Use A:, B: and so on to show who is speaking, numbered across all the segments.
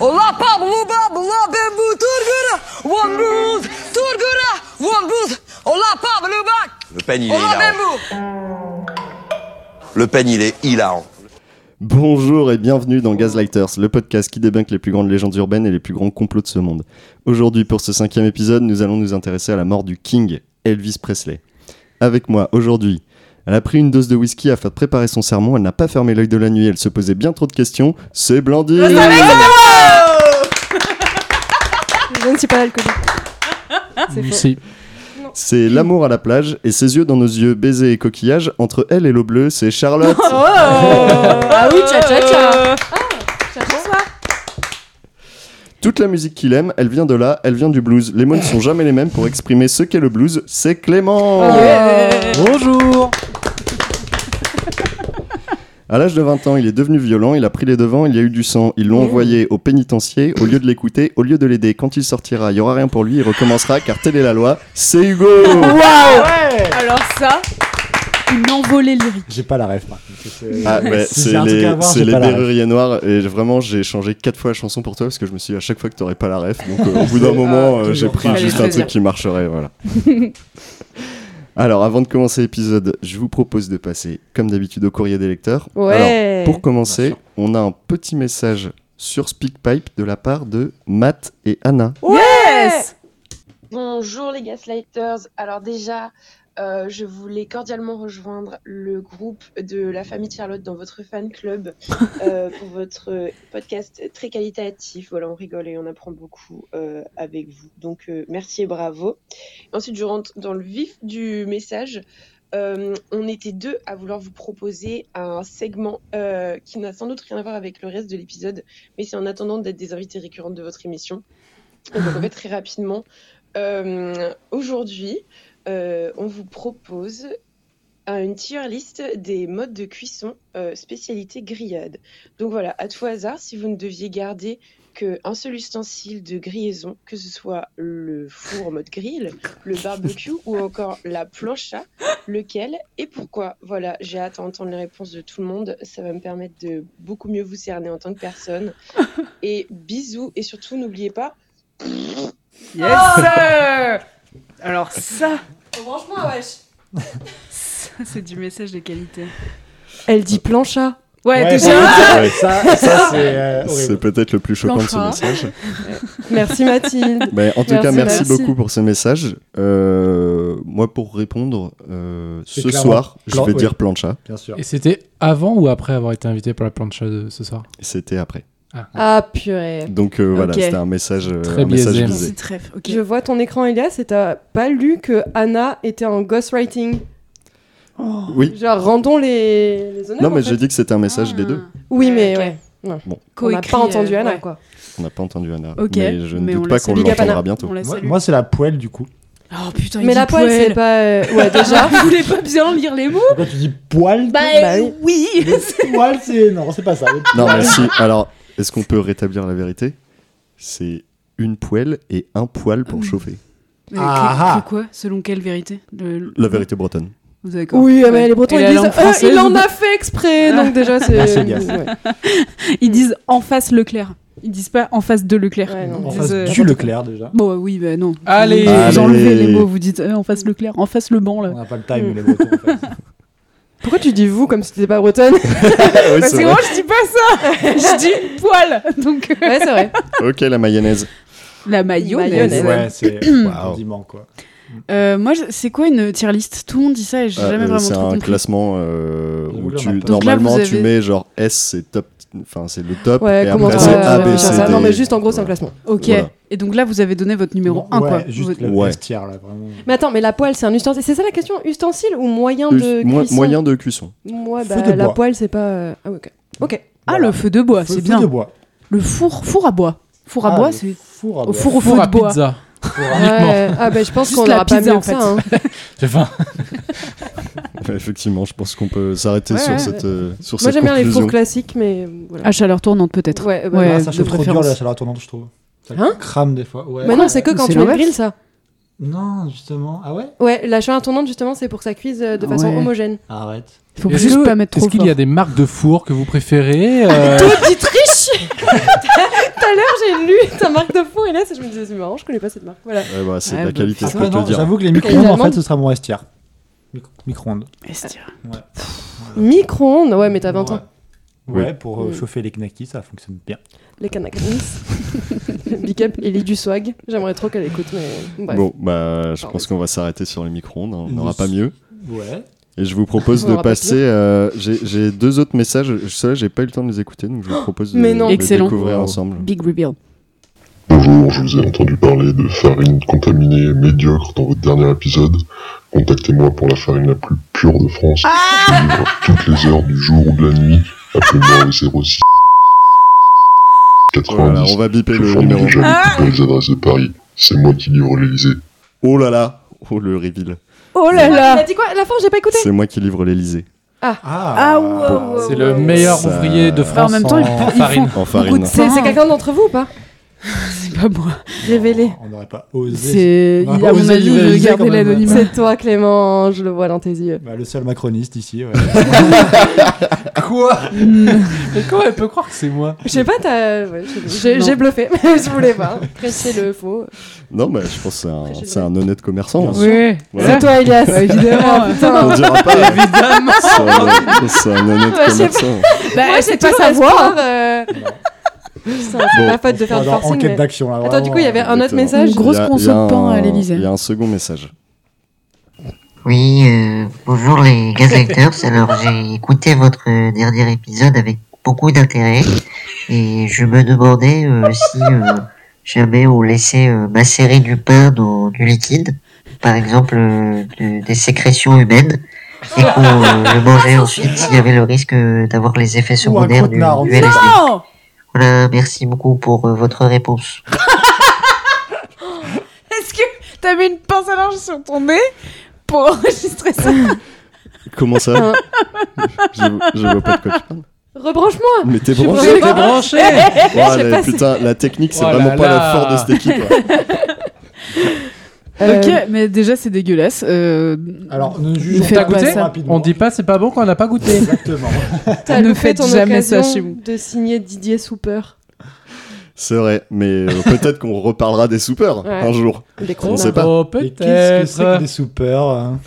A: La pa blu ba bla ben bu turgura. One booth. Turgura. One booth. Ola pa blu ba.
B: Le Pen, il est
C: Oh,
A: Ola ben
B: hilarant.
A: bu.
B: Le Pen, il est hilarant.
C: Bonjour et bienvenue dans Gaslighters, le podcast qui débunk les plus grandes légendes urbaines et les plus grands complots de ce monde. Aujourd'hui, pour ce cinquième épisode, nous allons nous intéresser à la mort du King, Elvis Presley. Avec moi, aujourd'hui, elle a pris une dose de whisky afin de préparer son sermon, elle n'a pas fermé l'œil de la nuit, elle se posait bien trop de questions, c'est Blandine
D: Je ne suis pas alcoolique. C'est faux.
E: Si.
C: C'est l'amour à la plage et ses yeux dans nos yeux, baisers et coquillages, entre elle et l'eau bleue, c'est Charlotte
D: ah oui, tcha tcha tcha.
C: Toute la musique qu'il aime, elle vient de là, elle vient du blues. Les mots ne sont jamais les mêmes pour exprimer ce qu'est le blues, c'est Clément
E: Bonjour
C: À l'âge de 20 ans, il est devenu violent, il a pris les devants, il y a eu du sang, ils
E: Mmh.
C: l'ont envoyé au pénitencier, au lieu de l'écouter, au lieu de l'aider, quand il sortira, il y aura rien pour lui, il recommencera, car telle est la loi, c'est Hugo
D: Alors ça, une envolée lyrique.
E: J'ai pas la ref, par
C: Ah ouais,
E: Si j'ai
C: c'est
E: un truc
C: les,
E: à voir,
C: c'est
E: j'ai
C: les
E: pas la ref.
C: Berruriers noirs, et je- vraiment j'ai changé quatre fois la chanson pour toi, parce que je me suis dit à chaque fois que t'aurais pas la ref, donc euh, au bout d'un moment euh, j'ai
E: Ah, toujours
C: pris
E: pas.
C: juste un
F: Fallait
C: truc qui marcherait, voilà. Alors avant de commencer l'épisode, je vous propose de passer, comme d'habitude, au courrier des lecteurs. Alors,
D: Ouais.
C: Pour commencer, on a un petit message sur SpeakPipe de la part de Matt et Anna.
D: Yes
F: Bonjour les Gaslighters. Alors déjà, euh, je voulais cordialement rejoindre le groupe de la famille de Charlotte dans votre fan club euh, pour votre podcast très qualitatif. Voilà, on rigole et on apprend beaucoup euh, avec vous. Donc euh, merci et bravo. Ensuite, je rentre dans le vif du message. Euh, on était deux à vouloir vous proposer un segment euh, qui n'a sans doute rien à voir avec le reste de l'épisode, mais c'est en attendant d'être des invités récurrentes de votre émission. Et donc, en fait, très rapidement, euh, Aujourd'hui, euh, on vous propose un- une tier list des modes de cuisson euh, spécialité grillade. Donc voilà, à tout hasard, si vous ne deviez garder qu'un seul ustensile de grillaison, que ce soit le four en mode grill, le barbecue ou encore la plancha, lequel et pourquoi Voilà, j'ai hâte d'entendre les réponses de tout le monde. Ça va me permettre de beaucoup mieux vous cerner en tant que personne. Et bisous et surtout, n'oubliez pas,
G: Yes sir Alors ça,
D: Franchement, wesh.
G: ça, c'est du message de qualité.
D: Elle dit plancha.
G: Ouais, déjà
E: ça,
C: Ouais.
E: ça, ça, c'est euh,
C: C'est
E: horrible.
C: peut-être le plus choquant de ce
G: Planchera.
C: message.
D: Merci Mathilde.
C: Mais en tout
D: Merci,
C: cas, merci,
D: merci.
C: beaucoup pour ce message. Euh, moi, pour répondre, euh,
E: C'est
C: ce
E: clairement
C: soir, je
E: plan-
C: vais
E: oui.
C: dire plancha.
E: Bien sûr.
H: Et c'était avant ou après avoir été invité pour la plancha de ce soir
C: C'était après.
D: Ah purée.
C: Donc euh, voilà,
G: Ok.
C: c'était un message, euh,
H: Très
C: un message
H: biaisé.
C: visé.
G: C'est très... Ok.
D: Je vois ton écran Elias et t'as pas lu que Anna était en ghostwriting.
G: Oh.
C: Oui.
D: Genre rendons les, les honneurs.
C: Non,
D: en
C: mais
D: fait.
C: j'ai dit que c'était un message des deux.
I: Ah.
D: Oui mais
G: Ok.
D: ouais. Non. On
C: Bon.
D: n'a
G: Co-écrit,
D: pas entendu
G: euh,
D: Anna
G: ouais.
D: quoi.
C: On n'a pas entendu Anna.
G: Ok,
C: Mais je ne
G: mais on
C: doute
G: la
C: pas qu'on
G: salue.
C: l'entendra
D: Anna.
C: bientôt.
G: On la
E: Moi,
G: salue.
E: moi, c'est la poêle du coup.
G: Oh putain, il
D: Mais
G: dit
D: la poêle c'est pas euh, ouais déjà.
G: Vous voulez pas bien lire les mots
E: Pourquoi tu dis poêle
D: Bah oui.
G: oui
E: Poêle, c'est. Non, c'est pas ça. Le
C: Non,
E: poêle.
C: mais si. Alors, est-ce qu'on peut rétablir la vérité C'est une poêle et un poil pour chauffer.
G: Mais
E: Ah,
G: que-
E: ah.
G: que quoi Selon quelle vérité Le-
C: La vérité bretonne.
G: Vous avez quoi
D: Oui, mais
G: Ouais.
D: les Bretons
G: Et
D: ils
G: la
D: disent
G: langue
D: Ah, il
G: française
D: en a fait exprès donc déjà c'est.
C: Ah,
E: Merci, Elias.
D: Ouais.
G: Ils disent en face Leclerc. Ils disent pas en face de Leclerc.
D: Ouais, non.
E: En
G: Ils
E: face
G: disent, euh,
E: du Leclerc déjà.
G: Bon, ouais, oui, bah non.
H: Allez.
G: Vous enlevez
C: Allez.
G: les mots, vous dites euh, en face Leclerc, en face le banc
E: On
G: là.
E: n'a pas le time, les Bretons. En fait.
D: Pourquoi tu dis vous comme si t'étais pas bretonne
C: Ah oui,
D: Bah,
G: Parce
C: c'est vrai.
G: que moi je dis pas ça Je dis poil Donc. euh,
D: Ouais, c'est vrai.
C: Ok, la mayonnaise.
G: La mayonnaise.
D: Mayonnaise.
E: Ouais, c'est
C: Wow.
E: condiment quoi.
G: Euh, moi, je- c'est quoi une tier list Tout le monde dit ça et j'ai
C: Ah,
G: jamais
C: euh,
G: vraiment
C: c'est
G: trop
C: un
G: compris.
C: classement euh, où
E: Donc là,
C: tu
E: on a pas-
G: Donc là, vous
C: normalement tu
G: avez-
C: mets genre S c'est top, enfin c'est le top
D: Ouais,
C: et
D: comment
C: après
D: ça
C: c'est
D: va,
C: A
D: euh,
C: B
D: faire
C: C
D: ça
C: D.
D: Non, mais juste en gros, c'est un
C: Voilà.
D: classement.
G: Ok.
C: Voilà.
G: Et donc là, vous avez donné votre numéro 1
E: ouais,
G: quoi.
E: Juste
G: Votre-
E: le
C: Ouais.
E: vestiaire là, vraiment.
D: Mais attends, mais la poêle, c'est un ustensile. C'est ça la question Ustensile ou moyen de
C: Mo-
D: cuisson
C: moyen de cuisson.
D: Moi,
E: Feu
D: bah,
E: de
D: la
E: bois.
D: poêle, c'est pas. euh, Ah, ouais, ok. Ok.
G: Ah,
E: Voilà.
G: le feu de bois,
E: Feu-
G: c'est
E: feu
G: bien.
E: de bois.
G: Le four, four à bois. Four à
E: Ah,
G: bois,
E: le
G: c'est.
E: Four à
G: Au
E: bois.
G: four au feu
H: Pour
G: de
H: la
G: bois.
H: pizza.
E: Four à-
D: Ouais, ah, bah, je pense
G: Juste
D: qu'on
G: la
D: aura pas
G: pizza,
D: mieux
G: en
D: que ça. hein.
H: J'ai faim.
C: Effectivement, je pense qu'on peut s'arrêter
D: Ouais,
C: sur
D: ouais,
C: cette euh, sur
D: Moi,
C: cette
D: j'aime bien les
C: conclusion.
D: fours classiques, mais euh, voilà.
G: À chaleur tournante peut-être.
D: Ouais, euh, bah,
G: Ouais.
E: Ah,
G: de
E: ça chauffe trop dur
G: préférence.
E: la chaleur tournante, je trouve. Ça
D: Hein
E: crame des fois. Ouais.
D: Mais non, c'est que
G: Ouais,
D: quand
G: c'est
D: tu le
G: l'inverse.
D: grilles, ça.
E: Non, justement. Ah ouais
D: Ouais, la chaleur tournante, justement, c'est pour que ça cuise euh, de façon
G: Ah, Ouais.
D: homogène.
E: Arrête.
G: Faut
H: Est-ce
G: juste
H: que-
G: pas mettre trop
H: Est-ce qu'il y a
G: fort.
H: des marques de four que vous préférez euh,
D: Toi, petite riche
G: chier
I: Tout à l'heure, j'ai lu ta marque de four et là, je me disais, c'est marrant, je connais pas cette marque. Voilà.
C: Ouais, bah, c'est
G: Ouais,
C: de la
G: bah,
C: qualité, je
E: Après,
C: peux te
E: non,
C: le dire.
E: j'avoue que les micro-ondes, en
I: Finalement-
E: fait, ce sera mon vestiaire. Micro- Micro-ondes.
I: Micro-ondes, ouais, mais t'as 20 ans.
E: Ouais,
C: Oui.
E: Ouais, pour euh,
I: Mm.
E: chauffer les knackis, ça fonctionne bien.
I: Les canacans. Big up Ellie du swag. J'aimerais trop qu'elle écoute, mais bref.
C: Bon, bah, je
D: Ah,
I: Pardon.
C: pense qu'on va s'arrêter sur les micro-ondes, hein, on
E: Nous-
C: n'aura pas mieux.
E: Ouais.
C: Et je vous propose
I: On
C: de
I: aura pas
C: passer. euh, J'ai j'ai deux autres messages. Ceux-là, j'ai pas eu le temps de les écouter, donc je vous propose de
I: Mais non.
C: les
G: Excellent.
C: découvrir
E: Wow.
C: ensemble.
G: Big reveal.
J: Bonjour, je vous ai entendu parler de farine contaminée et médiocre dans votre dernier épisode. Contactez-moi pour la farine la plus pure de France. Libre toutes les heures du jour ou de la nuit. Appelez-moi au 06
C: Voilà,
J: 90.
C: on va biper
J: Je
C: le
J: fournis
C: numéro.
J: déjà les plus belles adresses de Paris. C'est moi qui livre l'Elysée.
C: Oh là là Oh le reveal.
I: Oh là
G: là.
I: Il a dit quoi La fin, j'ai pas écouté.
C: C'est moi qui livre l'Elysée.
E: Ah,
H: C'est le meilleur
C: Ça-
H: ouvrier de
G: Bah, en
H: France
G: même temps, ils font- ils
C: En
G: font
H: farine.
G: beaucoup de
C: farine.
I: C'est c'est
G: pain.
I: quelqu'un d'entre vous ou pas
G: C'est pas moi.
I: Révélé.
E: On n'aurait pas osé.
G: C'est.
E: On
G: À
E: va pas
G: mon
E: oser
G: avis,
E: rivaliser
G: il veut
E: quand
G: garder
E: même.
G: l'anonymat.
I: C'est toi, Clément, je le vois dans tes yeux.
E: Bah, le seul macroniste ici. ouais. Quoi
H: Mais comment elle peut croire que c'est moi
I: Je sais pas, t'as. ouais, je sais pas. j'ai
G: Non.
I: j'ai bluffé, mais je voulais pas. Prêcher le faux.
C: Non, mais je pense que c'est
I: Après,
C: un,
I: j'ai
C: c'est un honnête commerçant. hein.
G: Oui.
C: Voilà.
I: C'est toi, Elias.
G: Bah, évidemment.
C: On dira pas. hein.
H: Évidemment
C: C'est un- C'est un honnête
I: Bah, je sais
C: commerçant.
G: Bah, c'est pas
I: toujours
G: savoir.
I: espoir, euh, C'est pas faute de faire du
E: Alors,
I: forcing.
E: enquête
I: mais-
E: d'action là.
I: Attends, du coup, il y avait un autre
C: Exactement.
I: message.
G: Une grosse
C: Il y a-
G: conso
C: il y a
G: de pain à
C: un-
G: l'Élysée.
C: Il y a un second message.
K: Oui, euh, bonjour les Gaslighters. Alors j'ai écouté votre euh, dernier épisode avec beaucoup d'intérêt et je me demandais euh, si euh, jamais on laissait euh, macérer du pain dans du liquide, par exemple euh, de- des sécrétions humaines, et qu'on euh, le mangeait ensuite s'il y avait le risque euh, d'avoir les effets
E: Ou un
K: secondaires du,
E: croûtenard.
K: du LSD.
G: Non
K: Voilà, merci beaucoup pour euh, votre réponse.
G: Est-ce que t'as mis une pince à linge sur ton nez pour enregistrer ça
C: Comment ça je, je vois pas de quoi tu parles.
I: Rebranche-moi.
C: Mais t'es
I: Je suis
C: branché.
I: branché.
H: T'es branché
C: Ouah,
I: Je sais
C: la-
I: pas, c'est-
C: putain, la technique, c'est
H: Oh là
C: vraiment pas la
H: là.
C: force de cette équipe. hein.
I: Euh,
G: Ok, mais déjà c'est dégueulasse. euh,
E: Alors, ne jugeons
G: Faites
E: pas
H: T'as
G: pas
H: goûté
G: ça.
E: rapidement.
H: On dit pas c'est pas bon quand on n'a pas goûté.
E: Exactement.
I: T'as
G: Ne
I: loupé
G: faites
I: ton
G: jamais ça
I: occasion
G: chez vous.
I: De signer Didier Souper.
C: C'est vrai, mais euh, peut-être qu'on reparlera des soupeurs
I: Ouais.
C: un jour.
I: Des
C: On
I: crocs.
C: sait pas.
H: Oh,
E: Et qu'est-ce que c'est que
H: peut-être.
E: des soupeurs hein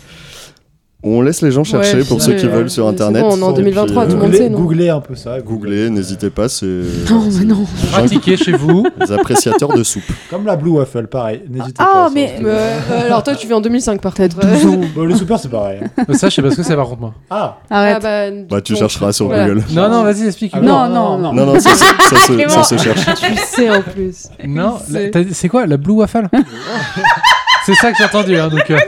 C: On laisse les gens chercher
G: Ouais,
C: pour
G: je
C: ceux
G: sais,
C: qui
G: euh,
C: veulent sur
I: c'est
C: internet.
I: bon, on est en
C: Et
I: 2023,
C: puis,
I: tout le monde
C: euh,
I: sait.
E: Googlez,
I: non
E: googlez un peu ça.
C: Googlez, n'hésitez pas, c'est
G: Non, mais non.
H: Pratiquez chez vous.
C: les appréciateurs de soupe.
E: Comme la Blue Waffle, pareil. N'hésitez
G: Ah,
E: pas. ça,
G: mais-
E: c'est-
I: Euh, euh, alors toi tu vis en 2005 par contre.
E: Ils ont- bah, les soupeurs, c'est pareil.
H: Mais ça, je sais pas ce que c'est par contre moi.
E: Ah
I: Ah
G: Arrête.
I: bah,
C: Bah, tu
I: bon,
C: chercheras sur
I: voilà.
C: Google.
H: Non, non, vas-y, explique.
E: Ah
G: Non, non, non.
C: Non, non, ça, se- ça se, ça se cherche.
I: Tu sais en plus.
H: Non,
G: C'est-
H: la- t'as- c'est quoi la Blue Waffle C'est ça que j'ai entendu. hein, donc, euh,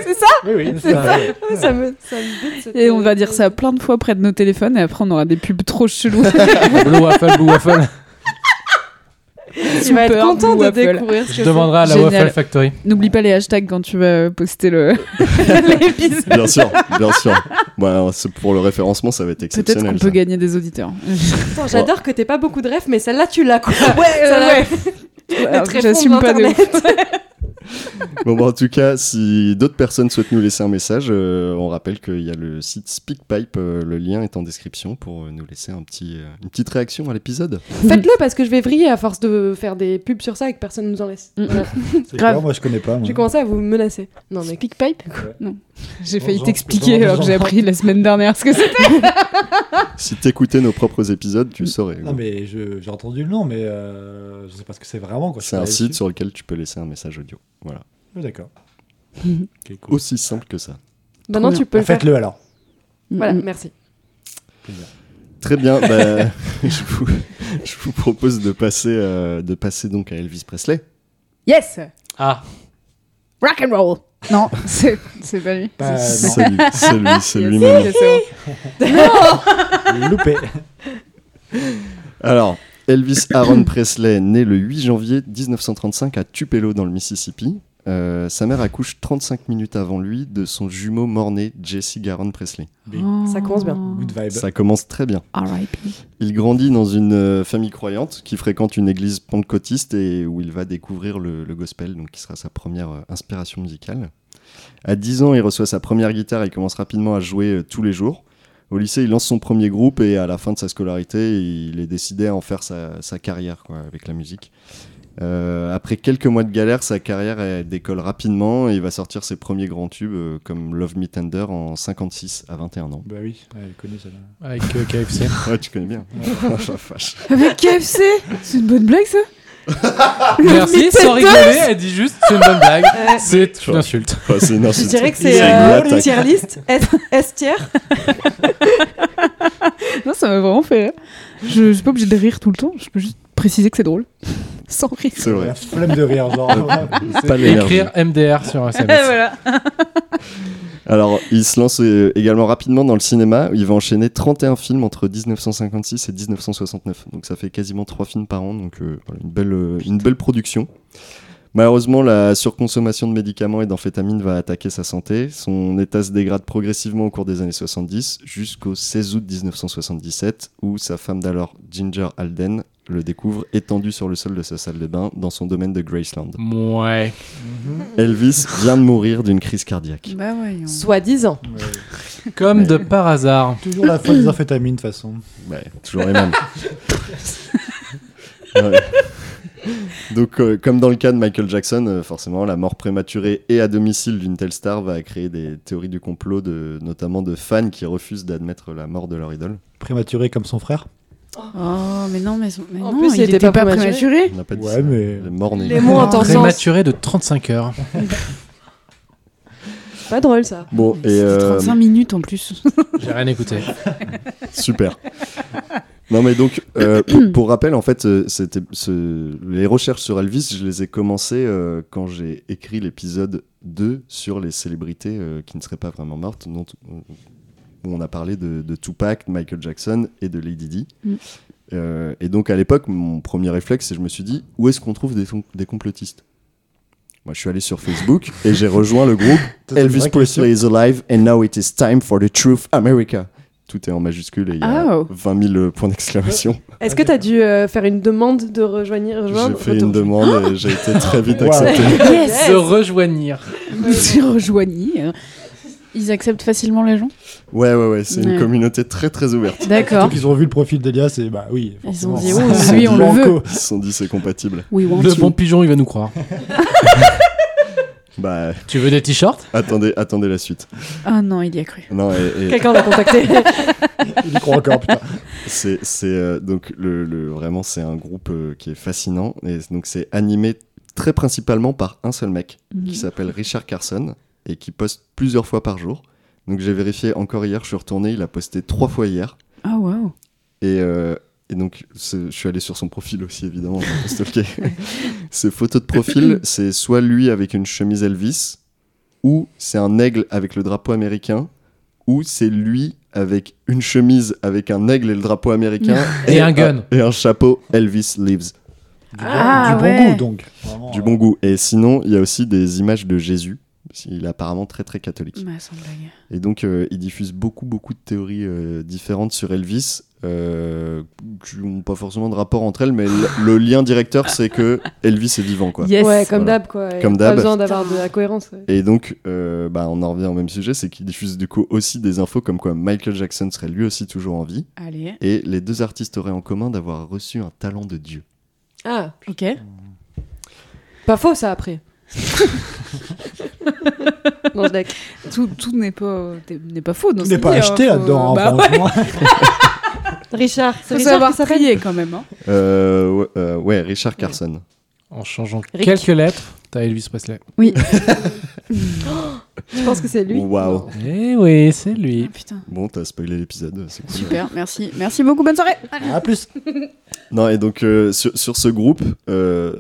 E: Oui, oui.
H: C'est ça.
E: ouais.
I: ça me, ça me bute, cette-
G: Et on va dire ça plein de fois près de nos téléphones et après on aura des pubs trop cheloues.
H: Blue Waffle, Blue Waffle.
I: Tu vas être
G: Super
I: content
G: Blue
I: de
G: Waffle.
I: découvrir ce
H: Je
I: que c'est.
H: demanderai à la
G: Génial.
H: Waffle Factory.
G: N'oublie pas les hashtags quand tu vas poster le l'épisode.
C: Bien sûr, bien sûr. Bon, alors, c'est- pour le référencement, ça va être
G: Peut-être qu'on
C: exceptionnel.
G: peut
C: ça.
G: gagner des auditeurs.
I: Attends, J'adore que t'aies pas beaucoup de rêves, mais celle-là tu l'as quoi.
G: Ouais,
I: Ça l'a-
G: Alors,
I: Très
G: J'assume
I: fond
G: pas de
I: d'Internet.
C: Bon, bah, en tout cas, si d'autres personnes souhaitent nous laisser un message, euh, on rappelle qu'il y a le site SpeakPipe. euh, le lien est en description pour euh, nous laisser un petit, euh, une petite réaction à l'épisode.
I: Faites-le parce que je vais vriller à force de faire des pubs sur ça et que personne nous en laisse.
G: Mm.
I: Voilà.
E: C'est
G: Grave.
E: clair, moi, je connais pas. moi.
I: J'ai commencé à vous menacer. Non mais
G: Pipe Non. J'ai failli
E: Bonjour.
G: t'expliquer
E: Bonjour.
G: alors que j'ai appris la semaine dernière ce que c'était.
C: Si t'écoutais nos propres épisodes, tu saurais.
E: Non, mais je- j'ai entendu le nom, mais euh, je sais pas ce que c'est vraiment. quoi. Je
C: C'est
E: suis
C: un
E: pas
C: site
E: dessus.
C: sur lequel tu peux laisser un message audio. Voilà.
E: Oui, D'accord. Ok, cool.
C: Aussi simple que ça.
I: maintenant
G: bien.
I: tu peux le faire.
E: Faites-le alors.
I: Voilà, merci.
C: Très bien. bah, je, vous, je vous propose de passer, euh, de passer donc à Elvis Presley.
G: Yes
H: Ah,
G: Rock and roll Non, c'est c'est pas lui.
E: Bah,
C: C'est lui, c'est lui, c'est
G: Yes.
C: lui-même.
G: Ok, c'est bon.
E: non, loupé.
C: Alors, Elvis Aaron Presley, né le 8 janvier 1935 à Tupelo dans le Mississippi. Euh, sa mère accouche 35 minutes avant lui de son jumeau mort-né Jesse Garon Presley.
G: Oh.
I: Ça commence bien.
E: Good vibe.
C: Ça commence très bien.
G: R.I.P.
C: Il grandit dans une euh, famille croyante qui fréquente une église pentecôtiste et où il va découvrir le, le gospel, donc qui sera sa première euh, inspiration musicale. À 10 ans, il reçoit sa première guitare et commence rapidement à jouer euh, tous les jours. Au lycée, il lance son premier groupe et à la fin de sa scolarité, il est décidé à en faire sa, sa carrière quoi, avec la musique. Euh, après quelques mois de galère, sa carrière elle décolle rapidement et il va sortir ses premiers grands tubes euh, comme Love Me Tender en 56 à 21 ans.
E: Bah oui, elle est connue celle-là.
H: Avec euh, KFC.
C: Ouais, tu connais bien. Oh, la vache.
G: Avec KFC C'est une bonne blague, ça
H: Merci, sans rigoler, elle dit juste c'est une bonne blague. C'est une insulte.
C: Enfin, c'est une
I: Je
C: insulte.
I: dirais que c'est
C: une
I: euh,
C: attaque.
I: tier list, S, S tier.
G: Non, ça m'a vraiment fait rire. Je, je suis pas obligée de rire tout le temps, je peux juste préciser que c'est drôle. Sans rire.
C: C'est vrai.
E: La flemme de rire, genre. c'est-
C: Pas l'énergie.
H: Écrire MDR sur
G: Eh,
H: un
I: Et
H: SMS.
I: voilà.
C: Alors, il se lance euh, également rapidement dans le cinéma. Il va enchaîner 31 films entre 1956 et 1969. Donc, ça fait quasiment 3 films par an. Donc, euh, voilà, une, belle, euh, une belle production. Malheureusement, la surconsommation de médicaments et d'amphétamines va attaquer sa santé. Son état se dégrade progressivement au cours des années 70 jusqu'au 16 août 1977 où sa femme d'alors, Ginger Alden, le découvre étendu sur le sol de sa salle de bain dans son domaine de Graceland.
H: Ouais.
C: Elvis vient de mourir d'une crise cardiaque.
G: Bah voyons.
D: Soi-disant.
E: Ouais.
H: Comme de par hasard.
E: Toujours la faute des amphétamines, de toute façon.
C: Ouais, toujours les mêmes. Ouais. Donc, euh, comme dans le cas de Michael Jackson, euh, forcément, la mort prématurée et à domicile d'une telle star va créer des théories du complot, de, notamment de fans qui refusent d'admettre la mort de leur idole.
E: Prématuré comme son frère.
G: Oh, mais non, mais, mais
D: En
G: non,
D: plus,
G: il était pas, prématuré.
C: On n'a pas dit
E: Ouais,
C: ça.
E: mais-
C: Le mort-né.
D: Les mots en temps sens.
H: Prématuré de 35 heures.
D: Pas drôle ça.
C: Bon, et
G: C'était
C: euh,
G: 35 minutes en plus.
H: J'ai rien écouté.
C: super. Non mais donc euh, pour, pour rappel en fait euh, c'était ce- les recherches sur Elvis je les ai commencées euh, quand j'ai écrit l'épisode 2 sur les célébrités euh, qui ne seraient pas vraiment mortes dont où on a parlé de, de Tupac, de Michael Jackson et de Lady Di.
G: Mm.
C: Euh, et donc à l'époque, mon premier réflexe, c'est je me suis dit, où est-ce qu'on trouve des, fon- des complotistes Moi, je suis allé sur Facebook et j'ai rejoint le groupe
E: Ça, c'est une
C: Elvis
E: vraie question.
C: Presley is alive and now it is time for the truth America. Tout est en majuscule et il y a
G: Oh.
C: 20 000 points d'exclamation.
D: Est-ce que t'as dû euh, faire une demande de
I: Euh,
D: rejoignir
C: J'ai
D: rejoindre
C: fait une demande et j'ai été très vite
E: Wow.
C: accepté.
G: Yes
H: Se rejoignir.
G: Ils rejoignent. hein. Ils acceptent facilement les gens
C: Ouais, ouais, ouais, c'est
G: Ouais.
C: une communauté très très ouverte.
G: D'accord.
E: Donc ils ont vu le profil d'Elias et bah oui.
G: Ils ont
E: forcément.
G: dit, oh, lui, on le veut.
E: Banco.
C: Ils se sont dit c'est compatible.
G: Oui, want
H: Le
G: you.
H: bon pigeon, il va nous croire.
C: Bah,
H: Tu veux des t-shirts
C: attendez, attendez la suite.
G: Ah non, il y a cru.
C: Non, et- et,
D: Quelqu'un l'a contacté.
E: Il y croit encore, putain.
C: C'est c'est, euh, donc le, le- vraiment c'est un groupe euh, qui est fascinant et donc c'est animé très principalement par un seul mec
G: Mhm.
C: qui s'appelle Richard Carson et qui poste plusieurs fois par jour. Donc j'ai vérifié encore hier, je suis retourné, il a posté trois fois hier
G: Ah waouh.
C: et, euh, et donc c'est- je suis allé sur son profil aussi évidemment pour stalker. Ses photos de profil, c'est soit lui avec une chemise Elvis ou c'est un aigle avec le drapeau américain ou c'est lui avec une chemise avec un aigle et le drapeau américain
H: Et un gun.
C: et un chapeau Elvis Lives.
E: Du,
G: Ah,
E: bon, du
G: ouais.
E: bon goût, donc. Vraiment,
C: Du
E: euh,
C: bon goût. Et sinon, il y a aussi des images de Jésus. Il est apparemment très très catholique.
G: Bah, sans blague.
C: Et donc, euh, il diffuse beaucoup beaucoup de théories euh, différentes sur Elvis, euh, qui n'ont pas forcément de rapport entre elles, mais le, le lien directeur, c'est que Elvis est vivant, quoi.
G: Yes.
D: ouais, comme
C: Voilà.
D: d'hab quoi.
C: Comme
D: Pas
C: d'hab.
D: besoin d'avoir de la cohérence. ouais.
C: Et donc, euh, bah, on en revient au même sujet, c'est qu'il diffuse du coup aussi des infos comme quoi Michael Jackson serait lui aussi toujours en vie,
G: Allez.
C: et les deux artistes auraient en commun d'avoir reçu un talent de Dieu.
D: Ah,
G: Ok.
D: pas faux ça après. non, je deck.
G: Tout, tout n'est pas n'est pas faux dans
E: Tout
G: cette
E: n'est pas
G: vie,
E: acheté
G: hein, faut-
E: là-dedans. hein,
G: Bah, ouais.
E: franchement.
D: Richard, c'est
G: Faut
D: Richard
G: savoir
D: qui s'appelle
G: trier quand même. Hein.
C: Euh, ouais, euh, ouais, Richard Carson.
H: En changeant
D: Rick.
H: quelques lettres, t'as Elvis Presley.
D: Je pense que c'est lui.
C: Waouh.
H: Eh oui, c'est lui.
G: Ah, Putain.
C: Bon, t'as spoilé l'épisode, c'est cool.
G: Super. Merci. Merci beaucoup. Bonne soirée.
E: Ah, plus.
C: Non, et donc euh, sur, sur ce groupe, euh,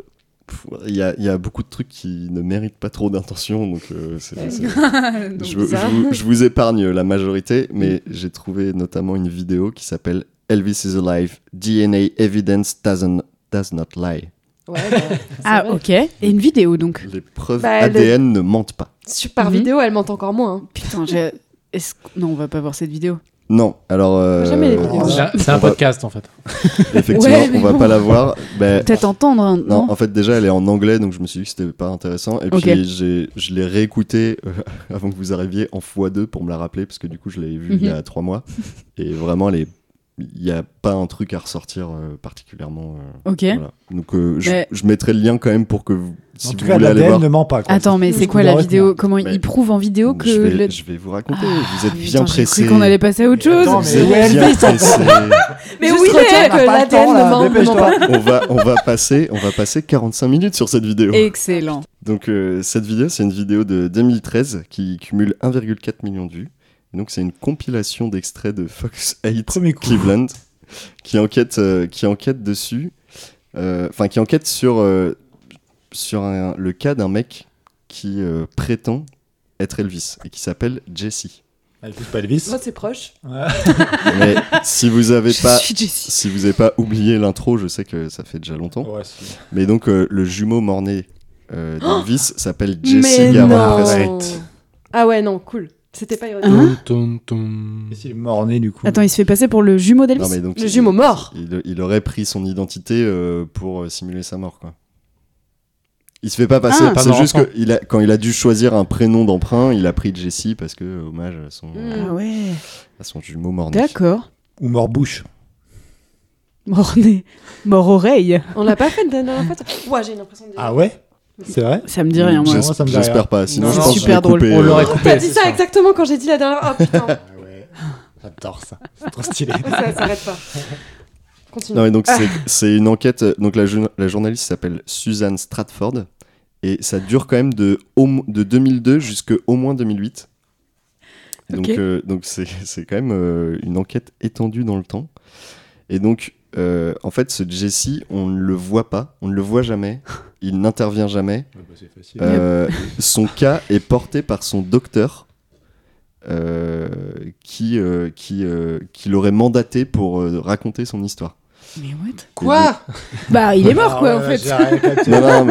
C: pff, il y, a, il y a beaucoup de trucs qui ne méritent pas trop d'intention, donc euh, c'est- c'est-
G: Donc, Mm.
C: je, vous- je
G: bizarre.
C: vous, je vous épargne la majorité, mais j'ai trouvé notamment une vidéo qui s'appelle Elvis is Alive, DNA Evidence Doesn't, Does Not Lie.
D: Ouais, bah, c'est
G: Ah
D: vrai.
G: ok. Et une vidéo donc.
C: Les preuves
D: Bah, le-
C: ADN ne mentent pas.
D: Super
G: Mhm.
D: vidéo, elle ment encore moins. hein.
G: Putain. j'ai- Est-ce... qu'on- Non, on va pas voir cette vidéo.
C: Non, alors. euh,
G: Jamais les vidéos.
H: C'est un- c'est un
C: on va-
H: podcast, en fait.
C: Effectivement,
G: Ouais, mais
C: on va
G: bon.
C: pas la voir. Ben,
G: Peut-être entendre, hein,
C: non,
G: non,
C: en fait, déjà, elle est en anglais, donc je me suis dit que c'était pas intéressant. Et
G: Ok.
C: puis, j'ai, je l'ai réécoutée euh, avant que vous arriviez en x2 pour me la rappeler, parce que du coup, je l'avais vue il
G: Mhm.
C: y a trois mois. Et vraiment, elle est- il n'y a pas un truc à ressortir euh, particulièrement. euh,
G: Ok.
C: voilà. Donc, euh, je,
G: Mais-
C: je mettrai le lien quand même pour que vous, si
E: En tout
C: vous
E: cas, euh,
C: voulez aller
E: l'ADN
C: voir.
E: ne ment pas. quoi.
G: Attends, mais
E: tout
G: c'est
E: ce
G: quoi
E: qu'on
G: la
E: doit
G: vidéo
E: retenir.
G: Comment
C: Mais-
G: ils prouvent en vidéo que
C: je, vais,
G: le-
C: je vais vous raconter.
G: Ah,
C: vous êtes
G: Putain,
C: bien
G: j'ai
C: pressé.
G: cru qu'on allait passer à autre chose.
E: Attends,
C: Vous êtes
E: mais
C: bien
E: Elvis, en fait.
C: pressés.
I: Mais
D: Juste
I: oui,
D: retiens, on n'a
I: mais que
D: pas le temps,
I: l'ADN
D: là,
I: ne ment- ne ment
E: dépêche-toi.
I: pas.
C: on va, on va passer, on va passer 45 minutes sur cette vidéo.
G: Excellent.
C: Donc euh, cette vidéo, c'est une vidéo de 2013 qui cumule 1,4 million de vues. Donc c'est une compilation d'extraits de Fox 8
E: Premier coup.
C: Cleveland qui enquête, euh, qui enquête dessus, euh, enfin qui enquête sur euh, sur un- le cas d'un mec qui euh, prétend être Elvis et qui s'appelle Jesse.
E: Ah, écoute pas Elvis.
I: Moi, c'est proche.
C: Mais si vous avez
G: Je
C: pas
G: suis Jessie.
C: si vous n'avez pas oublié l'intro, je sais que ça fait déjà longtemps.
I: Oh.
E: Ouais, si.
C: Mais donc, euh, le jumeau mort-né euh, d'Elvis s'appelle
I: Oh Mais
C: Jesse Garon Presley.
I: non. Ah ouais, non, cool. C'était pas ironique.
G: Hein
H: Tum, tum,
E: Et
H: tum.
E: s'il est mort-né, du coup.
G: Attends, il se fait passer pour le jumeau d'Elvis
C: Non, mais donc,
I: Le
C: il-
I: jumeau mort.
C: Il, il aurait pris son identité euh, pour euh, simuler sa mort, quoi. Il se fait pas passer.
G: Ah.
C: c'est
H: Pas
C: juste
H: d'enfant.
C: que il a, quand il a dû choisir un prénom d'emprunt, il a pris Jesse parce que euh, hommage à son,
I: Mm.
G: Ah ouais.
C: à son jumeau mort-né.
G: D'accord.
E: Ou mort-bouche.
G: Mort-nez. Mort-oreille.
I: On l'a pas fait la dernière fois. toi Ouais, j'ai l'impression de.
E: Ah ouais C'est vrai
G: Ça me dit rien, moi.
E: Ouais,
C: J'es-
E: moi, ça me dit rien.
C: J'espère pas. Sinon,
H: Non,
C: je
H: non,
C: pense que je
G: super
C: vais
G: drôle.
C: couper,
H: On
C: euh,
H: l'aurait coupé.
I: T'as dit
H: c'est
I: ça exactement quand j'ai dit la dernière. Oh putain,
E: Ah ouais. J'adore ça. C'est trop stylé.
C: Ah,
I: ça s'arrête pas. Continue.
C: Non, et donc c'est- c'est une enquête. euh, Donc la, jour- la journaliste s'appelle Suzanne Stratford et ça dure quand même de, au mo- de 2002 jusqu'au moins 2008. Donc
G: Ok.
C: euh, donc c'est c'est quand même euh, une enquête étendue dans le temps. Et donc euh, en fait ce Jesse on ne le voit pas, on ne le voit jamais, il n'intervient jamais.
E: c'est facile.
C: Euh, son cas est porté par son docteur euh, qui euh, qui euh, qui l'aurait mandaté pour euh, raconter son histoire.
G: Mais what
C: Et donc-
G: Bah, il est
E: Ah
G: mort, quoi, en fait.
C: non, non,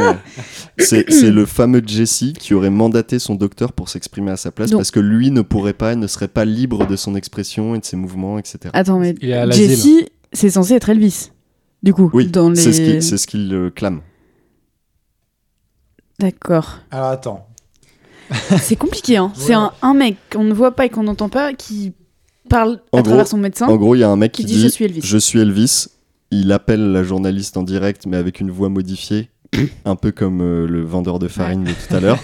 C: mais c'est c'est le fameux Jesse qui aurait mandaté son docteur pour s'exprimer à sa place
G: Donc-
C: parce que lui ne pourrait pas, ne serait pas libre de son expression et de ses mouvements, etc.
G: Attends, mais
H: Il est à l'asile.
G: Jessie, c'est censé être Elvis. Du coup,
C: oui,
G: dans les.
C: c'est ce qu'il- c'est ce qu'il euh, clame.
G: D'accord.
E: Alors attends.
G: C'est compliqué, hein. C'est un, un mec qu'on ne voit pas et qu'on n'entend pas qui parle
C: En
G: à
C: gros-
G: travers son médecin
C: En gros, il y a un mec
G: Hein qui
C: qui
G: dit, Je suis Elvis.
C: Je suis Elvis. Il appelle la journaliste en direct, mais avec une voix modifiée, un peu comme euh, le vendeur de farine de tout à l'heure,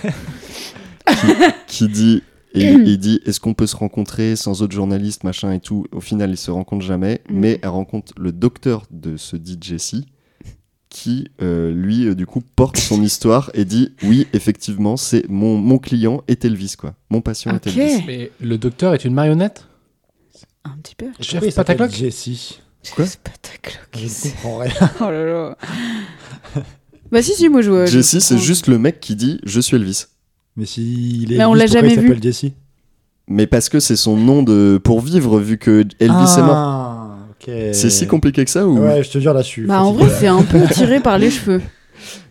C: qui, qui dit, et, il dit, est-ce qu'on peut se rencontrer sans autre journaliste, machin et tout. Au final, ils se rencontrent jamais,
G: Mm.
C: mais elle rencontre le docteur de ce dit Jesse, qui, euh, lui, euh, du coup, porte son histoire et dit, oui, effectivement, c'est mon, mon client est Elvis, quoi. Mon patient
G: Ok.
C: est Elvis.
H: Mais le docteur est une marionnette
G: Un petit peu.
H: Chef
E: Pourquoi il s'appelle
H: Patacloc
E: Jessie.
C: Quoi
G: C'est pas ta cloque.
E: Je ne comprends rien.
G: Oh là là. bah, si, si, moi je. vois- je
C: Jesse, c'est
G: comprends.
C: juste le mec qui dit, je suis Elvis.
E: Mais si il est.
G: Mais on
E: Elvis,
G: l'a
E: pourquoi
G: jamais
E: il
G: vu.
E: s'appelle Jessie.
C: Mais parce que c'est son nom de pour vivre, vu que Elvis est mort.
E: Ah, ok. Ah
C: C'est si compliqué que ça ou
E: Ouais, je te jure, là, je suis.
G: Bah, en vrai,
E: fatigué.
G: c'est un peu tiré par les cheveux.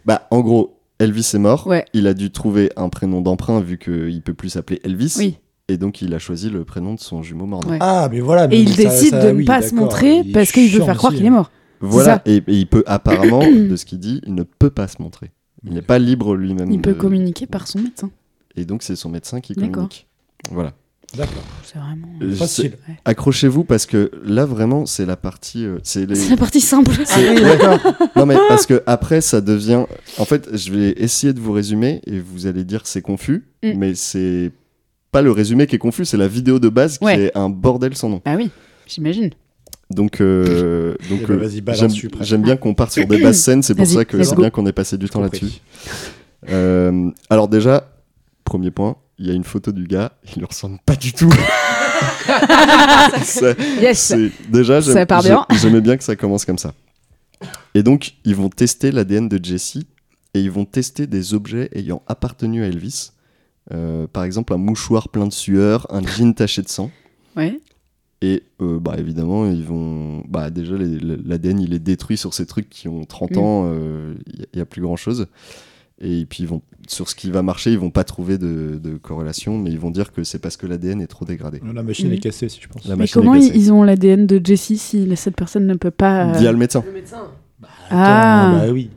C: Bah, en gros, Elvis est mort.
G: Ouais.
C: Il a dû trouver un prénom d'emprunt vu qu'il peut plus s'appeler Elvis.
G: Oui.
C: Et donc, il a choisi le prénom de son jumeau mort.
G: Ouais.
E: Ah, mais voilà. mais
G: Et il
E: ça-
G: décide
E: ça-
G: de ne
E: oui,
G: pas se
E: d'accord.
G: montrer
E: Il est
G: parce qu'il veut
E: chiant
G: faire croire
E: aussi, hein.
G: qu'il est mort.
C: Voilà. Et, et il peut apparemment, de ce qu'il dit, il ne peut pas se montrer. Il n'est pas libre lui-même.
G: Il
C: de-
G: peut communiquer par son médecin.
C: Et donc, c'est son médecin qui
G: D'accord.
C: communique. Voilà.
E: D'accord.
G: C'est vraiment.
C: Euh,
E: Facile.
C: c'est- Accrochez-vous parce que là, vraiment, c'est la partie. euh, c'est les...
G: C'est la partie simple.
E: Ah
C: C'est- ouais. Non mais parce que après ça devient. En fait, je vais essayer de vous résumer et vous allez dire c'est confus,
G: Mm.
C: mais c'est pas le résumé qui est confus, c'est la vidéo de base qui
G: Ouais.
C: est un bordel sans nom.
G: Ah oui, j'imagine.
C: Donc euh,
E: Eh
C: donc
E: ben,
C: euh,
E: vas-y, balance,
C: j'aime-
E: je suis prêt.
C: j'aime bien qu'on parte sur des basses scènes, c'est pour
G: Vas-y,
C: ça que
G: let's
C: c'est
G: go.
C: bien qu'on ait passé du temps
E: Compris.
C: là-dessus. Euh, alors déjà, premier point, il y a une photo du gars, il ne ressemble pas du tout. Ça-
G: Yes.
C: c'est- déjà, j'aime-
G: Ça part
C: j'ai-
G: bien.
C: j'aimais bien que ça commence comme ça. Et donc, ils vont tester l'ADN de Jesse et ils vont tester des objets ayant appartenu à Elvis. Euh, par exemple, un mouchoir plein de sueur, un jean taché de sang.
G: Ouais.
C: Et euh, bah, évidemment, ils vont. Bah, déjà, les- l'ADN, il est détruit sur ces trucs qui ont euh, 30
G: Mm.
C: ans, il n'y a, plus grand chose. Et puis, ils vont, sur ce qui va marcher, ils vont pas trouver de, de corrélation, mais ils vont dire que c'est parce que l'ADN est trop dégradé.
E: La machine
C: Mhm.
E: est cassée, si je pense.
C: La
G: Mais
C: machine
G: comment
C: est
G: ils
C: cassée.
G: ils ont l'ADN de Jessie si la- cette personne ne peut pas. euh,
C: Via le médecin.
G: Ah,
E: Bah oui.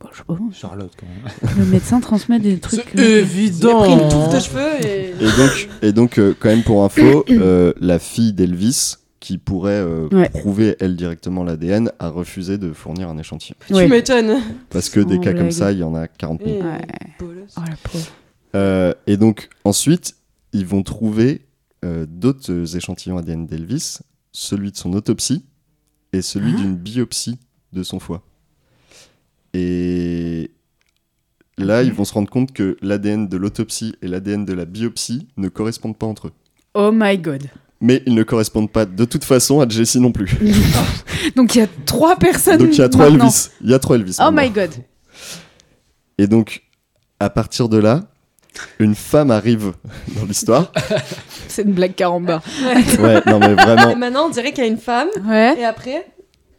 G: Bon, je sais pas.
E: Charlotte, quand même.
G: Le médecin transmet des trucs. euh,
H: Évident.
I: J'ai pris une touffe de cheveux et.
C: Et donc, et donc euh, quand même pour info, euh, la fille d'Elvis, qui pourrait euh,
G: Ouais.
C: prouver elle directement l'ADN, a refusé de fournir un échantillon.
I: Tu
G: Ouais.
I: m'étonnes.
C: Parce que des
G: Sans
C: cas comme
G: blague.
C: ça, il y en a 40 000.
I: Et-
G: Ouais.
I: Bolos.
G: Oh la pauvre.
C: Euh, et donc ensuite, ils vont trouver euh, d'autres échantillons ADN d'Elvis, celui de son autopsie et celui
G: Ah.
C: d'une biopsie de son foie. Et là, ils vont se rendre compte que l'ADN de l'autopsie et l'ADN de la biopsie ne correspondent pas entre eux.
G: Oh my god.
C: Mais ils ne correspondent pas de toute façon à Jessie non plus.
G: Donc il y a trois personnes.
C: Donc il y a trois
G: maintenant.
C: Elvis. Il y a trois Elvis.
G: Oh
C: maintenant.
G: my god.
C: Et donc, à partir de là, une femme arrive dans l'histoire.
G: C'est une blague carambar.
C: Ouais, non mais
I: Et
C: vraiment,
I: maintenant, on dirait qu'il y a une femme.
G: Ouais.
I: Et après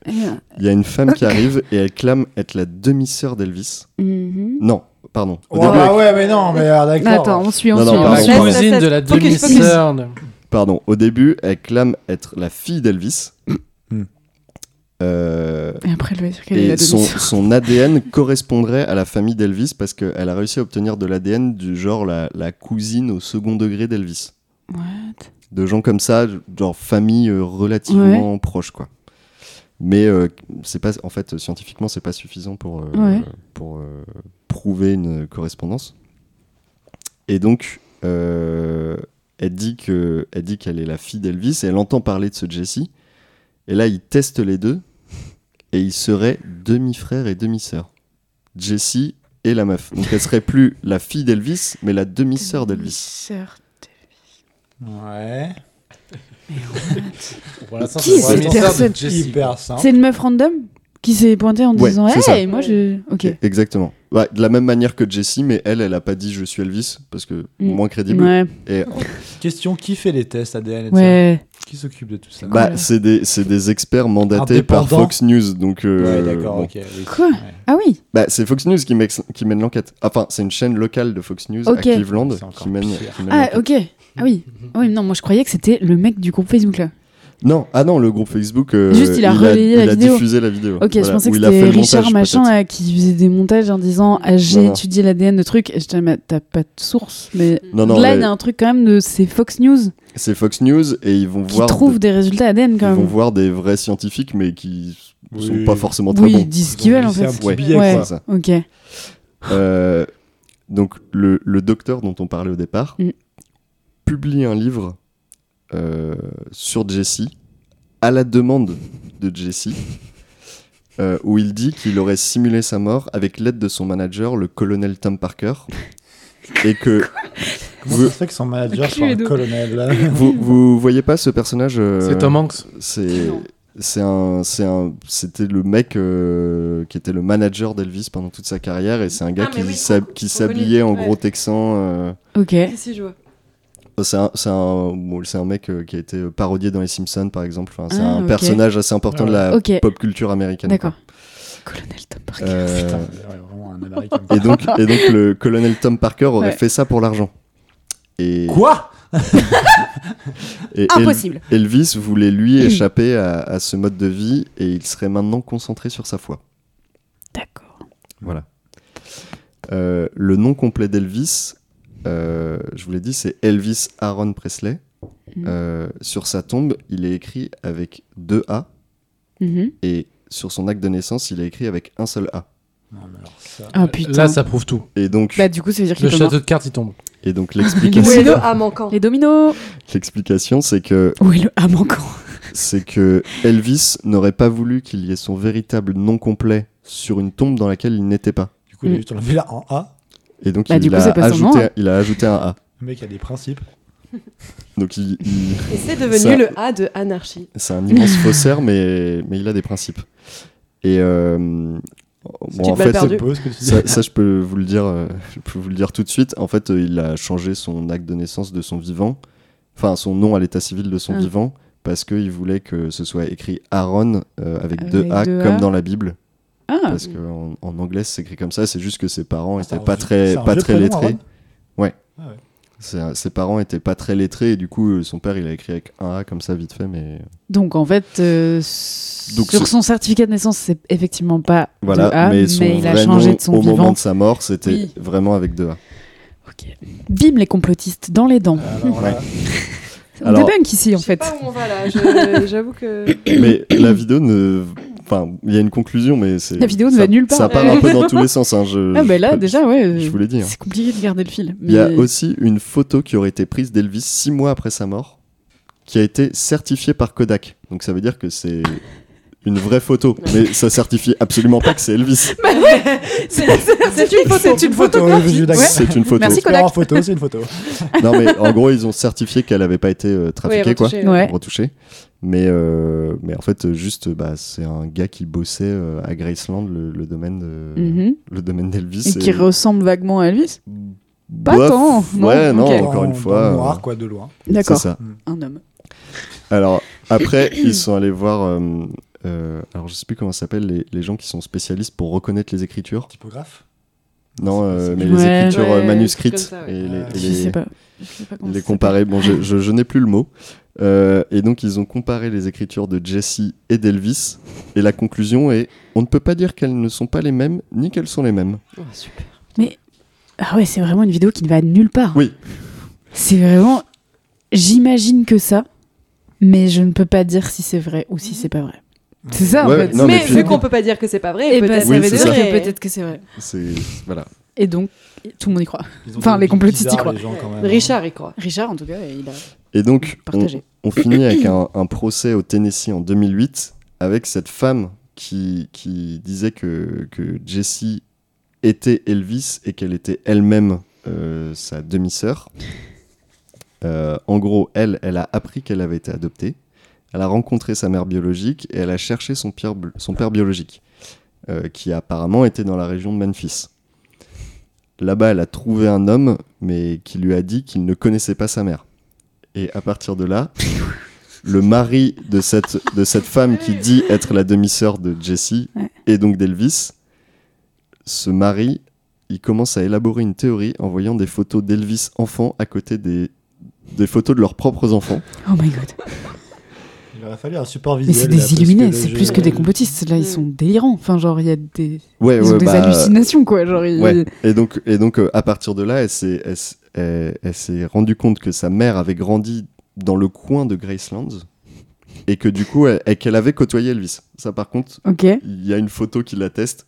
G: Et, euh,
C: il y a une femme qui arrive et elle clame être la demi-sœur d'Elvis.
G: mhm.
C: Non, pardon. Au
E: Oh,
C: début,
E: bah
C: elle-
E: ouais, mais non, mais ah, d'accord.
G: Attends, on suit, on
C: Non,
G: suit.
C: non,
G: on
C: pardon,
G: suit.
H: Ah, la
C: pardon.
H: cousine de la
I: Focus, focus.
H: demi-sœur. de-
C: Pardon. Au début, elle clame être la fille d'Elvis.
E: Hmm.
C: Euh,
G: Et après, elle va dire qu'elle est la
C: et son,
G: demi-sœur.
C: son ADN correspondrait à la famille d'Elvis parce qu'elle a réussi à obtenir de l'ADN du genre la, la cousine au second degré d'Elvis.
G: What
C: de gens comme ça, genre famille euh, relativement proche, quoi. Mais euh, c'est pas, en fait, euh, scientifiquement, c'est pas suffisant pour, euh,
G: Ouais.
C: pour euh, prouver une correspondance. Et donc, euh, elle dit que, elle dit qu'elle est la fille d'Elvis et elle entend parler de ce Jesse. Et là, ils testent les deux et ils seraient demi-frère et demi-sœur. Jesse et la meuf. Donc, elle serait plus la fille d'Elvis, mais la demi-sœur d'Elvis.
G: Sœur.
E: Ouais.
G: Qui c'est cette personne
E: C'est hyper simple.
G: C'est une meuf random qui s'est pointée en
C: Ouais,
G: disant
C: c'est ça.
G: Hey, moi je. Ok.
C: Exactement. Ouais, de la même manière que Jessie, mais elle, elle a pas dit je suis Elvis parce que
G: Mm.
C: moins crédible.
G: Ouais.
C: Et
E: Question qui fait les tests ADN et tout
G: Ouais.
E: ça Qui s'occupe de tout ça
C: bah,
G: là
C: c'est des, c'est des experts mandatés par
E: Indépendants.
C: Fox News, donc euh,
E: Ouais, d'accord,
C: bon.
E: ok. oui.
G: Quoi
E: Ouais.
G: Ah oui.
C: bah, c'est Fox News qui, mex- qui mène l'enquête. Enfin, c'est une chaîne locale de Fox News
G: Ok.
C: à Cleveland
E: C'est encore
C: qui mène.
E: pire.
C: qui mène
G: Ah
C: l'enquête.
G: ok. Ah oui.
C: Mhm.
G: Ah oui, non, moi je croyais que c'était le mec du groupe Facebook là.
C: Non, ah non, le groupe Facebook. euh,
G: Juste, il a relayé la
C: il a
G: vidéo.
C: diffusé la vidéo.
G: Ok, je
C: Voilà,
G: pensais
C: où
G: que
C: il a fait
G: c'était
C: le
G: Richard
C: montage,
G: machin
C: peut-être.
G: là, qui faisait des montages en disant ah, j'ai
C: Non, non.
G: étudié l'ADN de truc. Et je disais mais t'as pas de source. Mais
C: Non, non,
G: là
C: mais
G: il y a un truc quand même de c'est Fox News
C: c'est Fox News et ils vont
G: qui
C: voir.
G: trouve
C: des...
G: des résultats ADN
C: Ils
G: quand
C: vont
G: même.
C: voir des vrais scientifiques, mais qui sont
E: Oui.
C: pas forcément très
G: Oui,
C: bons.
G: ils disent ce qu'ils veulent en
E: C'est
G: fait.
E: un petit
C: Ouais.
E: billet,
G: Ouais.
E: quoi.
C: C'est ça.
G: Ok.
C: Euh, donc le, le docteur dont on parlait au départ
G: Mm.
C: publie un livre euh, sur Jesse à la demande de Jesse euh, où il dit qu'il aurait simulé sa mort avec l'aide de son manager le colonel Tom Parker et que
E: Comment
C: Vous- Euh,
E: ça se fait que son manager soit un
G: Cluedo.
E: colonel là
C: vous, vous voyez pas ce personnage euh,
H: C'est Tom Hanks.
C: c'est c'est un c'est un c'était le mec euh, qui était le manager d'Elvis pendant toute sa carrière et c'est un gars
I: Ah,
C: qui
I: mais oui,
C: s'hab-
I: trop-
C: qui
I: trop connu.
C: s'habillait en
I: Ouais.
C: gros texan euh,
G: Ok.
I: Si, je vois.
C: C'est un, c'est un, bon, c'est un mec euh, qui a été euh, parodié dans Les Simpsons, par exemple. Enfin, c'est
G: Ah,
C: un
G: ok.
C: personnage assez important de la
G: Ok.
C: pop culture américaine.
G: D'accord. Colonel Tom Parker.
C: quoi. Euh,
E: Putain, ouais, vraiment un américain.
C: et, donc, et donc, le colonel Tom Parker aurait
G: Ouais.
C: fait ça pour l'argent. Et,
E: Quoi
C: et El-
G: Impossible.
C: Elvis voulait, lui, échapper à, à ce mode de vie et il serait maintenant concentré sur sa foi.
G: D'accord.
C: Voilà. Euh, le nom complet d'Elvis, euh, je vous l'ai dit, c'est Elvis Aaron Presley.
G: Mm.
C: Euh, sur sa tombe, il est écrit avec deux A.
G: Mhm.
C: Et sur son acte de naissance, il est écrit avec un seul A.
E: Non, mais alors ça.
G: Ah putain.
H: Là, ça prouve tout.
C: Et donc,
G: Bah du coup ça veut dire qu'il
H: Le
G: est mort.
H: château de cartes, il tombe.
C: et donc
G: Où
C: l'explication,
G: est
I: Quello
G: le-
I: à manquant.
G: Les dominos.
C: l'explication, c'est que
G: Où est le ah manquant
C: c'est que Elvis n'aurait pas voulu qu'il y ait son véritable nom complet sur une tombe dans laquelle il n'était pas.
E: Du coup, il a
G: Mm.
E: juste enlevé là en A.
C: Et donc
G: Bah,
C: il,
G: du coup,
C: a
G: c'est pas son nom,
C: ajouté,
G: hein.
C: il a ajouté un A.
E: Le mec a des principes.
C: Donc il, il-
I: Et c'est devenu
C: Ça-
I: le A de anarchie.
C: c'est un immense faussaire, mais mais il a des principes. Et euh, bon, en
I: balle
C: fait,
I: perdue.
E: C'est beau ce que tu dis.
C: Ça, ça, je peux vous le dire, euh, je peux vous le dire tout de suite. En fait, euh, il a changé son acte de naissance de son vivant, enfin son nom à l'état civil de son
G: Ah.
C: vivant, parce qu'il voulait que ce soit écrit Aaron euh, avec,
G: Avec
C: deux A
G: deux A.
C: comme dans la Bible,
G: Ah,
C: Parce qu'en en, en anglais, c'est écrit comme ça. C'est juste que ses parents étaient
E: c'est un
C: pas
E: jeu-
C: très,
E: c'est un
C: pas
E: jeu
C: très
E: prénom, hein.
C: lettrés.
E: Aaron
C: Ouais.
E: Ah ouais.
C: C'est- Ses parents étaient pas très lettrés et du coup, euh, son père, il a écrit avec un A comme ça, vite fait, mais.
G: Donc en fait, euh, s-
C: Donc,
G: sur
C: c'est-
G: son certificat de naissance, c'est effectivement pas
C: Voilà,
G: de A,
C: mais
G: mais,
C: son
G: il a
C: vrai
G: changé
C: nom,
G: de son
C: au
G: vivant.
C: moment de sa mort, c'était
G: Oui.
C: vraiment avec deux A.
G: Bim, les complotistes dans les
E: Euh,
G: dents.
C: Ouais.
G: On
C: Alors-
G: débunk ici en
I: Je sais
G: fait.
I: pas
F: Euh,
I: où on va là, je- j'avoue que.
C: mais la vidéo ne. Enfin, il y a une conclusion, mais c'est.
G: La vidéo ne
C: ça-
G: va nulle part.
C: Ça part un peu dans tous les sens. hein, je-
G: Ah bah là
C: je-
G: déjà ouais.
C: Je voulais dire.
G: C'est compliqué de garder le fil.
C: Il y a
G: mais-
C: aussi une photo qui aurait été prise d'Elvis six mois après sa mort, qui a été certifiée par Kodak. Donc ça veut dire que c'est une vraie photo, mais ça certifie absolument pas que c'est Elvis.
G: Bah ouais, c'est c'est une photo, c'est une photo.
C: C'est une photo.
G: Merci
E: C'est pas
G: Kodak.
E: en photo, c'est une photo.
C: Non mais en gros ils ont certifié qu'elle n'avait pas été euh, trafiquée
E: Ouais,
C: quoi,
E: retouchée, ouais. Ouais.
C: retouchée. Mais euh, mais en fait euh, juste bah c'est un gars qui bossait euh, à Graceland le, le domaine de-
G: Mhm.
C: le domaine d'Elvis.
G: Et qui ressemble vaguement à Elvis. Pas
C: Bof,
G: tant. non,
C: ouais, non,
G: ok.
C: encore une
E: Dans-
C: fois.
E: dans le
C: euh,
E: noir, quoi, de loin.
G: D'accord.
C: C'est ça.
G: Un homme.
C: Alors, après, ils sont allés voir. euh, euh, alors, je sais plus comment ça s'appelle, les, les gens qui sont spécialistes pour reconnaître les écritures.
E: Typographe
C: Non, euh, mais
G: Ouais.
C: les écritures euh,
G: Ouais,
C: manuscrites.
G: c'est comme ça, ouais.
C: et
G: Euh,
C: les, et
G: Je
C: les-
G: sais pas. Je sais pas comment
C: les
G: ça
C: comparer. Bon, je, je- je n'ai plus le mot. Euh, et donc, ils ont comparé les écritures de Jesse et d'Elvis. Et la conclusion est on ne peut pas dire qu'elles ne sont pas les mêmes, ni qu'elles sont les mêmes.
G: Mais ah ouais, c'est vraiment une vidéo qui ne va nulle part.
C: Oui.
G: C'est vraiment. J'imagine que ça, mais je ne peux pas dire si c'est vrai ou si c'est pas vrai. C'est ça
C: Ouais,
G: en fait.
C: non, mais
I: mais
C: puis-
I: vu qu'on peut pas dire que c'est pas vrai,
G: Eh ben,
I: peut-être
G: ça
C: Oui,
G: veut
C: c'est ça.
G: dire que peut-être que c'est vrai.
C: C'est. Voilà.
G: Et donc, tout le monde y croit.
C: Ah
E: Ils ont
G: Enfin,
E: des
G: les
E: vies
G: complotistes y
E: bizarres,
G: croient.
E: les gens, quand même, hein.
G: Richard y croit. Richard, en tout cas, il a.
C: Et donc, on,
G: Partagé.
C: on finit avec un, un procès au Tennessee en 2008 avec cette femme qui, qui disait que, que Jessie était Elvis et qu'elle était elle-même euh, sa demi-sœur. Euh, en gros, elle, elle a appris qu'elle avait été adoptée. Elle a rencontré sa mère biologique et elle a cherché son père, bi- son père biologique, euh, qui apparemment était dans la région de Memphis. Là-bas, elle a trouvé un homme, mais qui lui a dit qu'il ne connaissait pas sa mère. Et à partir de là, le mari de cette, de cette femme qui dit être la demi-sœur de Jessie et donc d'Elvis, ce mari, il commence à élaborer une théorie en voyant des photos d'Elvis enfant à côté des, des photos de leurs propres enfants.
G: Oh my god.
E: hein. Il aurait fallu un support
G: Mais
E: visuel.
G: c'est
E: là, parce
G: des
E: que
G: illuminés,
E: le
G: c'est
E: jeu-
G: plus que des complotistes. Là, ils sont délirants. Enfin, genre, il y a des.
C: Ouais,
G: ils ont
C: ouais,
G: des
C: bah,
G: hallucinations, quoi. Genre, ils-
C: Ouais. Et donc, et donc euh, à partir de là, elle s'est, elle s- elle- elle s'est rendue compte que sa mère avait grandi dans le coin de Graceland et que du coup, elle, et qu'elle avait côtoyé Elvis. Ça, par contre,
G: Ok.
C: il y a une photo qui l'atteste,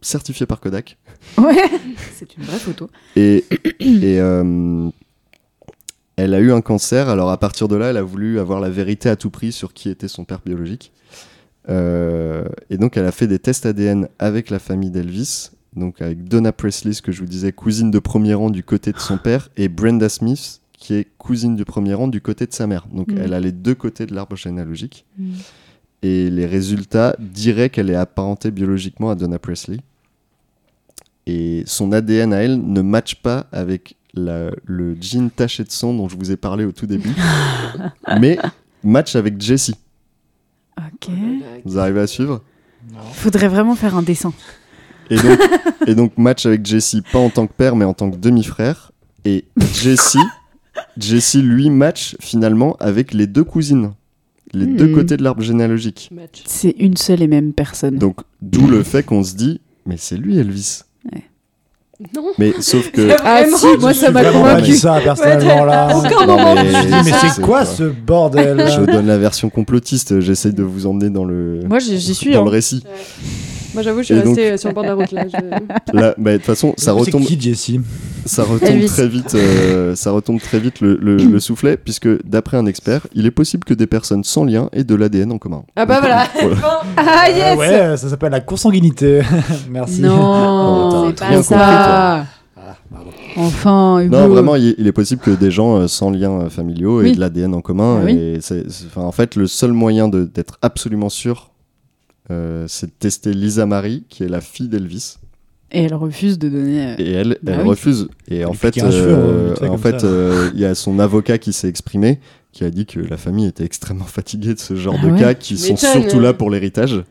C: certifiée par Kodak.
G: Ouais. c'est une vraie photo.
C: Et, et, euh, elle a eu un cancer. Alors à partir de là, elle a voulu avoir la vérité à tout prix sur qui était son père biologique. Euh, et donc elle a fait des tests ADN avec la famille d'Elvis, donc avec Donna Presley, ce que je vous disais, cousine de premier rang du côté de son père, et Brenda Smith, qui est cousine du premier rang du côté de sa mère. Donc
B: Mhm.
C: elle a les deux côtés de l'arbre généalogique.
B: Mhm.
C: Et les résultats diraient qu'elle est apparentée biologiquement à Donna Presley et son ADN à elle ne matche pas avec la- le jean taché de sang dont je vous ai parlé au tout début, mais match avec Jessie.
G: Ok.
C: Vous arrivez à suivre
G: Faudrait vraiment faire un dessin.
C: et donc, et donc match avec Jessie, pas en tant que père, mais en tant que demi-frère. Et Jessie, Jessie lui match finalement avec les deux cousines, les deux
G: Hmm.
C: côtés de l'arbre généalogique.
G: C'est une seule et même personne.
C: Donc, d'où le fait qu'on se dit, mais c'est lui Elvis.
I: Non.
C: Mais sauf que.
G: Ah si, moi ça m'a
E: convaincu.
G: convaincu.
E: ça, personnellement, là.
G: Encore
C: Non,
G: moment.
C: mais-
E: Je me suis dit, mais c'est quoi ce bordel
C: Je vous donne la version complotiste, j'essaye de vous emmener dans le,
I: Ah. Moi, j'y- j'y suis,
C: euh, dans
I: hein.
C: le récit.
I: Moi, j'avoue, je suis
C: Et donc-
I: restée sur le bord de la route là. je-
C: Là, bah, de toute façon, ça
E: C'est
C: retombe.
E: qui, Jessie
C: Ça retombe
I: Elvis.
C: très vite, euh, ça retombe très vite le, le- le soufflet, puisque d'après un expert, il est possible que des personnes sans lien aient de l'ADN en commun.
I: Ah bah voilà. Ah
E: Ah
I: yes.
E: Ouais, ça s'appelle la consanguinité.
C: Ah,
E: Merci.
G: Non, c'est
E: t'as rien
G: pas ça. Enfin, Hugo.
C: Non, vraiment, il est, il est possible que des gens euh, sans lien euh, familiaux aient
G: Oui.
C: de l'ADN en commun.
G: Ah oui.
C: et c'est- c'est- enfin, en fait, le seul moyen de- d'être absolument sûr, euh, c'est de tester Lisa Marie, qui est la fille d'Elvis.
G: Et elle refuse de donner. euh,
C: Et elle,
G: Bah
C: elle
G: oui.
C: refuse. Et en
E: lui
C: fait,
E: pique un cheveu,
C: euh,
E: hein, vite fait,
C: en
E: comme
C: fait,
E: ça.
C: euh, il y a son avocat qui s'est exprimé, qui a dit que la famille était extrêmement fatiguée de ce genre
G: Ah
C: de
G: ouais
C: cas, qui
I: Tu
C: sont
I: m'étonnes,
C: surtout
I: hein.
C: là pour l'héritage.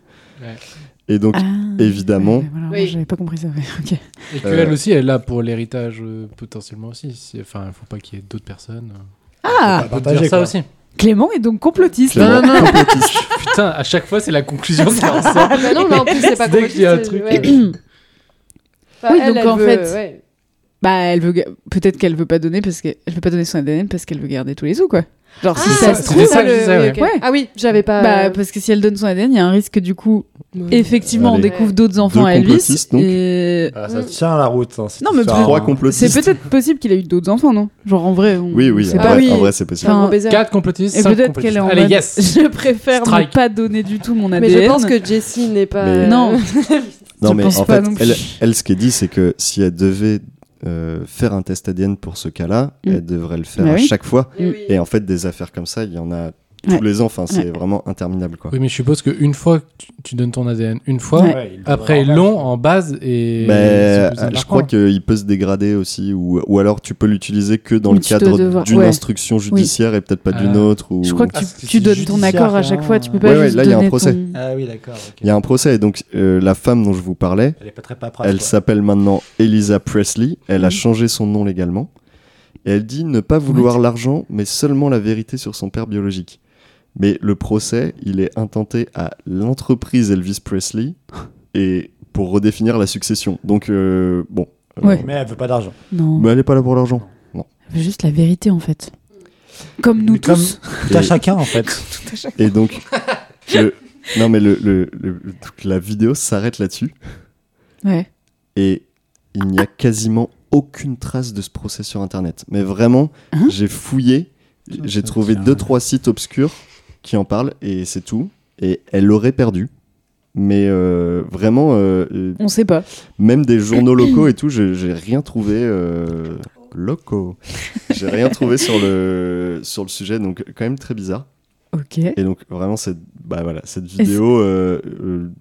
C: Et donc,
G: Ah,
C: évidemment,
G: Voilà, moi, J'avais pas compris ça. ouais, ok.
H: Et
C: Euh,
H: qu'elle aussi, elle est là pour l'héritage euh, potentiellement aussi. C'est- Enfin, il faut pas qu'il y ait d'autres personnes.
G: Ah
H: On peut dire ça aussi.
G: Clément est donc complotiste.
H: Non, non, non. Putain, à chaque fois, c'est la conclusion qui en sort.
G: Bah non, mais en plus, c'est pas
H: Dès qu'il y a un truc.
G: complotiste,
H: euh,
I: Enfin,
G: oui,
I: elle,
G: donc
I: elle
G: en
I: veut-
G: fait,
I: ouais.
G: bah elle veut, ga- peut-être qu'elle veut pas donner parce qu'elle veut pas donner son ADN parce qu'elle veut garder tous les sous quoi. Genre si
I: Ah,
G: ça se
I: c'est
G: trouve,
I: ça que je
G: elle-
I: disais, ouais.
G: ouais.
I: Ah oui, j'avais pas.
G: Bah, parce que si elle donne son ADN, il y a un risque du coup. Effectivement, on
C: Allez.
G: découvre d'autres enfants
C: Deux
G: à Elvis.
C: complotistes, donc.
G: et-
E: Ah, ça tient la route. hein, si
G: Mm. Non,
E: tu
G: mais
E: sors,
C: trois
E: hein.
C: complotistes.
G: C'est peut-être possible qu'il a eu d'autres enfants, non Genre en vrai, on
C: Oui, ah bah, oui,
G: sait
C: en
G: pas.
C: vrai, en vrai, c'est possible.
G: Enfin,
I: Un gros baiser.
H: Quatre complotistes,
G: Et
H: cinq
G: peut-être qu'elle est en
H: complotistes. Allez,
G: mode,
H: yes
G: je préfère
H: Strike.
G: ne pas donner du tout mon ADN.
I: Mais je pense que Jessie n'est pas.
C: Mais-
G: Non.
C: Non,
G: Je
C: mais
G: pense
C: en
G: pas
C: fait,
G: non plus.
C: elle, elle, ce qu'elle dit, c'est que si elle devait euh, faire un test ADN pour ce cas-là,
G: Mm.
C: elle devrait le faire
G: Bah
C: à
G: oui.
C: chaque fois.
I: Eh
F: Et oui.
C: Et en fait, des affaires comme ça, il y en a
G: Ouais.
C: tous les ans. Enfin, c'est
G: Ouais.
C: vraiment interminable, quoi.
H: Oui, mais je suppose qu'une fois que tu, tu donnes ton ADN, une fois,
G: Ouais.
E: Ouais, il doit
H: après ils
E: avoir
H: l'ont en base et.
C: Mais
H: c'est plus
C: euh, je
H: important.
C: crois qu'il peut se dégrader aussi, ou, ou alors tu peux l'utiliser que dans
G: Ou
C: le
G: tu dois
C: cadre
G: devoir-
C: d'une
G: ouais.
C: instruction judiciaire et peut-être pas d'une
H: Ah.
C: autre. Ou...
G: Je crois que
E: Ah,
G: tu,
E: c'est-
G: tu
E: c'est
G: donnes ton
E: judiciaire, hein.
G: accord à chaque
E: carrément.
G: fois, tu peux pas
C: Ouais, ouais,
G: juste
C: là, il y a un
G: donner
C: procès.
G: ton-
E: Ah oui, d'accord. ok.
C: Il y a un procès, et donc euh, la femme dont je vous parlais,
E: Elle est pas très paperasse.
C: Elle
E: quoi.
C: s'appelle maintenant Elisa Presley. Elle a
G: Mhm.
C: changé son nom légalement. Et elle dit ne pas vouloir l'argent, mais seulement la vérité sur son père biologique. Mais le procès, il est intenté à l'entreprise Elvis Presley et pour redéfinir la succession. Donc, euh, bon. euh,
G: Ouais.
E: Mais elle veut pas d'argent.
G: Non,
C: Mais elle n'est pas là pour l'argent.
G: juste la vérité en fait. Comme nous
E: Mais comme-
G: tous.
E: Tout à
C: Et-
E: chacun, en fait.
C: Et donc, le- non, mais le, le- le- donc la vidéo s'arrête là-dessus.
G: Ouais.
C: et il n'y a quasiment aucune trace de ce procès sur internet. Mais vraiment,
G: Hein
C: j'ai fouillé, j'ai
E: ça
C: trouvé
E: tient,
C: deux
E: ouais.
C: trois sites obscurs qui en parlent et c'est tout. Et elle aurait perdu. Mais euh, vraiment, euh, euh,
G: On sait pas.
C: même des journaux locaux et tout, j'ai j'ai rien trouvé. euh, locaux. J'ai rien trouvé sur le sur le sujet, donc quand même très bizarre.
G: Ok.
C: Et donc vraiment cette bah voilà cette vidéo, euh, euh,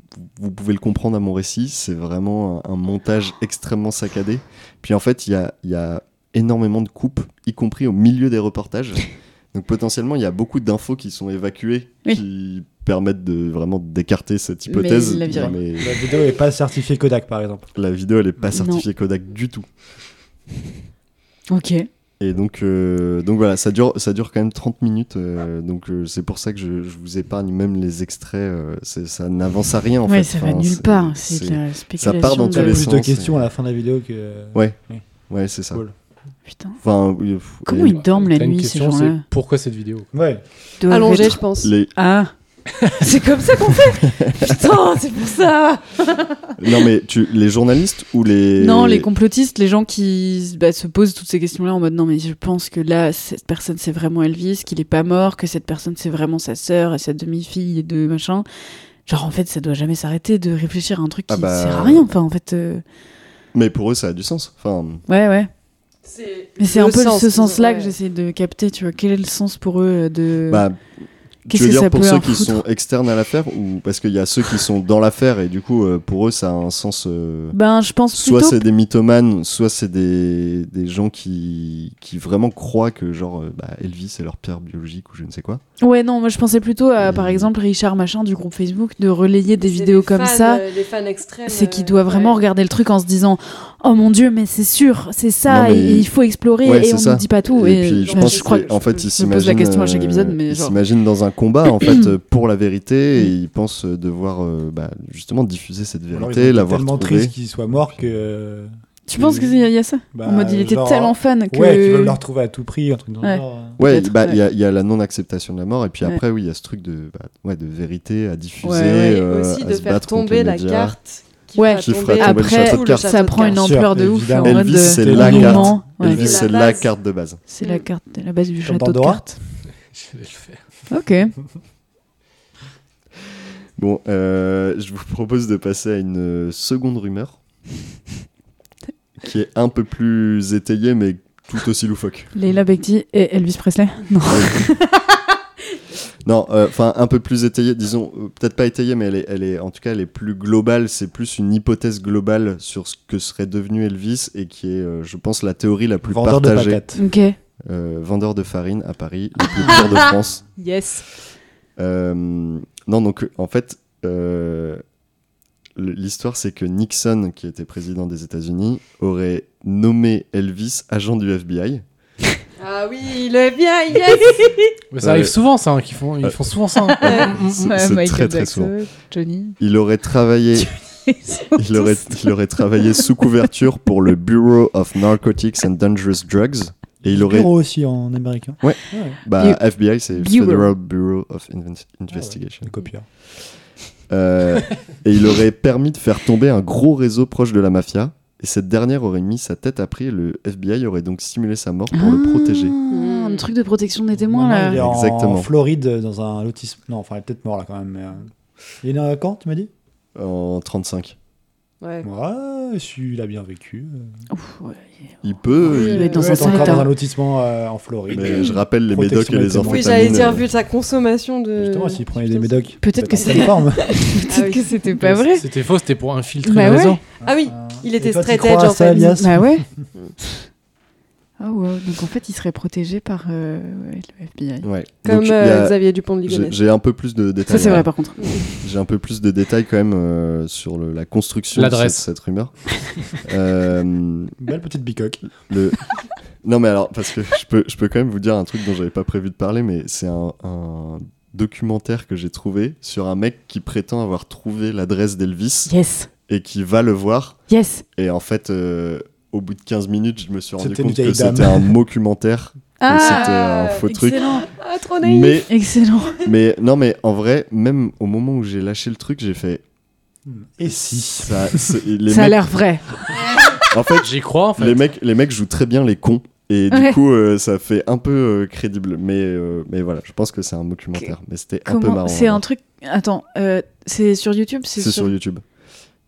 C: vous pouvez le comprendre à mon récit, c'est vraiment un, un montage extrêmement saccadé. Puis en fait il y a il y a énormément de coupes, y compris au milieu des reportages. Donc potentiellement il y a beaucoup d'infos qui sont évacuées,
G: Oui.
C: qui permettent de vraiment d'écarter cette hypothèse.
G: la virer.
C: Mais
E: La vidéo est pas certifiée Kodak, par exemple.
C: la vidéo elle est pas
G: Non.
C: certifiée Kodak du tout.
G: Ok.
C: Et donc, euh, donc voilà, ça dure, ça dure quand même 30 minutes. euh, donc euh, c'est pour ça que je, je vous épargne même les extraits. euh, c'est- ça n'avance à rien en
G: ouais,
C: fait.
G: ça
C: Enfin,
G: va nulle
C: c'est-
G: part. hein, C'est
C: c'est-
G: de la spéculation.
C: part dans
G: de-
C: tous les
E: Plus de
C: sens,
E: questions
C: mais-
E: à la fin de la vidéo que.
C: Ouais.
E: Oui.
C: Ouais, c'est ça.
E: Cool.
G: Putain.
C: Enfin, oui, euh, pff,
G: Comment
C: et-
G: ils dorment la
H: T'as une
G: nuit, ces
H: question, c'est
G: gens-là
H: pourquoi cette vidéo
E: Ouais.
G: Ils doivent
I: Allongée,
G: être-
I: je pense.
C: les-
G: Ah C'est comme ça qu'on fait Putain, c'est pour ça
C: Non mais tu, les journalistes ou les
G: Non, les complotistes, les gens qui bah, se posent toutes ces questions-là en mode non, mais je pense que là, cette personne c'est vraiment Elvis, qu'il est pas mort, que cette personne c'est vraiment sa sœur et sa demi-fille et de machin. Genre en fait, ça doit jamais s'arrêter de réfléchir à un truc qui
C: Ah bah,
G: sert à rien. Enfin, en fait, euh,
C: Mais pour eux, ça a du sens. Enfin,
G: ouais, ouais. Mais c'est
I: le
G: un peu
I: sens,
G: ce sens-là
I: ouais.
G: que j'essaie de capter, tu vois. Quel est le sens pour eux euh, de.
C: bah, tu
G: Qu'est-ce
C: veux
G: que
C: dire
G: ça
C: pour
G: peut
C: ceux
G: leur
C: qui
G: foutre
C: sont externes à l'affaire ou parce qu'il y a ceux qui sont dans l'affaire et du coup, euh, pour eux, ça a un sens. euh,
G: Ben, je pense
C: Soit
G: plutôt.
C: c'est des mythomanes, soit c'est des, des gens qui, qui vraiment croient que genre euh, bah, Elvis c'est leur père biologique ou je ne sais quoi.
G: Ouais, non, moi je pensais plutôt à, par
C: Mm.
G: exemple, Richard Machin du groupe Facebook de relayer des
I: C'est
G: vidéos
I: les
G: comme
I: fans,
G: ça.
I: euh, Les fans extrêmes.
G: C'est qu'il
I: euh,
G: doit vraiment
I: ouais.
G: regarder le truc en se disant Oh mon dieu, mais c'est sûr, c'est ça,
C: Non, mais-
G: et il faut explorer,
C: Ouais,
G: et
C: c'est
G: on
C: ça.
G: ne dit pas tout.
C: et puis je
G: bah,
C: pense
G: crois
C: que, en fait
G: je
C: ils
G: me pose
C: s'imaginent
G: la question à chaque
C: euh,
G: épisode, mais
C: ils
G: genre.
C: s'imaginent dans un combat en fait euh, pour la vérité et ils pensent euh, devoir euh, bah, justement diffuser cette
E: Alors, ils
C: vérité,
E: étaient
C: l'avoir
E: tellement
C: trouvée.
E: triste qu'il soit mort que.
G: Tu penses qu'il y, a- il y a ça
E: Bah,
G: En mode, il était
E: genre,
G: tellement fan que.
E: Ouais, qu'ils veulent le
C: Ah,
E: retrouver à tout prix, un truc dans le
G: Ouais.
E: genre. hein.
C: Ouais,
G: peut-être,
C: bah,
G: ouais.
C: il y a- il y, a la non acceptation de la mort et puis
G: Ouais.
C: après oui il y a ce truc de bah, ouais de vérité à diffuser,
G: Ouais, ouais,
I: Et
C: euh,
I: aussi
C: à
I: de
C: se
I: faire
C: battre contre
I: tomber
C: les
I: la
C: médias.
I: carte.
G: Ouais.
C: Qui fera tomber le
G: Après,
C: château de cartes.
G: ça prend une
E: cartes.
G: ampleur de
E: Sûr,
G: ouf. En
E: évidemment.
G: mode,
C: Elvis c'est
G: euh,
C: la
E: Tellement.
C: carte.
G: moment, ouais.
C: Elvis
I: La
C: c'est la
I: base.
C: carte de base.
G: C'est la carte, la base du
E: Comme
G: château de
E: Pandora.
G: cartes.
H: Je vais le faire.
G: Ok.
C: Bon, euh, je vous propose de passer à une euh, seconde rumeur qui est un peu plus étayée mais tout aussi loufoque.
G: Leila Bekti et Elvis Presley Non.
C: Non, euh, enfin un peu plus étayée, disons euh, peut-être pas étayée mais elle est, elle est en tout cas elle est plus globale, c'est plus une hypothèse globale sur ce que serait devenu Elvis et qui est euh, je pense la théorie la plus
E: euh, Vendeur de
C: partagée.
E: patates.
G: Ok.
C: Euh, vendeur de farine à Paris, le plus pire de France.
G: Yes.
C: Euh, non, donc euh, en fait, euh, le- l'histoire, c'est que Nixon, qui était président des États-Unis, aurait nommé Elvis agent du FBI.
I: Ah oui, le bien, yes
H: Mais ça arrive
C: Ouais.
H: souvent, ça, hein, qu'ils font, ils
C: Euh,
H: font souvent ça. hein.
G: Ah,
C: C'est- c'est très, très souvent.
G: Johnny.
C: Il aurait travaillé. il, aurait, il aurait travaillé sous couverture pour le Bureau of Narcotics and Dangerous Drugs. Et il aurait.
E: Bureau aussi en américain.
C: Ouais.
E: Ouais.
C: Bah, FBI, c'est
G: Bureau. Ah
C: Federal Bureau of Inven- Investigation.
E: Le copieur.
C: Euh, et il aurait permis de faire tomber un gros réseau proche de la mafia. Et cette dernière aurait mis sa tête à prix. Et le FBI aurait donc simulé sa mort pour le protéger.
G: Ah, Un truc de protection des témoins,
E: Maintenant, Il est
G: là.
C: Exactement.
E: en Floride, dans un lotissement. Non, enfin, il est peut-être mort là quand même. Mais... euh, Il est né à quand, tu m'as dit
C: En 35.
I: Ouais.
E: Ouais, si, il a bien vécu. euh.
G: Ouf, ouais.
C: Il peut.
G: Il va être dans
E: Ouais,
G: un hein.
E: il est
G: sale
E: encore
G: état.
E: dans un lotissement euh, en Floride.
C: Mais je rappelle les
E: Protection
C: médocs et
E: des
C: les
E: témoins.
C: enfants. euh,
I: Oui, j'allais dire, vu sa consommation de. Ah
E: Justement, s'il prenait des médocs.
G: Euh, Peut-être que
E: en
G: c'est-
E: pleine forme.
G: Peut-être
I: oui.
E: Ah
G: que c'était
E: Bah
G: pas vrai.
H: C'était faux, c'était pour infiltrer
G: Bah
H: le
G: ouais.
H: réseau.
I: Ah oui, il était
E: Euh, Et toi, tu
I: straight
E: crois
I: edge
E: à
I: en
E: ça,
I: fait.
E: Elias
G: Bah ouais. Ah ouais, donc en fait, il serait protégé par euh, ouais, le FBI.
C: Ouais.
I: Comme
C: Donc, il y
I: euh,
C: a-
I: Xavier Dupont de
C: j'ai-
I: Ligonnès.
C: J'ai un peu plus de
G: Ça,
C: détails.
G: c'est vrai, par contre.
C: J'ai un peu plus de détails quand même euh, sur le- la construction de cette,
H: L'adresse.
C: cette rumeur. Euh,
E: Belle petite bicoque.
C: le... Non mais alors, parce que je peux, je peux quand même vous dire un truc dont j'avais pas prévu de parler, mais c'est un, un documentaire que j'ai trouvé sur un mec qui prétend avoir trouvé l'adresse d'Elvis
G: Yes.
C: et qui va le voir.
G: Yes.
C: Et en fait, euh, au bout de 15 minutes, je me suis rendu
E: C'était une
C: compte que
E: vieille dame.
C: c'était un mockumentaire, que c'était un
G: Ah,
C: faux truc.
G: excellent.
I: Ah, trop naïf
C: Mais
G: Excellent.
C: Mais non, mais en vrai, même au moment où j'ai lâché le truc, j'ai fait.
E: Et si
C: Ça, c'est- les
G: ça a
C: mecs-
G: l'air vrai.
C: En fait,
H: J'y crois, en fait.
C: les mecs, les mecs jouent très bien les cons. Et
G: Ouais.
C: du coup, euh, ça fait un peu euh, crédible. Mais, euh, mais voilà, je pense que c'est un documentaire. Mais c'était un peu
G: Comment
C: marrant.
G: C'est
C: hein.
G: un truc. Attends, euh, c'est sur YouTube C'est
C: C'est
G: sur...
C: sur YouTube.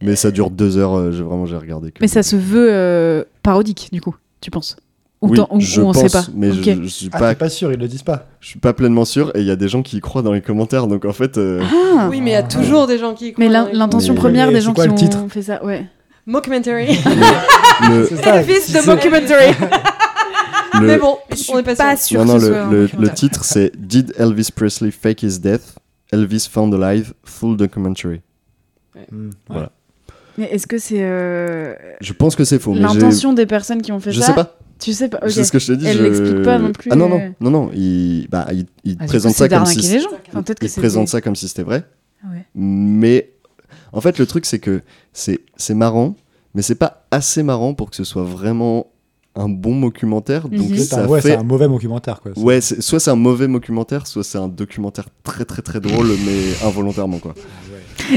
C: Mais ça dure deux heures. euh, j'ai vraiment, j'ai regardé. Que
G: Mais ça se veut euh, parodique, du coup, tu penses Ou,
C: Oui,
G: t'en- ou-
C: je
G: ou on
C: pense,
G: sait pas
C: Mais
G: Ok.
C: je, je suis
E: Ah,
C: pas,
E: t'es pas sûr, ils le disent pas.
C: je suis pas pleinement sûr. Et il y a des gens qui y croient dans les commentaires. Donc en fait, euh,
G: Ah,
I: Oui, mais il y a toujours des gens qui.
G: Mais l'in- l'intention
C: Mais-
G: première
E: mais
G: des
E: c'est
G: gens
E: quoi
G: qui
E: le
G: ont
E: titre
G: fait ça, ouais.
I: Mockumentary.
C: le,
E: C'est ça,
I: Elvis
E: si
I: de
E: c'est-
I: mockumentary.
C: le-
I: Mais bon, on est pas,
G: Pas
I: sûr.
G: sûr
C: non,
G: que
C: non,
G: ce
C: le,
G: soit un
C: le- le
G: documentaire.
C: titre c'est Did Elvis Presley Fake His Death? Elvis Found Alive, Full Documentary.
E: Hmm, ouais.
C: Voilà.
G: Mais est-ce que c'est euh,
C: Je pense que c'est faux, mais j'ai-
G: l'intention des personnes qui ont fait
C: je
G: ça
C: sais pas.
G: Tu sais pas. ok.
C: C'est ce que je te dis.
G: Elle
C: je-
G: l'explique pas non plus,
C: Ah non, non,
G: euh.
C: non, non. Il, bah, il, il
G: Ah, du
C: présente
G: coup, c'est
C: ça comme
G: d'arnaquer
C: si.
G: les gens. Enfin, peut-être que
C: il
G: c'était- Ah
C: présente ça comme si c'était vrai.
G: Ouais.
C: Mais en fait, le truc, c'est que c'est c'est marrant, mais c'est pas assez marrant pour que ce soit vraiment un bon documentaire. Donc
G: Mhm.
E: C'est
C: ça
E: un, ouais, c'est
C: fait.
E: un mauvais documentaire quoi.
C: Ouais, c'est- soit c'est un mauvais documentaire, soit c'est un documentaire très très très drôle, mais involontairement quoi.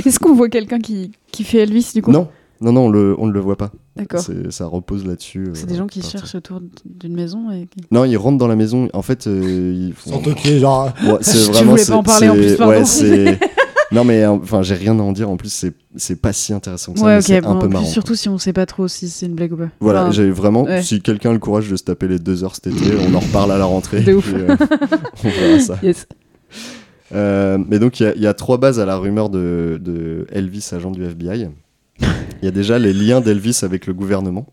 G: Est-ce qu'on voit quelqu'un qui, qui fait Elvis du coup
C: Non, non, non, on le, on ne le voit pas.
G: D'accord.
C: C'est- Ça repose là-dessus. euh,
G: C'est des gens qui
C: parti.
G: cherchent autour d'une maison et qui-
C: Non, ils rentrent dans la maison. En fait, euh, ils font-
E: Sans toquer, genre.
C: Ouais, c'est
G: Tu
C: vraiment.
G: voulais
C: c'est-
G: pas en parler en
C: c'est-
G: plus, pardon.
C: ouais, c'est- non, mais euh, enfin, j'ai rien à en dire. En plus, c'est- c'est pas si intéressant que ça.
G: Ouais,
C: mais
G: ok.
C: c'est
G: bon,
C: un peu
G: puis
C: marrant.
G: surtout si on sait pas trop si c'est une blague ou pas.
C: Voilà,
G: Enfin,
C: j'ai vraiment.
G: ouais.
C: Si quelqu'un a le courage de se taper les deux heures cet été, on en reparle à la rentrée.
G: De
C: et
G: ouf.
C: puis, euh, on verra ça.
G: yes.
C: Euh, mais donc, il y a- il y, a trois bases à la rumeur de, de Elvis, agent du FBI. Il y a déjà les liens d'Elvis avec le gouvernement.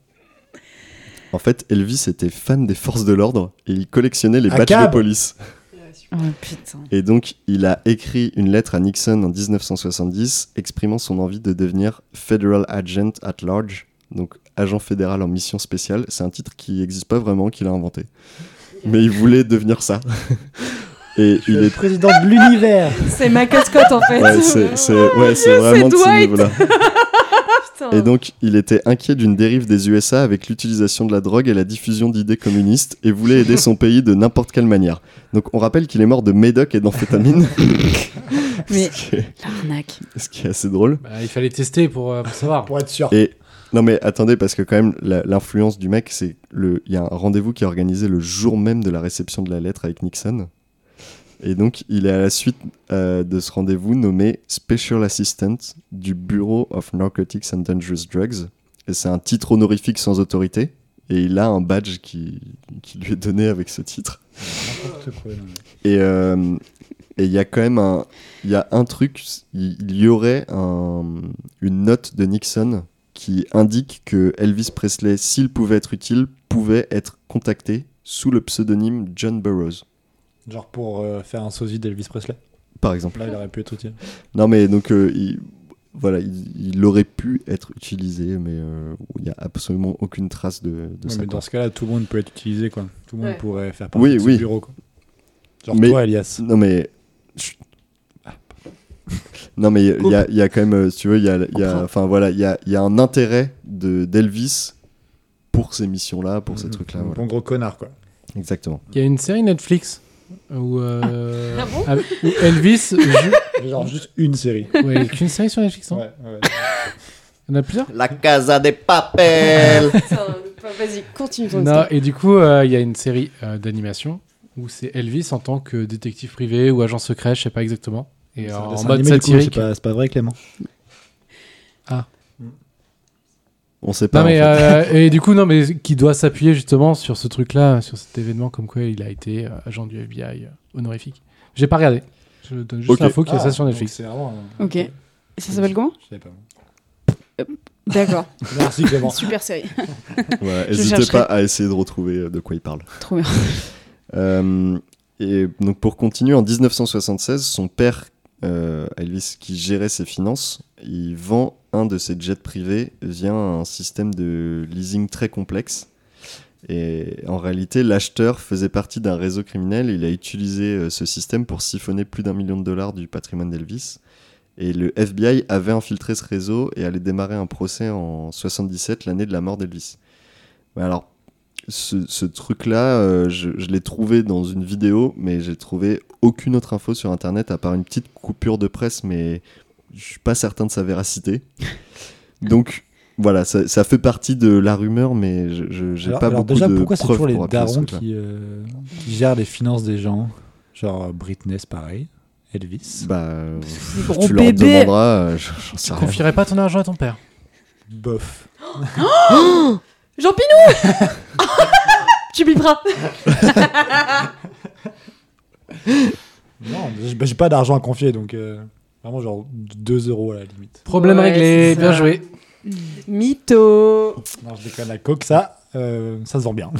C: En fait, Elvis était fan des forces de l'ordre et il collectionnait les
E: Un
C: badges de
E: cab.
C: police.
G: Oh putain.
C: Et donc, il a écrit une lettre à Nixon en 1970 exprimant son envie de devenir Federal Agent at Large, donc agent fédéral en mission spéciale. C'est un titre qui n'existe pas vraiment, qu'il a inventé. Mais il voulait devenir ça. Et il
E: Le
C: est.
E: président de l'univers.
I: C'est ma cascotte en fait.
C: Ouais, c'est c'est- ouais, c'est vraiment de ce
I: Dwight.
C: niveau-là.
I: Putain.
C: Et donc, il était inquiet d'une dérive des USA avec l'utilisation de la drogue et la diffusion d'idées communistes et voulait aider son pays de n'importe quelle manière. Donc, on rappelle qu'il est mort de médoc et d'amphétamine.
G: Mais-
C: Ce qui est-
G: L'arnaque.
C: ce qui est assez drôle.
H: Bah, il fallait tester pour, euh, pour savoir.
E: Pour être sûr.
C: Et- Non mais attendez parce que quand même la- l'influence du mec c'est le il y a un rendez-vous qui est organisé le jour même de la réception de la lettre avec Nixon et donc il est à la suite euh, de ce rendez-vous nommé Special Assistant du Bureau of Narcotics and Dangerous Drugs et c'est un titre honorifique sans autorité et il a un badge qui, qui lui est donné avec ce titre
E: N'importe quoi, non, mais-
C: et euh, et il y a quand même un il y a un truc il il y aurait un- une note de Nixon qui indique que Elvis Presley s'il pouvait être utile pouvait être contacté sous le pseudonyme John Burroughs
E: Genre pour euh, faire un sosie d'Elvis Presley.
C: par exemple
E: Là, il aurait pu être utile.
C: non mais donc euh, il- voilà, il, il aurait pu être utilisé, mais euh, il n'y a absolument aucune trace de, de
E: Ouais,
C: ça.
E: mais
C: quoi.
E: dans ce cas-là, tout le monde peut être utilisé, quoi. Tout le monde
I: Ouais.
E: pourrait faire partie
C: Oui,
E: de ce
C: oui.
E: bureau, quoi. Genre
C: mais,
E: toi, Elias.
C: Non, mais. Chut. Non, mais il y, a- il y a quand même, euh, si tu veux, il y a, il y a- enfin, voilà, il y a, il y a un intérêt de- d'Elvis pour ces missions-là, pour ces trucs-là.
E: Hmm. Bon
C: voilà.
E: gros connard, quoi.
C: Exactement.
H: Il y a une série Netflix où, euh,
E: Ah bon
H: avec- où Elvis. ju-
E: Genre juste une série.
H: Ouais, qu'une série sur Netflix, hein
E: Ouais, ouais.
H: Il y en a plusieurs
C: La Casa des Papel
D: Putain, Vas-y, continue ton
H: Non,
D: histoire.
H: et du coup, euh, il y a une série euh, d'animation où c'est Elvis en tant que détective privé ou agent secret, je sais pas exactement. Et
E: C'est un
H: en
E: dessin
H: mode
E: animé, du coup,
H: satirique.
E: C'est pas, c'est pas vrai, Clément.
C: On sait pas.
H: Non,
C: Bah, en
H: mais,
C: fait.
H: euh, et du coup, non, mais qui doit s'appuyer justement sur ce truc-là, sur cet événement, comme quoi il a été euh, agent du FBI euh, honorifique. J'ai pas regardé. Je donne juste
C: Ok.
H: l'info qu'il y a ça
E: Ah,
H: sur
E: donc
H: Netflix.
E: C'est vraiment. euh,
G: Ok. Et ça s'appelle comment
E: Je sais pas.
C: Euh,
G: D'accord.
E: Merci, Clément.
G: Super série.
C: Voilà,
G: Je
C: N'hésitez
G: chercherai.
C: pas à essayer de retrouver euh, de quoi il parle.
G: Trop bien.
C: Euh, et donc pour continuer, en 1976, son père, euh, Elvis, qui gérait ses finances, il vend un de ses jets privés via un système de leasing très complexe. Et en réalité, l'acheteur faisait partie d'un réseau criminel. Il a utilisé euh, ce système pour siphonner plus d'un million de dollars du patrimoine d'Elvis. Et le FBI avait infiltré ce réseau et allait démarrer un procès en 77, l'année de la mort d'Elvis. Mais alors, ce, ce truc-là, euh, je, je l'ai trouvé dans une vidéo, mais j'ai trouvé aucune autre info sur Internet à part une petite coupure de presse, mais je suis pas certain de sa véracité. Donc voilà, ça, ça fait partie de la rumeur, mais je- je j'ai
E: Alors-
C: pas
E: alors
C: beaucoup
E: déjà,
C: de
E: pourquoi c'est
C: preuves
E: toujours les
C: pour appuyer ce
E: darons
C: truc-là.
E: qui, euh, qui gèrent les finances des gens Genre euh, Britney, c'est pareil. Elvis.
C: Bah, euh,
G: gros
C: tu leur
G: bébés.
C: demanderas, euh, je- j'en sais
H: Tu
C: rien.
H: confierais pas ton argent à ton père
E: Bof.
D: Jean Pinou Tu biperas
E: Non, j'ai bah, j'ai pas d'argent à confier, donc euh, vraiment genre 2 euros à la limite.
H: Problème
D: Ouais,
H: réglé,
D: c'est
H: bien
D: ça.
H: joué.
D: Mytho
E: Non, je déconne, la coque, ça, euh, ça se vend bien.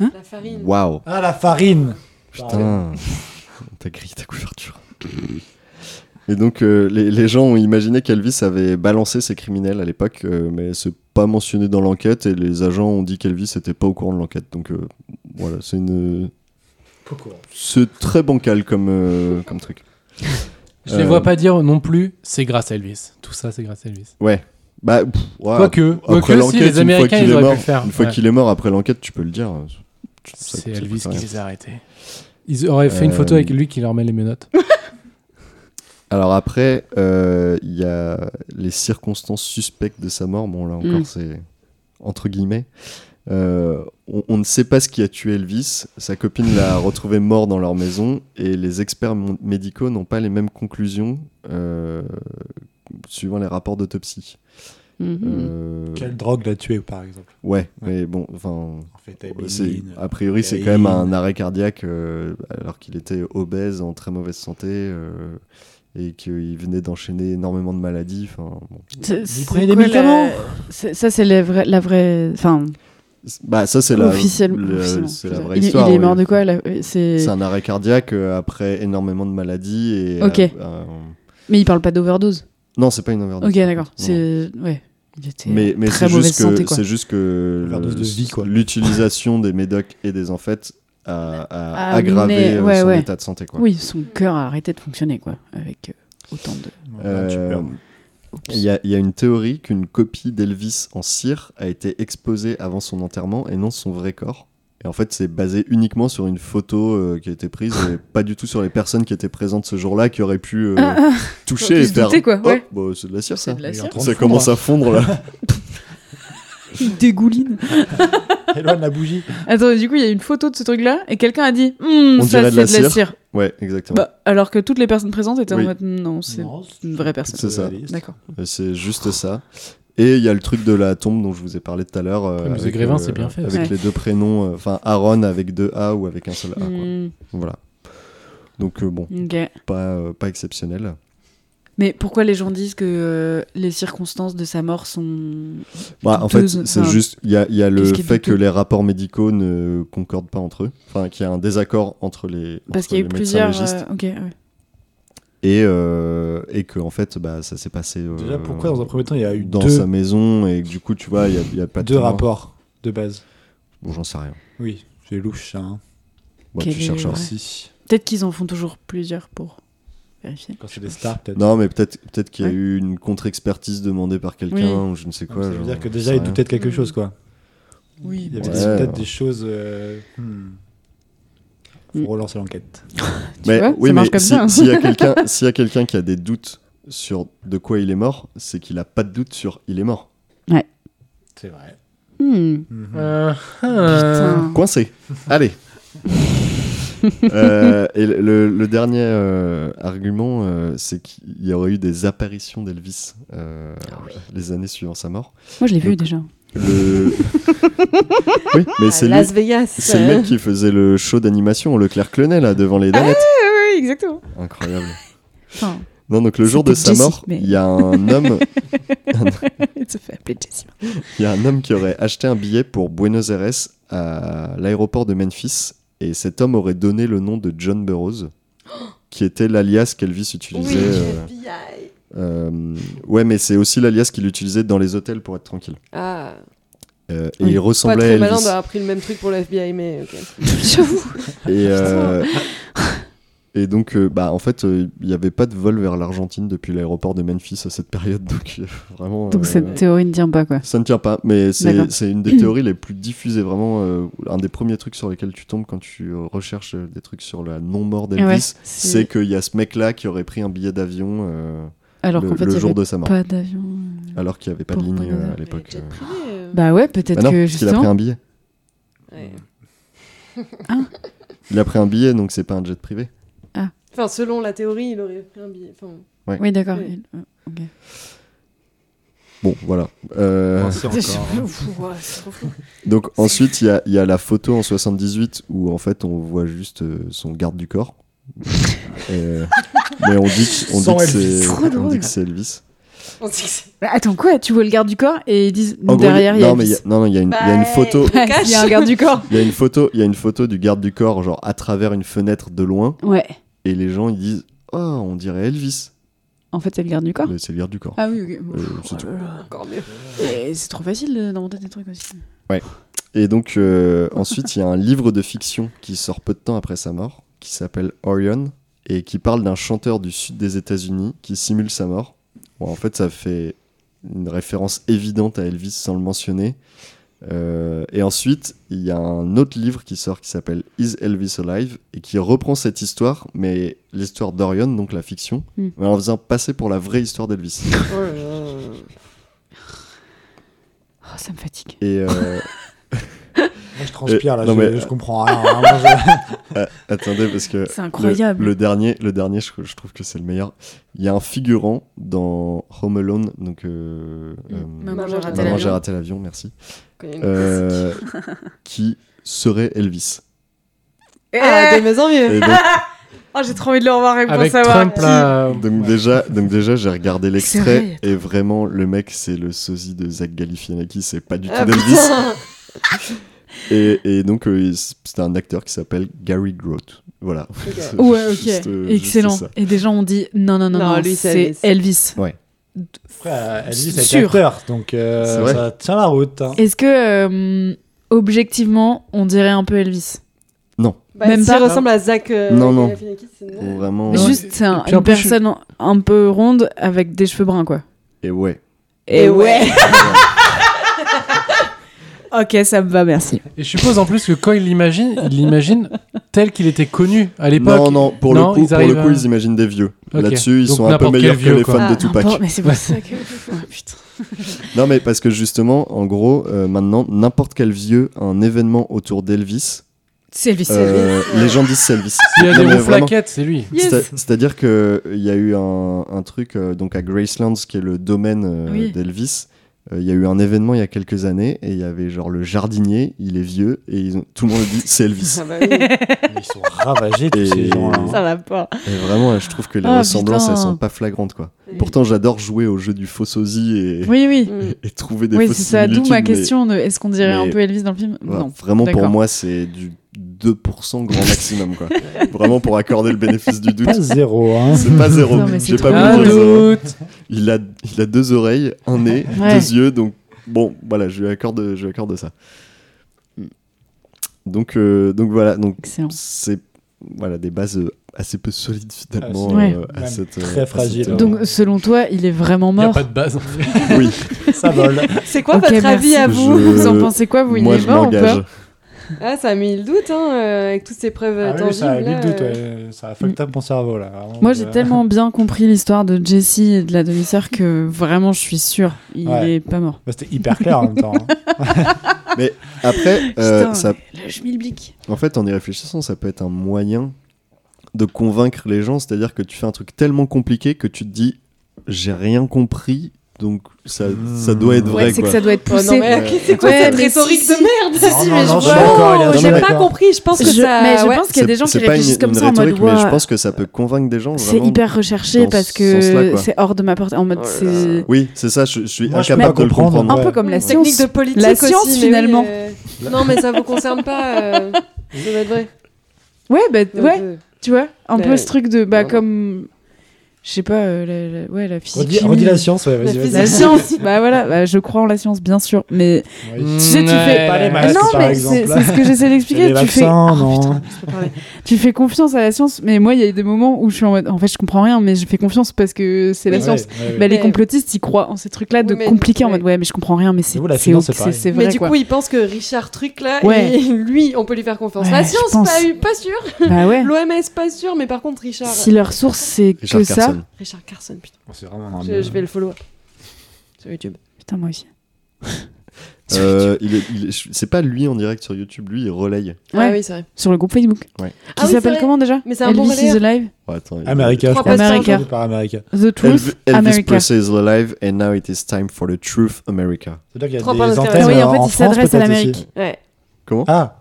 I: La farine.
C: Waouh,
E: Ah, la farine
C: putain, t'as grillé ta couverture. Et donc, euh, les, les gens ont imaginé qu'Elvis avait balancé ses criminels à l'époque, euh, mais c'est pas mentionné dans l'enquête et les agents ont dit qu'Elvis était pas au courant de l'enquête. Donc euh, voilà, c'est une, c'est très bancal comme euh, comme truc.
H: Je les
C: Euh,
H: vois pas dire non plus, c'est grâce à Elvis. Tout ça, c'est grâce à Elvis.
C: Ouais. Bah, pff, ouais,
H: Quoique,
C: après
H: quoique si
C: l'enquête,
H: les
C: une fois
H: Américains,
C: qu'il
H: ils
C: est
H: auraient pu
C: mort,
H: le faire.
C: une fois
H: Ouais.
C: qu'il est mort après l'enquête, tu peux le dire. Ça- ça
H: C'est
C: coûte
H: Elvis qui
C: rien.
H: les a arrêtés. Ils auraient fait une photo
C: Euh,
H: avec lui qui leur met les menottes.
C: Alors après, euh, il y a les circonstances suspectes de sa mort. Bon, là encore,
G: Mm.
C: c'est entre guillemets. Euh, on, on ne sait pas ce qui a tué Elvis. Sa copine l'a retrouvé mort dans leur maison et les experts mon- médicaux n'ont pas les mêmes conclusions euh, suivant les rapports d'autopsie.
G: Mhm.
C: Euh,
E: Quelle drogue l'a tué, par exemple
C: ouais, mais bon, enfin,
E: En fait, elle
C: c'est-
E: est
C: a priori, c'est quand même un arrêt cardiaque euh, alors qu'il était obèse, en très mauvaise santé euh, et qu'il venait d'enchaîner énormément de maladies. Enfin, bon.
G: C'est-
E: Vous
G: c'est
E: prenez des
G: quoi
E: médicaments
G: la- c'est- Ça, c'est la vraie. La vraie... Enfin,
C: C'est- Bah, ça, c'est la,
G: officielle-
C: le-
G: officiellement.
C: c'est la
G: Il-
C: vraie
G: il,
C: histoire.
G: est
C: oui.
G: mort de quoi là Euh, C'est-
C: C'est un arrêt cardiaque euh, après énormément de maladies. Et,
G: Ok.
C: euh, euh,
G: Mais il parle pas d'overdose.
C: non, c'est pas une overdose.
G: Ok, d'accord.
C: Ah Non.
G: C'est. Ouais. Il était
C: Mais, mais
G: très
C: c'est
G: mauvaise
C: juste,
G: santé,
C: que-
G: quoi.
C: c'est juste que
E: Overdose
C: le-
E: de vie, quoi.
C: l'utilisation des médocs et des enfêtes a, a
G: Ah,
C: aggravé
G: mais-
C: euh,
G: ouais,
C: son
G: ouais.
C: état de santé. Quoi.
G: Oui, son cœur a arrêté de fonctionner, quoi. Avec euh, autant de.
C: Euh, Il y, a- il y a une théorie qu'une copie d'Elvis en cire a été exposée avant son enterrement et non son vrai corps. Et en fait, c'est basé uniquement sur une photo euh, qui a été prise, et pas du tout sur les personnes qui étaient présentes ce jour-là qui auraient pu euh,
G: Ah, ah,
C: toucher
G: Qui
C: et
G: se
C: faire.
G: doutaient, quoi,
C: Oh,
G: ouais.
C: bah, c'est de la cire,
G: c'est hein.
C: ça.
G: de la cire.
C: Ça commence à fondre là.
G: Il dégouline.
E: Éloigne la bougie.
G: Attends, mais du coup, il y a une photo de ce truc-là et quelqu'un a dit Hum,
C: On
G: ça,
C: dirait
G: c'est de la cire.
C: ouais, exactement.
G: Bah, alors que toutes les personnes présentes étaient
C: Oui.
G: en mode Non, c'est
E: Non,
G: une vraie personne.
C: C'est ça.
E: réaliste.
G: D'accord.
C: Euh, C'est juste ça. Et il y a le truc de la tombe dont je vous ai parlé tout à l'heure. euh,
H: Après, Musée
C: avec,
H: Grévin, c'est bien fait,
C: Avec
G: ouais.
C: les deux prénoms, euh, enfin Aaron avec deux A ou avec un seul A. Ah, quoi.
G: Hmm,
C: Voilà. Donc euh, bon,
G: ok.
C: pas, euh, pas exceptionnel.
G: Mais pourquoi les gens disent que euh, les circonstances de sa mort sont.
C: Bah, en fait,
G: douteuses,
C: c'est
G: enfin,
C: juste, il y a, il y a le
G: qu'est-ce qui est
C: fait que
G: douteux
C: les rapports médicaux ne concordent pas entre eux, enfin qu'il y a un désaccord entre les,
G: Parce
C: entre
G: qu'il y a
C: les
G: eu
C: médecins
G: plusieurs.
C: légistes.
G: euh, ok, ouais.
C: et, euh, et que en fait bah, ça s'est passé euh,
E: Déjà, pourquoi dans un premier temps il y a eu
C: dans
E: deux-
C: sa maison et que du coup tu vois il y a- il y a, pas de
E: Deux
C: témoin.
E: rapports de base.
C: bon j'en sais rien
E: Oui, c'est louche ça. hein.
C: Bon,
G: Quel
C: tu
G: est-
C: cherches
G: ouais.
C: aussi
G: Peut-être qu'ils en font toujours plusieurs pour vérifier.
E: Quand c'est des stars peut-être.
C: non mais peut-être peut-être qu'il y a
G: Ouais.
C: eu une contre-expertise demandée par quelqu'un
G: Oui.
C: ou je ne sais
E: Donc,
C: quoi
E: ça veut
C: genre,
E: dire que
C: j'en
E: déjà
C: sais
E: il doutait
C: rien.
E: de quelque chose quoi.
G: Oui,
E: Il y avait
C: Ouais.
E: des- peut-être des choses. euh, hmm.
G: Mm.
E: Faut relancer l'enquête.
C: Mais
G: vois,
C: oui mais
G: ça marche comme
C: si-
G: ça, hein.
C: s'il y a quelqu'un s'il y a quelqu'un qui a des doutes sur de quoi il est mort c'est qu'il a pas de doute sur il est mort
E: C'est vrai.
G: Hmm,
H: Euh,
G: putain.
C: coincé. Allez. Euh, et le- le, le dernier euh, argument, euh, c'est qu'il y aurait eu des apparitions d'Elvis euh,
G: Ah
C: les années suivant sa mort.
G: Moi, je l'ai vu déjà.
C: Le- oui,
G: Ah,
C: mais c'est lui-
I: Las Vegas.
C: c'est le mec qui faisait le show d'animation, le Claire Clonet, là, devant
G: Ah
C: les danettes.
I: Oui, exactement.
C: Incroyable.
G: Enfin,
C: Non, donc le jour de sa
G: C'était Jessie,
C: mort,
G: mais-
C: il y a un homme
G: il se fait appeler Jesse.
C: Il y a un homme qui aurait acheté un billet pour Buenos Aires à l'aéroport de Memphis et cet homme aurait donné le nom de John Burroughs, qui était l'alias qu'Elvis utilisait. euh,
I: FBI.
C: euh, ouais, mais c'est aussi l'alias qu'il utilisait dans les hôtels pour être tranquille.
I: Ah,
C: Euh, et
G: Oui.
C: il
I: pas
C: ressemblait à
I: très malin bah.
C: Elvis.
I: d'avoir appris le même truc pour le FBI, mais ok.
G: J'avoue.
C: Et, euh, et donc, euh, bah, en fait, euh, il n'y avait pas de vol vers l'Argentine depuis l'aéroport de Memphis à cette période, donc euh, vraiment.
G: Donc,
C: euh,
G: cette théorie ne tient pas, quoi.
C: Ça ne tient pas, mais c'est
G: D'accord.
C: c'est une des théories les plus diffusées, vraiment euh, un des premiers trucs sur lesquels tu tombes quand tu euh, recherches euh, des trucs sur la non-mort d'Elvis.
G: Ouais, c'est-
C: c'est qu'il y a ce mec-là qui aurait pris un billet d'avion euh,
G: Alors
C: le,
G: qu'en fait,
C: le
G: il n'y
C: jour
G: avait
C: de sa mort,
G: pas d'avion.
C: alors qu'il n'y avait pas de
G: pour
C: ligne
G: Buenos
C: euh, à
G: Aires.
C: l'époque. euh.
G: Bah ouais,
C: Bah
G: peut-être
C: non,
G: que
C: parce qu'il a pris
G: justement.
C: un billet.
I: Ouais.
C: Il a pris un billet, donc c'est pas un jet privé.
I: Enfin, selon la théorie, il aurait pris un billet. Enfin,
G: Oui, d'accord.
I: Oui.
G: Il- euh, ok.
C: Bon, voilà. Euh,
E: Pensez encore. hein.
I: ouais, c'est trop fou.
C: donc ensuite, il y a, il y a la photo en 78 où en fait on voit juste euh, son garde du corps. Euh, mais on dit, que- on dit
E: Sans
C: que c'est-
E: Elvis.
G: Trop
C: on
G: drôle.
C: dit que c'est Elvis.
I: On dit que c'est-
G: Bah, attends, quoi Tu vois le garde du corps et ils disent
C: En gros,
G: derrière,
C: il-
G: il y a.
C: non, mais il y a, non, non, il y a une, il y a une
I: Bah,
C: photo,
I: il cache.
G: Il y a un garde du corps.
C: il y a une photo, il y a une photo du garde du corps, genre à travers une fenêtre de loin,
G: Ouais.
C: et les gens ils disent, oh, on dirait Elvis.
G: En fait, c'est le garde du corps.
C: Mais C'est le garde du corps.
G: Ah oui, ok.
C: Euh, c'est tout.
I: Encore mieux.
G: Et C'est trop facile de- d'inventer des trucs aussi.
C: Et donc euh, ensuite, il y a un livre de fiction qui sort peu de temps après sa mort, qui s'appelle Orion et qui parle d'un chanteur du sud des États-Unis qui simule sa mort. Bon, en fait, ça fait une référence évidente à Elvis sans le mentionner. Euh, et ensuite, il y a un autre livre qui sort qui s'appelle Is Elvis Alive et qui reprend cette histoire, mais l'histoire d'Orion, donc la fiction,
G: Mm.
C: mais en la faisant passer pour la vraie histoire d'Elvis.
I: Oh là là.
G: Oh, ça me fatigue.
C: Et euh,
E: Moi, je transpire là,
C: non,
E: je,
C: mais- euh,
E: je comprends rien. vraiment, je-
C: attendez, parce que
G: C'est
C: Le-
G: incroyable.
C: Le, dernier, le dernier je, je trouve que c'est le meilleur. Il y a un figurant dans Home Alone, donc. euh,
G: Mm.
C: euh,
G: Maman,
I: Maman,
G: j'ai
I: j'ai
G: raté
I: raté
C: Maman, j'ai
G: l'avion.
C: raté l'avion, merci.
I: Quand il y a une-
C: Euh, qui serait Elvis.
G: Eh.
I: Ah, de mieux en mieux.
C: Et donc,
G: Oh,
I: Ah, j'ai trop envie de le revoir et pour
H: Avec
I: savoir.
H: Trump, là. euh,
C: donc déjà, donc déjà j'ai regardé
G: C'est
C: l'extrait
G: vrai.
C: et vraiment, le mec, c'est le sosie de Zach Galifianakis, c'est pas du tout
I: Ah,
C: d'Elvis.
I: putain.
C: Et, et donc, euh, il- c'est un acteur qui s'appelle Gary Groth. Voilà. C'est
G: Ouais, ok.
C: juste, euh, juste
G: Excellent.
C: ça.
G: Et des gens ont dit non, non, non,
I: Non,
G: non,
I: lui, c'est
G: c'est
I: Elvis.
G: Elvis.
E: Après, euh, Elvis
G: C'est
E: est
G: sûr.
E: acteur, donc euh,
C: C'est vrai.
E: ça tient la route. hein.
G: Est-ce que, euh, objectivement, on dirait un peu Elvis
I: Bah,
G: Même
I: s'il
G: pas.
I: ressemble à Zach. euh,
C: Non, non.
I: Galifianakis, c'est non.
C: Vraiment.
H: Ouais.
G: Juste, c'est un-
H: puis un
G: une
H: peu chou-
G: personne un peu ronde avec des cheveux bruns, quoi.
C: Et ouais. Eh
G: Eh
I: Et Eh ouais.
G: ok, ça me va, merci.
H: Et je suppose en plus que quand il l'imagine, il l'imagine tel qu'il était connu à l'époque.
C: Non, non, pour
H: Non,
C: le coup,
H: ils
C: pour
H: arrivent
C: le coup
H: à-
C: ils imaginent des vieux.
H: Ok.
C: Là-dessus, ils
H: Donc
C: sont un peu
H: n'importe quel
C: meilleurs que
H: vieux,
C: les
H: quoi.
C: fans de
I: Ah,
C: Tupac.
G: N'importe- Mais c'est pour ça que. Ouais, putain.
C: Non, mais parce que justement, en gros, euh, maintenant, n'importe quel vieux a un événement autour d'Elvis.
G: C'est Elvis. c'est Elvis.
C: Euh, les gens disent c'est Elvis.
H: Il y a
C: Non,
H: des
C: mais
H: ronds
C: vraiment.
H: flaquettes, c'est lui.
I: Yes.
C: C'est- C'est-à-dire que il y a eu un, un truc euh, donc à Graceland, ce qui est le domaine euh,
G: Oui.
C: d'Elvis. euh, Il y a eu un événement il y a quelques années et il y avait genre le jardinier, il est vieux et ils ont- tout le monde dit c'est Elvis.
I: Ah bah oui.
E: Ils sont ravagés tous
C: Et-
E: ces gens-là. hein.
G: Ça va pas.
C: Et vraiment, je trouve que les
G: Ah,
C: ressemblances
G: putain.
C: elles sont pas flagrantes quoi. Pourtant, j'adore jouer au jeu du faux sosie et,
G: Oui, oui.
I: Mm.
C: et trouver des
G: Oui,
C: fausses
G: c'est ça. D'où ma
C: similitudes, mais-
G: question de est-ce qu'on dirait
C: mais-
G: un peu Elvis dans le film
C: Voilà,
G: Non.
C: vraiment pour
G: d'accord.
C: moi, c'est du 2% grand maximum, quoi. Vraiment pour accorder le bénéfice du doute.
E: Pas zéro, hein.
C: C'est pas zéro.
E: Non, mais c'est
C: J'ai pas
E: trop
C: voulu
E: bien.
C: raison.
E: Doute.
C: Il a, il a deux oreilles, un nez,
E: Ouais.
C: deux yeux, donc bon, voilà, je lui accorde, je lui accorde ça. Donc, euh, donc voilà, donc c'est voilà des bases euh, assez peu solides finalement
G: Ah,
C: euh,
G: c'est- Ouais.
C: à
G: Même
C: cette
E: très
C: à
E: fragile.
C: cette, euh,
G: Donc, selon toi, il est vraiment mort.
H: Y a pas de base, en fait.
C: Oui.
E: Ça vole.
I: C'est quoi
G: Ok,
I: votre avis
G: merci.
I: à vous
G: Je- Vous en pensez quoi, vous, il
C: Moi,
G: est
C: je
G: mort hein. ou
C: m'engage.
G: pas
I: Ah, ça a mis le doute, hein, euh, avec toutes ces preuves
E: Ah
I: euh,
E: oui,
I: tangibles.
E: ça a mis
I: là,
E: le doute,
I: euh.
E: ouais. ça a fucked up mon cerveau là. Vraiment,
G: Moi,
E: je-
G: j'ai tellement bien compris l'histoire de Jessie et de la demi-sœur que vraiment, je suis sûre, il
E: Ouais.
G: est pas mort.
E: Bah, C'était hyper clair en même temps. hein.
C: Mais après, euh,
G: Putain,
C: ça-
G: le schmilblick.
C: En fait, en y réfléchissant, ça peut être un moyen de convaincre les gens. C'est-à-dire que tu fais un truc tellement compliqué que tu te dis, j'ai rien compris, donc ça, ça doit être vrai.
G: Ouais, c'est que
C: quoi.
G: ça doit être poussé.
I: Oh non, mais ok, c'est quoi cette rhétorique de merde
G: Si, si, mais
I: Non, non,
G: je
I: je suis d'accord, il
G: vois.
I: y a-
G: Oh,
I: non,
G: j'ai
I: mais
G: pas
I: d'accord.
G: compris, je pense que
I: Je-
G: ça.
I: mais je
G: ouais.
I: pense qu'il y a des gens qui
C: C'est pas
I: réfléchissent
C: une-
I: comme
C: une
I: ça en mode,
C: rhétorique, mais je
I: ouah.
C: pense que ça peut convaincre des gens.
G: C'est
C: vraiment
G: hyper recherché
C: dans ce
G: parce
C: sens-là,
G: que
C: quoi. Oh
G: c'est hors de ma porte. En mode, c'est.
C: Oui, c'est ça, je, je suis
E: Moi, je peux
C: incapable
E: pas
C: de le
E: comprendre,
C: comprendre.
G: Un peu comme la
I: Une
G: science.
I: technique de politique
G: La science,
I: aussi, mais oui,
G: finalement.
I: euh, Non, mais ça vous concerne pas. euh, Ça doit être vrai. euh,
G: Ouais, bah,
I: Ça doit
G: ouais.
I: être vrai.
G: Tu vois, un
I: Ouais.
G: peu ce truc de. Bah,
I: Non, non.
G: comme. Je sais pas, euh, la, la- ouais, la physique.
E: Redis-
G: chimie.
E: redis la science, ouais, vas-y,
G: La
E: vas-y.
G: physique- La science, bah voilà, bah, je crois en la science, bien sûr, mais. Tu sais, tu fais. Euh,
E: Pas les masques,
G: non,
E: par
G: mais c'est
E: exemple.
G: c'est ce que j'essaie
E: Et
G: d'expliquer.
E: les
G: Tu fais.
E: vaccins,
G: Ah,
E: non.
G: putain, laisse-moi parler. tu fais confiance à la science, mais moi, il y a eu des moments où je suis en mode. En fait, je comprends rien, mais je fais confiance parce que c'est la
E: Ouais,
G: science.
E: ouais, ouais.
G: Bah, les
I: Ouais.
G: complotistes, ils croient en ces trucs-là de
I: Oui, mais-
G: compliqué en
I: ouais.
G: mode ouais, mais je comprends rien, mais c'est
E: J'avoue, la
G: c'est
E: finance, c'est
G: ok,
E: pareil.
G: c'est
I: Mais
G: vrai.
I: du
G: quoi.
I: coup, il pense que Richard Truc là, et
G: Ouais.
I: lui, on peut lui faire confiance.
G: Ouais,
I: la
G: je
I: science,
G: pense.
I: pas, eu- pas sûr.
G: Bah ouais.
I: L'OMS, pas sûr, mais par contre, Richard. euh,
G: Si leur source c'est
C: Richard
G: que ça,
C: Carson.
I: Richard Carson, putain.
E: C'est vraiment
G: Oh
E: un-
I: Je, je vais le follow. Sur YouTube.
G: putain moi aussi.
C: Euh, il est- il est- c'est pas lui en direct sur YouTube, lui il relaye.
I: Ah
G: Ouais.
I: oui, c'est vrai.
G: Sur le groupe Facebook.
C: Ouais.
I: Ah
G: Qui
I: oui, c'est
G: s'appelle
I: vrai.
G: comment déjà
I: Mais c'est un bon
G: Elvis is
I: relayeur.
G: alive.
C: Ouais, attends, il-
E: America, je
I: Trois
E: crois.
I: postes,
G: America.
E: Aujourd'hui, par America.
G: The
C: Elvis,
G: Truth
C: Elvis
G: America.
C: Presley is alive and now it is time for the truth America.
E: C'est-à-dire qu'il y
I: Trois
E: a
I: points
E: des
I: d'intérêt.
E: antennes
G: Oui, en
E: euh,
G: fait,
E: en
G: il
E: France,
G: s'adresse à
E: peut-être,
G: l'Amérique.
E: aussi.
I: Ouais.
C: Comment
E: Ah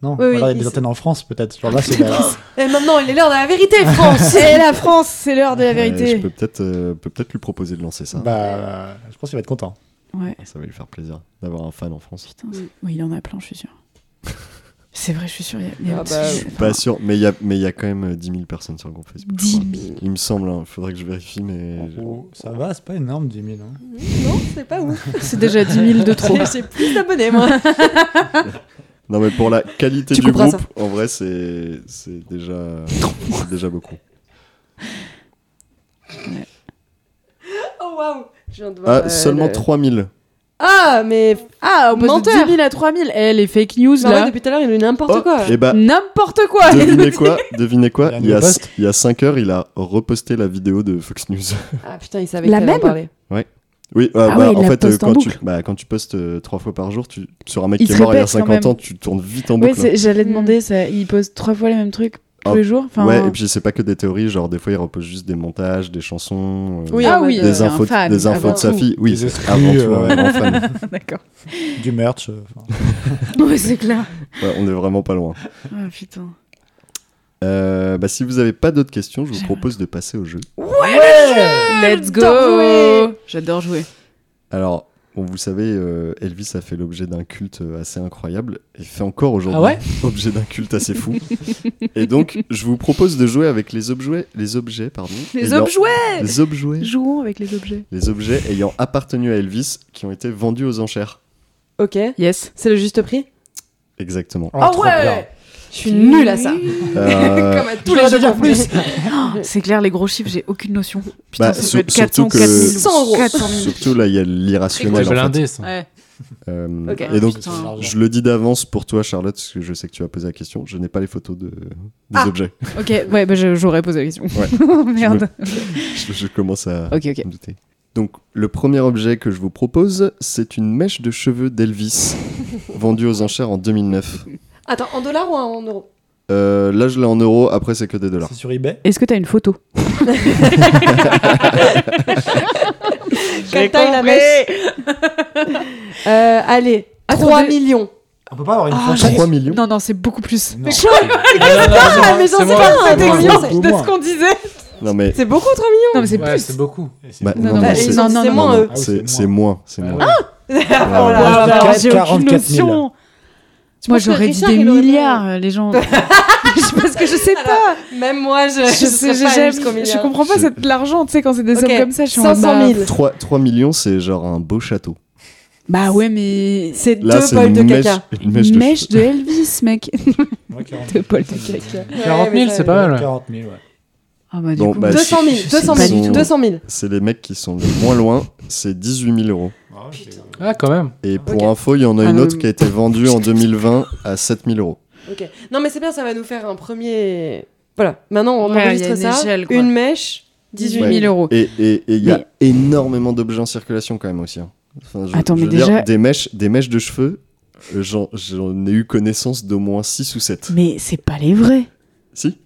E: Non,
I: Oui, oui,
E: voilà, il y a
I: il-
E: des antennes en France, peut-être. Genre là, c'est bah, la-
I: Et maintenant, il est l'heure de la vérité, France Et la France, c'est l'heure de
C: Euh,
I: la
C: je
I: vérité
C: peux peut-être euh, peut peut-être lui proposer de lancer ça.
E: Bah, je pense qu'il va être content.
G: Ouais.
C: Ça va lui faire plaisir d'avoir un fan en France.
G: Putain, c'est- oui, il en a plein, je suis sûr. c'est vrai, je suis sûr. Il y a,
I: Ah bah,
G: je-
C: Pas sûr, mais il y a, mais il y a quand même euh, 10 000 personnes sur le groupe Facebook.
G: 10 000.
C: Il me semble, hein, faudrait que je vérifie, mais.
E: Oh, ça va, c'est pas énorme, 10 000. hein.
I: Non, c'est pas ouf.
G: C'est déjà 10 000 de trop.
I: J'ai plus d'abonnés, moi.
C: Non, mais pour la qualité
G: Tu
C: du
G: couperas
C: groupe, en vrai, c'est c'est déjà, c'est déjà beaucoup.
I: Oh, waouh Je viens de voir.
C: Ah,
I: euh,
C: seulement
I: le-
C: 3 000.
I: Ah, mais.
G: Ah, on passe de
I: Menteur.
G: 10 000 à 3 000. Eh, les fake news
I: Bah ouais,
G: là.
I: depuis tout à l'heure, il est n'importe quoi.
C: et bah,
G: N'importe quoi.
C: devinez quoi Devinez quoi
E: Dernier
C: Il y, a,
E: post.
C: il y a 5 heures, il a reposté la vidéo de Fox News.
I: Ah putain, il savait que
G: La
I: t'allais en
G: même
I: parler.
C: Oui, euh, bah,
G: Ah ouais, il
C: en
G: la
C: fait, euh,
G: poste en
C: quand, tu,
G: boucle.
C: bah, quand tu postes euh, trois fois par jour, tu, sur un mec
G: Il
C: qui est
G: se
C: mort il y a
G: répète quand
C: 50
G: même.
C: ans, tu tournes vite en
G: Oui,
C: boucle. hein.
G: c'est- j'allais
I: Hmm.
G: demander ça. Il pose trois fois les mêmes trucs tous
C: Ah,
G: les jours. Enfin, hein.
C: Ouais, et puis c'est pas que des théories, genre des fois il repose juste des montages, des chansons, euh,
I: Oui,
G: ah
I: en
G: oui,
I: mode,
C: des
I: euh,
C: infos,
G: fan,
C: des infos
G: avant
C: de sa
G: tout.
C: fille. Oui,
E: Des esprits,
C: avant tout,
E: euh,
C: ouais, vraiment fan.
G: D'accord.
E: Du merch. euh, enfin.
G: Ouais, c'est clair.
C: Ouais, on est vraiment pas loin.
G: Ah putain.
C: Euh, bah, si vous avez pas d'autres questions, je vous propose de passer au jeu.
G: Let's
I: J'adore
G: go. J'adore jouer.
C: Alors, bon, vous savez, euh, Elvis a fait l'objet d'un culte euh, assez incroyable et fait encore aujourd'hui
H: Ah ouais
C: objet d'un culte assez fou. et donc, je vous propose de jouer avec les objets, les objets, pardon,
G: Les
C: ayant-
G: objets.
C: les objets,
G: Jouons avec les objets.
C: les objets ayant appartenu à Elvis qui ont été vendus aux enchères.
I: Ok.
G: Yes.
I: C'est le juste prix Ah
C: Exactement.
G: Ah
E: Oh, trop bien.
I: Je suis nulle à ça.
C: Euh,
I: Comme à tous
E: J'aurais
I: les
E: dû
I: jeux
E: dire
I: compris.
E: plus.
G: Ah, C'est clair, les gros chiffres, j'ai aucune notion. Putain,
C: Bah,
G: ça
C: sur-
G: peut être
C: surtout
G: 400,
C: que-
G: 400
I: euros.
G: 400 000.
C: surtout là, il y a
H: Ouais,
C: l'irrationnel. en fait.
H: blindé, ça.
G: Ouais.
C: Euh,
I: Ok.
C: Et donc,
E: C'est de l'argent.
C: je le dis d'avance pour toi, Charlotte, parce que je sais que tu vas poser la question. Je n'ai pas les photos de, des
G: Ah.
C: objets.
G: Ok, ouais, bah, je- j'aurais posé la question. Merde.
C: Je, je commence à
G: Ok, ok.
C: me douter. Donc, le premier objet que je vous propose, c'est une mèche de cheveux d'Elvis, vendue aux enchères en 2009.
I: Attends, en dollars ou en euros
C: Euh, là, je l'ai en euros, après, c'est que des dollars.
E: C'est sur eBay.
G: Est-ce que t'as une photo
I: Quelle taille la mèche euh, Allez,
G: Attendez.
I: 3 millions.
E: On peut pas avoir une
G: Ah,
E: fourchette.
C: 3 millions
G: Non, non, c'est beaucoup plus.
E: Non.
I: Ah, mais j'en sais pas,
E: c'est
I: t'es
E: moi,
I: consciente
E: c'est
I: de
E: moi.
I: ce qu'on disait.
C: Non, mais.
I: C'est beaucoup 3 millions.
G: Non, mais c'est
H: Ouais,
G: plus.
H: c'est beaucoup.
E: Et c'est
C: bah,
E: tout.
G: Non,
C: non,
G: non,
C: mais
G: ils
C: c'est-
G: en- non,
I: c'est
G: non,
I: moins
E: non.
I: eux.
E: Ah oui,
C: c'est
E: c'est
C: c'est moins. C'est
E: Ah
C: moins.
G: bah,
E: ouais.
I: Oh là là,
E: Ouais,
I: j'ai aucune
E: 44 000.
I: notion. Tu
G: Moi,
I: penses que
G: j'aurais dit
I: Richard,
G: des
I: il aurait-
G: milliards, les gens. Parce que je sais pas.
I: Même moi, je, je,
G: Je,
I: serais
G: sais-
I: pas allée
G: j'aime-
I: jusqu'au
G: je
I: milliard.
G: comprends pas cette- l'argent, tu sais, quand c'est des
I: Ok,
G: sommes comme ça. Je suis en
I: 500
G: bas.
C: 3, 3 millions, c'est genre un beau château.
G: Bah ouais, mais.
I: C'est
C: Là, c'est une, mèche, une mèche de
G: Mèche de Elvis, mec. Deux poils de caca.
H: 40 000, c'est pas mal. ouais.
E: 40 000, ouais.
G: Ah bah, du
C: Bon,
G: coup,
C: bah,
I: 200 000, 200
C: Ils
I: 000,
C: sont-
I: 200 000.
C: C'est les mecs qui sont les moins loin, c'est 18 000 euros.
H: Ah, quand même.
C: Et pour info, il y en a
G: Ah,
C: une
G: le-
C: autre qui a été vendue en 2020 à 7 000 euros.
I: Ok. Non, mais c'est bien, ça va nous faire un premier. Voilà. Maintenant, on
G: Ouais, il y a
I: enregistre
G: une
I: ça.
G: échelle, quoi.
I: une mèche,
G: 18
I: 18
C: Ouais.
G: 000 euros.
C: Et et- et il y a énormément d'objets en circulation quand même aussi. hein. Enfin, je,
G: Attends,
C: je
G: mais
C: veux dire,
G: déjà-
C: des, mèches, des mèches de cheveux, euh, j'en j'en ai eu connaissance d'au moins 6 ou 7.
G: Mais c'est pas les vrais.
C: Si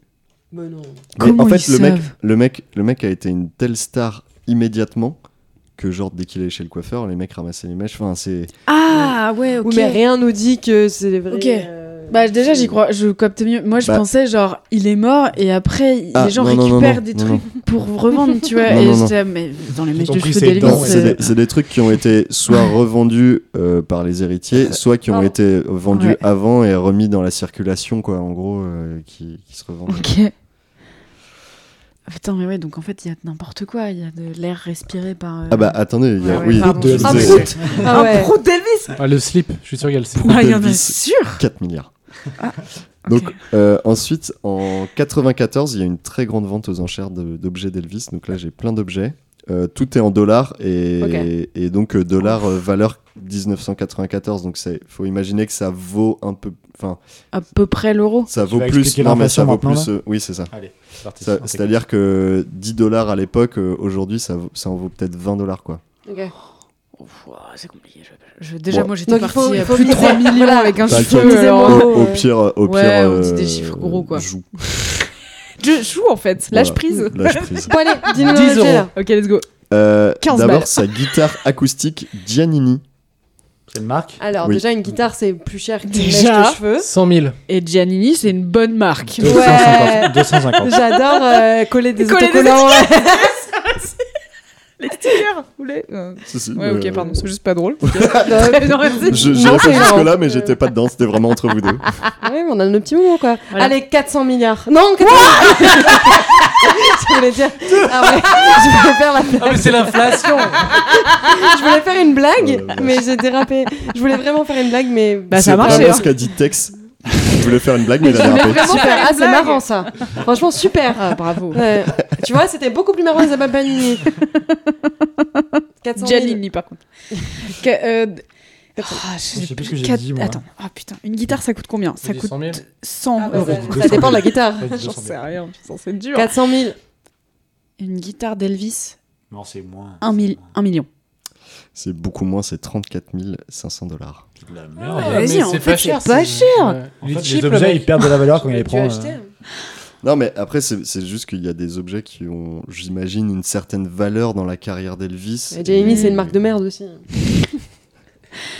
I: Mais non.
C: Mais
G: Comment
C: en fait,
G: ils
C: le mec,
G: savent
C: le, mec, le mec a été une telle star immédiatement que genre dès qu'il allait chez le coiffeur, les mecs ramassaient les mèches. Enfin, c'est...
G: Ah ouais, ok.
I: Oui, mais rien nous dit que c'est les vrais.
G: Ok.
I: euh,
G: Bah déjà j'y crois, je capte mieux. Moi je
C: Bah.
G: pensais genre il est mort et après il-
C: Ah,
G: les gens
C: non, non, non,
G: récupèrent
C: non,
G: des
C: non,
G: trucs pour revendre, tu vois.
C: Non,
G: et
C: non, non.
G: j'étais là, mais dans les mèches de
E: compris,
G: cheveux
E: c'est
G: d'Elvis.
E: dedans,
C: Non,
E: ouais.
C: c'est
G: euh,
C: des, c'est des trucs qui ont été soit revendus euh, par les héritiers, soit qui ont
I: Pardon.
C: été vendus
G: Ouais.
C: avant et remis dans la circulation, quoi, en gros, euh, qui, qui se revendent.
G: Ok. Putain mais ouais donc en fait il y a n'importe quoi, il y a de l'air respiré par. euh,
C: Ah bah attendez, il y a,
G: Ouais, ouais,
C: oui,
G: pardon.
C: je vous
I: Un
C: ai-
I: prout Ah ouais.
G: Un prout d'Elvis.
H: Ah, le slip, je suis sûr qu'il y a le slip.
G: Ah, Il y en a
C: d'Elvis.
G: sûr.
C: 4 milliards.
G: Ah, Ok.
C: Donc euh, ensuite, en 94, il y a une très grande vente aux enchères de- d'objets d'Elvis. Donc là, j'ai plein d'objets. Euh, tout est en dollars et,
I: Ok.
C: et donc euh, dollar euh, valeur 1994. Donc c'est, faut imaginer que ça vaut un peu, enfin,
G: à peu près l'euro.
C: ça
E: Tu
C: vaut
E: vas
C: plus.
E: expliquer
C: Non mais
E: l'inflation
C: ça vaut
E: maintenant,
C: plus.
E: là
C: euh, oui, c'est ça.
E: Allez, c'est parti.
C: Ça- C'est-à-dire que 10 dollars à l'époque, euh, aujourd'hui, ça, vaut- ça en vaut peut-être 20 dollars, quoi.
I: Ok.
G: Ouf, ouah, c'est compliqué. je- je- déjà
C: Bon.
G: moi j'étais
I: Donc, il faut-
G: partie
I: il
G: à
I: faut
G: plus de
I: miser.
G: 3 millions
I: Voilà.
G: avec un
C: T'inquiète.
G: cheveu.
I: Misez-moi.
G: alors,
I: Oh,
C: au
I: ouais.
C: pire, au
G: Ouais,
C: pire,
G: on dit des
C: euh,
G: chiffres gros, quoi.
C: Joue.
G: Je joue en fait, lâche
C: Voilà.
G: prise.
C: Lâche prise.
I: Bon, allez, dis-nous
G: 10
I: l'objet,
G: euros.
I: là.
G: Ok let's go.
C: Euh,
G: 15
C: D'abord,
G: balles.
C: sa guitare acoustique Giannini.
E: C'est une marque
I: Alors,
C: Oui.
I: déjà, une guitare, c'est plus cher qu'une mèche
G: Déjà.
I: de cheveux.
H: 100 000.
G: Et Giannini, c'est une bonne marque.
I: Ouais.
E: 250. 250.
I: J'adore euh, coller des
G: Coller des
I: autocollants.
G: Les stickers vous les- euh,
C: Si, si,
G: Ouais,
C: mais,
G: ok,
C: euh,
G: pardon, c'est juste pas drôle.
I: Non, mais-
G: Non, vas-y.
C: Je
I: Non,
C: J'irai
I: c'est
C: pas jusque là,
I: marrant.
C: mais j'étais pas dedans, c'était vraiment entre vous deux.
I: Ah ouais, mais on a nos petits moments, quoi.
G: Voilà.
I: Allez, 400 milliards. Non, 400 Je voulais dire. Ah ouais, je voulais faire la
H: Ah, mais c'est l'inflation
I: Je voulais faire une blague,
C: Oh la vache.
I: mais j'ai dérapé. Je voulais vraiment faire une blague, mais.
G: Bah, ça
C: C'est
G: marche,
C: vraiment
G: hein.
C: ce qu'a dit Tex. Je voulais faire une blague, mais elle a dérapé.
I: Vraiment
G: Super,
I: super. Ah, c'est
G: blague.
I: marrant ça. Franchement, super.
G: bravo.
I: Ouais. Tu vois, c'était beaucoup plus marrant les Abba Panini. 400 000.
G: Giannini, par contre. Que, euh, d- Ah,
E: Je sais plus ce que j'ai
G: quatre-
E: dit, moi.
G: Attends, ah putain, une guitare ça coûte combien Ça
H: dit
G: coûte
H: 100 000.
G: 100
I: Ah, bah,
G: euros.
I: ça, ça dépend de la guitare.
G: J'en sais rien, putain, c'est dur.
I: 400 000.
G: Une guitare d'Elvis,
E: Non, c'est moins.
G: 1, million.
C: C'est beaucoup moins, c'est 34 500 dollars.
E: C'est de la
H: Ah,
E: merde.
H: mais
G: vas-y, en
H: c'est
G: fait,
H: pas
G: c'est
H: cher.
G: pas
H: c'est-
G: cher.
H: Ouais.
E: En
H: Il est
E: fait,
H: cheap,
E: les
H: le
E: objets,
H: mec.
E: ils perdent de la valeur quand ils les
I: Tu
E: prend.
I: as
E: euh,
I: acheté hein.
C: Non, mais après, c'est c'est juste qu'il y a des objets qui ont, j'imagine, une certaine valeur dans la carrière d'Elvis.
G: Bah,
I: Et Jamie,
C: Et-
I: c'est une marque de merde aussi.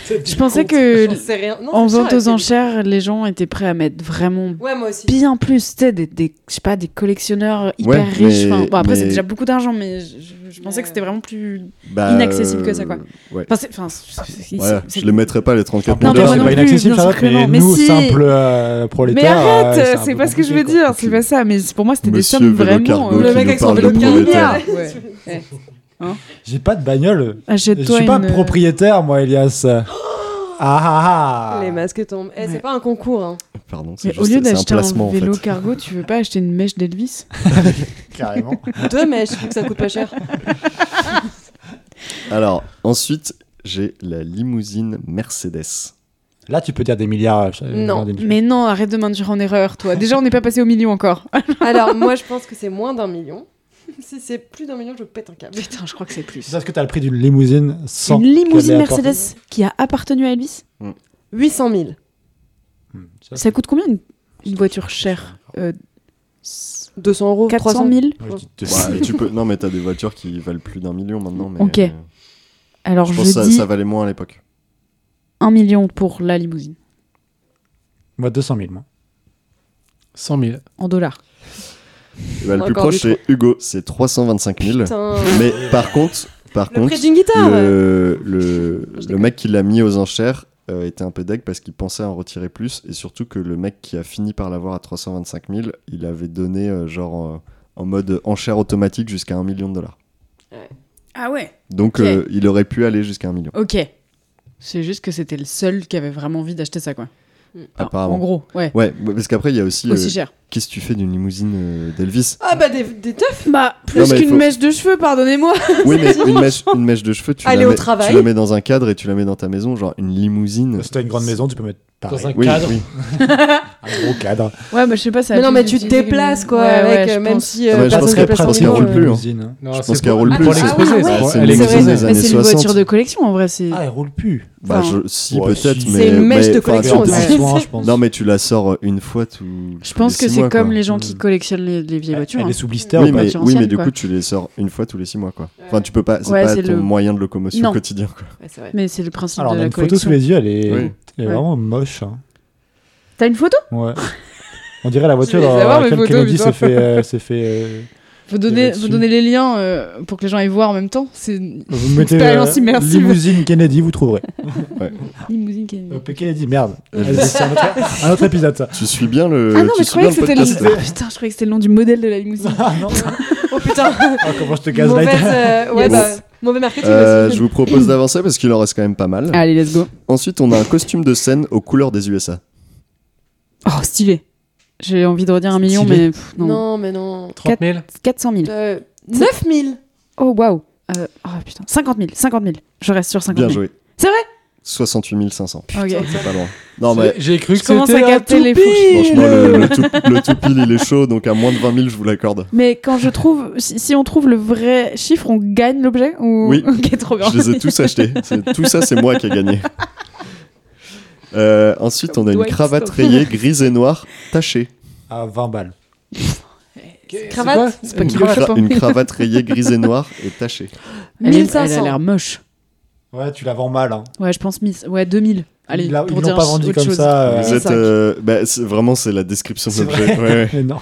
G: Je pensais que
I: J'en sais rien. Non,
G: en
I: c'est cher,
G: vente aux
I: c'est-
G: enchères, les gens étaient prêts à mettre vraiment
I: Ouais, moi aussi.
G: bien plus, tu sais, des, des- je sais pas, des collectionneurs hyper
C: Ouais,
G: riches.
C: mais-
G: enfin, bon, après, c'est
C: mais-
G: déjà beaucoup d'argent, mais je, je- je pensais
I: Ouais.
G: que c'était vraiment plus.
C: Bah,
G: inaccessible que ça, quoi.
C: Ouais.
G: Enfin, c'est- enfin, c'est- c'est-
C: Ouais,
G: c'est-
C: je les mettrais pas les 34 000
G: Non, mais
E: D'ailleurs,
G: moi
E: c'est
G: non
E: pas
G: plus,
E: inaccessible,
G: bien
E: ça va,
G: sûr que
E: mais
G: non. Mais
E: nous,
G: si.
E: simples euh,
G: Mais
E: prolétaires.
G: arrête,
E: euh, un
G: c'est
E: peu
G: pas ce que je veux
E: compliqué,
G: dire,
E: quoi.
G: c'est pas ça. Mais pour moi, c'était des
C: Monsieur
G: sommes
C: Vélo
G: vraiment.
C: Cargo qui
G: euh,
I: Le mec
C: nous
I: avec son
C: parle de
I: vélo de
C: prolétaire.
I: milliards.
G: Ouais. Eh,
E: J'ai pas de bagnole. Je
G: Achète-toi
E: suis
G: une. euh,
E: pas propriétaire, moi, Elias. Ah ah ah.
I: Les masques tombent. Eh,
G: Ouais.
I: c'est pas un concours. Hein.
C: Pardon, c'est
G: Mais au
C: juste-
G: lieu
C: c'est un
G: d'acheter un,
C: placement en fait.
G: vélo cargo, tu veux pas acheter une mèche d'Elvis
E: Carrément.
I: Deux mèches, vu que ça coûte pas cher.
C: Alors, ensuite, j'ai la limousine Mercedes.
E: Là, tu peux dire des milliards. euh,
I: Non,
E: Blandine.
G: Mais non, arrête de m'induire en erreur, toi. Déjà, on n'est pas passé au million encore.
I: Alors, moi, je pense que c'est moins d'un million. Si c'est plus d'un million, je pète un câble.
G: Putain, je crois que c'est
E: C'est
G: plus.
E: parce que t'as le prix d'une limousine sans.
G: Une
E: qu'elle
G: limousine
E: ait apporté-
G: Mercedes qui a appartenu à Elvis
I: 800 000.
E: Hmm, ça,
G: Ça coûte combien une, une voiture chère Euh,
I: 200 euros.
G: 400 000
E: moi, je dis deux cents.
C: Ouais, tu peux... Non, mais t'as des voitures qui valent plus d'un million maintenant. Mais...
G: Ok. Alors,
C: Je
G: je,
C: pense que ça,
G: dis
C: ça valait moins à l'époque.
G: 1 million pour la limousine,
E: Moi, 200 000, moi.
H: 100 000.
G: en dollars.
C: Eh ben, le plus
I: Encore
C: proche,
I: du
C: c'est Hugo, c'est 325 000.
I: Putain.
C: Mais par contre, par
I: Le
C: contre,
I: prix d'une guitare.
C: le, le, le mec qui l'a mis aux enchères euh, était un peu deg parce qu'il pensait en retirer plus et surtout que le mec qui a fini par l'avoir à 325 000, il avait donné euh, genre en- en mode enchère automatique jusqu'à 1 million de dollars.
G: Ah ouais
C: Donc
G: Ok.
C: euh, il aurait pu aller jusqu'à 1 million.
G: Ok. C'est juste que c'était le seul qui avait vraiment envie d'acheter ça, quoi. Alors,
C: Apparemment.
G: En gros, ouais.
C: Ouais, ouais, parce qu'après il y a aussi. euh,
G: Aussi cher.
C: Qu'est-ce que tu fais d'une limousine euh, d'Elvis
I: Ah bah des, des teufs
G: Bah,
C: Non,
G: plus
C: mais il
G: qu'une
C: faut-
G: mèche de cheveux, pardonnez-moi.
C: Oui, mais
G: C'est
C: une
G: bon.
C: mèche, une mèche de cheveux, tu la,
G: Aller au
C: mets,
G: travail.
C: tu la mets dans un cadre et tu la mets dans ta maison, genre une limousine.
E: Si t'as une grande maison, tu peux mettre pareil.
H: Dans un
C: Oui,
H: cadre. Ah,
C: oui.
E: Un gros cadre.
G: Ouais, mais je sais pas, ça.
I: Mais non, mais tu te déplaces, quoi, avec, euh, même si, euh,
C: Ah bah, je
I: personne
C: pense
I: se
C: qu'elle
I: déplace en
C: pense qu'elle
I: vélo,
C: roule
I: euh.
C: plus. hein.
E: Limousine, hein.
H: Non,
C: Je
H: c'est
C: pense qu'elle
H: pour-
C: roule
H: ah,
C: plus.
H: pour l'exposer,
I: ouais,
H: c'est pour-
C: c'est
H: elle
C: une
H: expose.
C: limousine des
G: Mais
C: années
G: c'est une
C: 60.
G: voiture de collection, en vrai. C'est.
E: Ah, elle roule plus.
C: Bah,
G: Enfin,
C: je- si,
E: Ouais,
C: peut-être,
E: si.
C: mais.
I: C'est une mèche
C: mais-
I: de
C: enfin,
I: collection,
C: tu-
E: Dans
G: ouais.
E: un soin, je pense.
C: Non, mais tu la sors une fois tout.
G: Je pense que c'est comme les gens qui collectionnent les, les vieilles
E: Elle-
G: voitures.
E: Elle
G: hein.
E: est sous blister.
C: oui,
E: ou pas
C: mais,
G: voitures
C: oui, mais
G: anciennes,
C: du
G: quoi.
C: coup, tu les sors une fois tous les six mois, quoi. Enfin, tu peux pas, c'est
G: Ouais,
C: pas ton
G: c'est le-
C: moyen de locomotion
G: Non.
C: quotidien, quoi.
I: Ouais, c'est vrai.
G: Mais c'est le principe
E: Alors, on
G: de
E: a
G: la
E: une photo sous
G: collection.
E: les yeux, elle est,
C: Oui.
E: elle est
G: Ouais.
E: vraiment moche. hein.
G: T'as une photo
E: Ouais. On dirait la voiture
G: vais
E: dans
G: savoir, mes
E: laquelle
G: photos,
E: Kennedy
G: putain.
E: s'est fait. euh, s'est fait euh,
G: Faut donner,
E: Il y
G: faut
E: avait
G: donner les liens euh, pour que les gens aillent voir en même temps. C'est une
E: vous mettez euh,
G: expérience immersive.
E: limousine Kennedy, vous trouverez.
G: Limousine qui-
E: Euh, Kennedy, merde. Vas-y, c'est un, autre, un autre épisode, ça.
C: Tu suis bien le.
G: Ah non, mais
C: tu
G: je
C: suis
G: croyais
C: bien
G: que
C: le
G: c'était
C: podcast.
G: le... Putain, je croyais que c'était le nom du modèle de la limousine.
E: Ah non,
I: Oh putain,
E: ah, comment je te
I: mauvaise,
E: gaslight
I: euh, ouais,
G: Yes.
I: bah, mauvais marketing
C: Euh,
I: aussi.
C: je vous propose d'avancer parce qu'il en reste quand même pas mal.
G: Allez, let's go.
C: Ensuite, on a un costume de scène aux couleurs des USA.
G: Oh, stylé. J'ai envie de redire un million,
H: Stylé.
G: mais pff, non.
I: Non, mais non.
H: 30 000
G: 400 000.
I: Euh, 9000
G: Oh, waouh. Euh, oh, putain. 50 000, 50 000. Je reste sur 50 000.
C: Bien joué.
G: C'est vrai
C: 68 500.
G: Ok.
C: C'est pas loin. Non, mais.
H: C'est- J'ai cru
G: Je
H: que
G: commence à
H: c'était un
G: capter les
H: toupie.
G: fourches.
C: Franchement, le, le tout, le tout pile, il est chaud, donc à moins de 20 000, je vous l'accorde.
G: Mais quand je trouve, si, si on trouve le vrai chiffre, on gagne l'objet ou...
C: Oui.
G: Ok, trop bien.
C: Je les ai tous achetés. C'est- Tout ça, c'est moi qui ai gagné. Euh, ensuite, on a une
G: Dwight
C: cravate
G: Schrute.
C: rayée grise et noire tachée.
E: à 20 Ah, balles.
H: C'est
I: cravate,
H: quoi
G: C'est pas
C: Une,
G: une cravate.
C: cra- une cravate rayée grise et noire et tachée.
G: Elle, est- elle
I: 1500.
G: a l'air moche.
E: Ouais, tu la vends mal. Hein.
G: Ouais, je pense Miss. Ouais, 2000. Allez,
E: ils la-
G: pour
E: ils
G: dire
E: l'ont pas vendu
G: autre
E: comme
G: chose.
E: ça.
C: Vous
E: euh,
C: êtes. euh, bah, c'est- vraiment, c'est la description de
E: C'est
C: l'objet. Ouais, ouais.
E: mais non.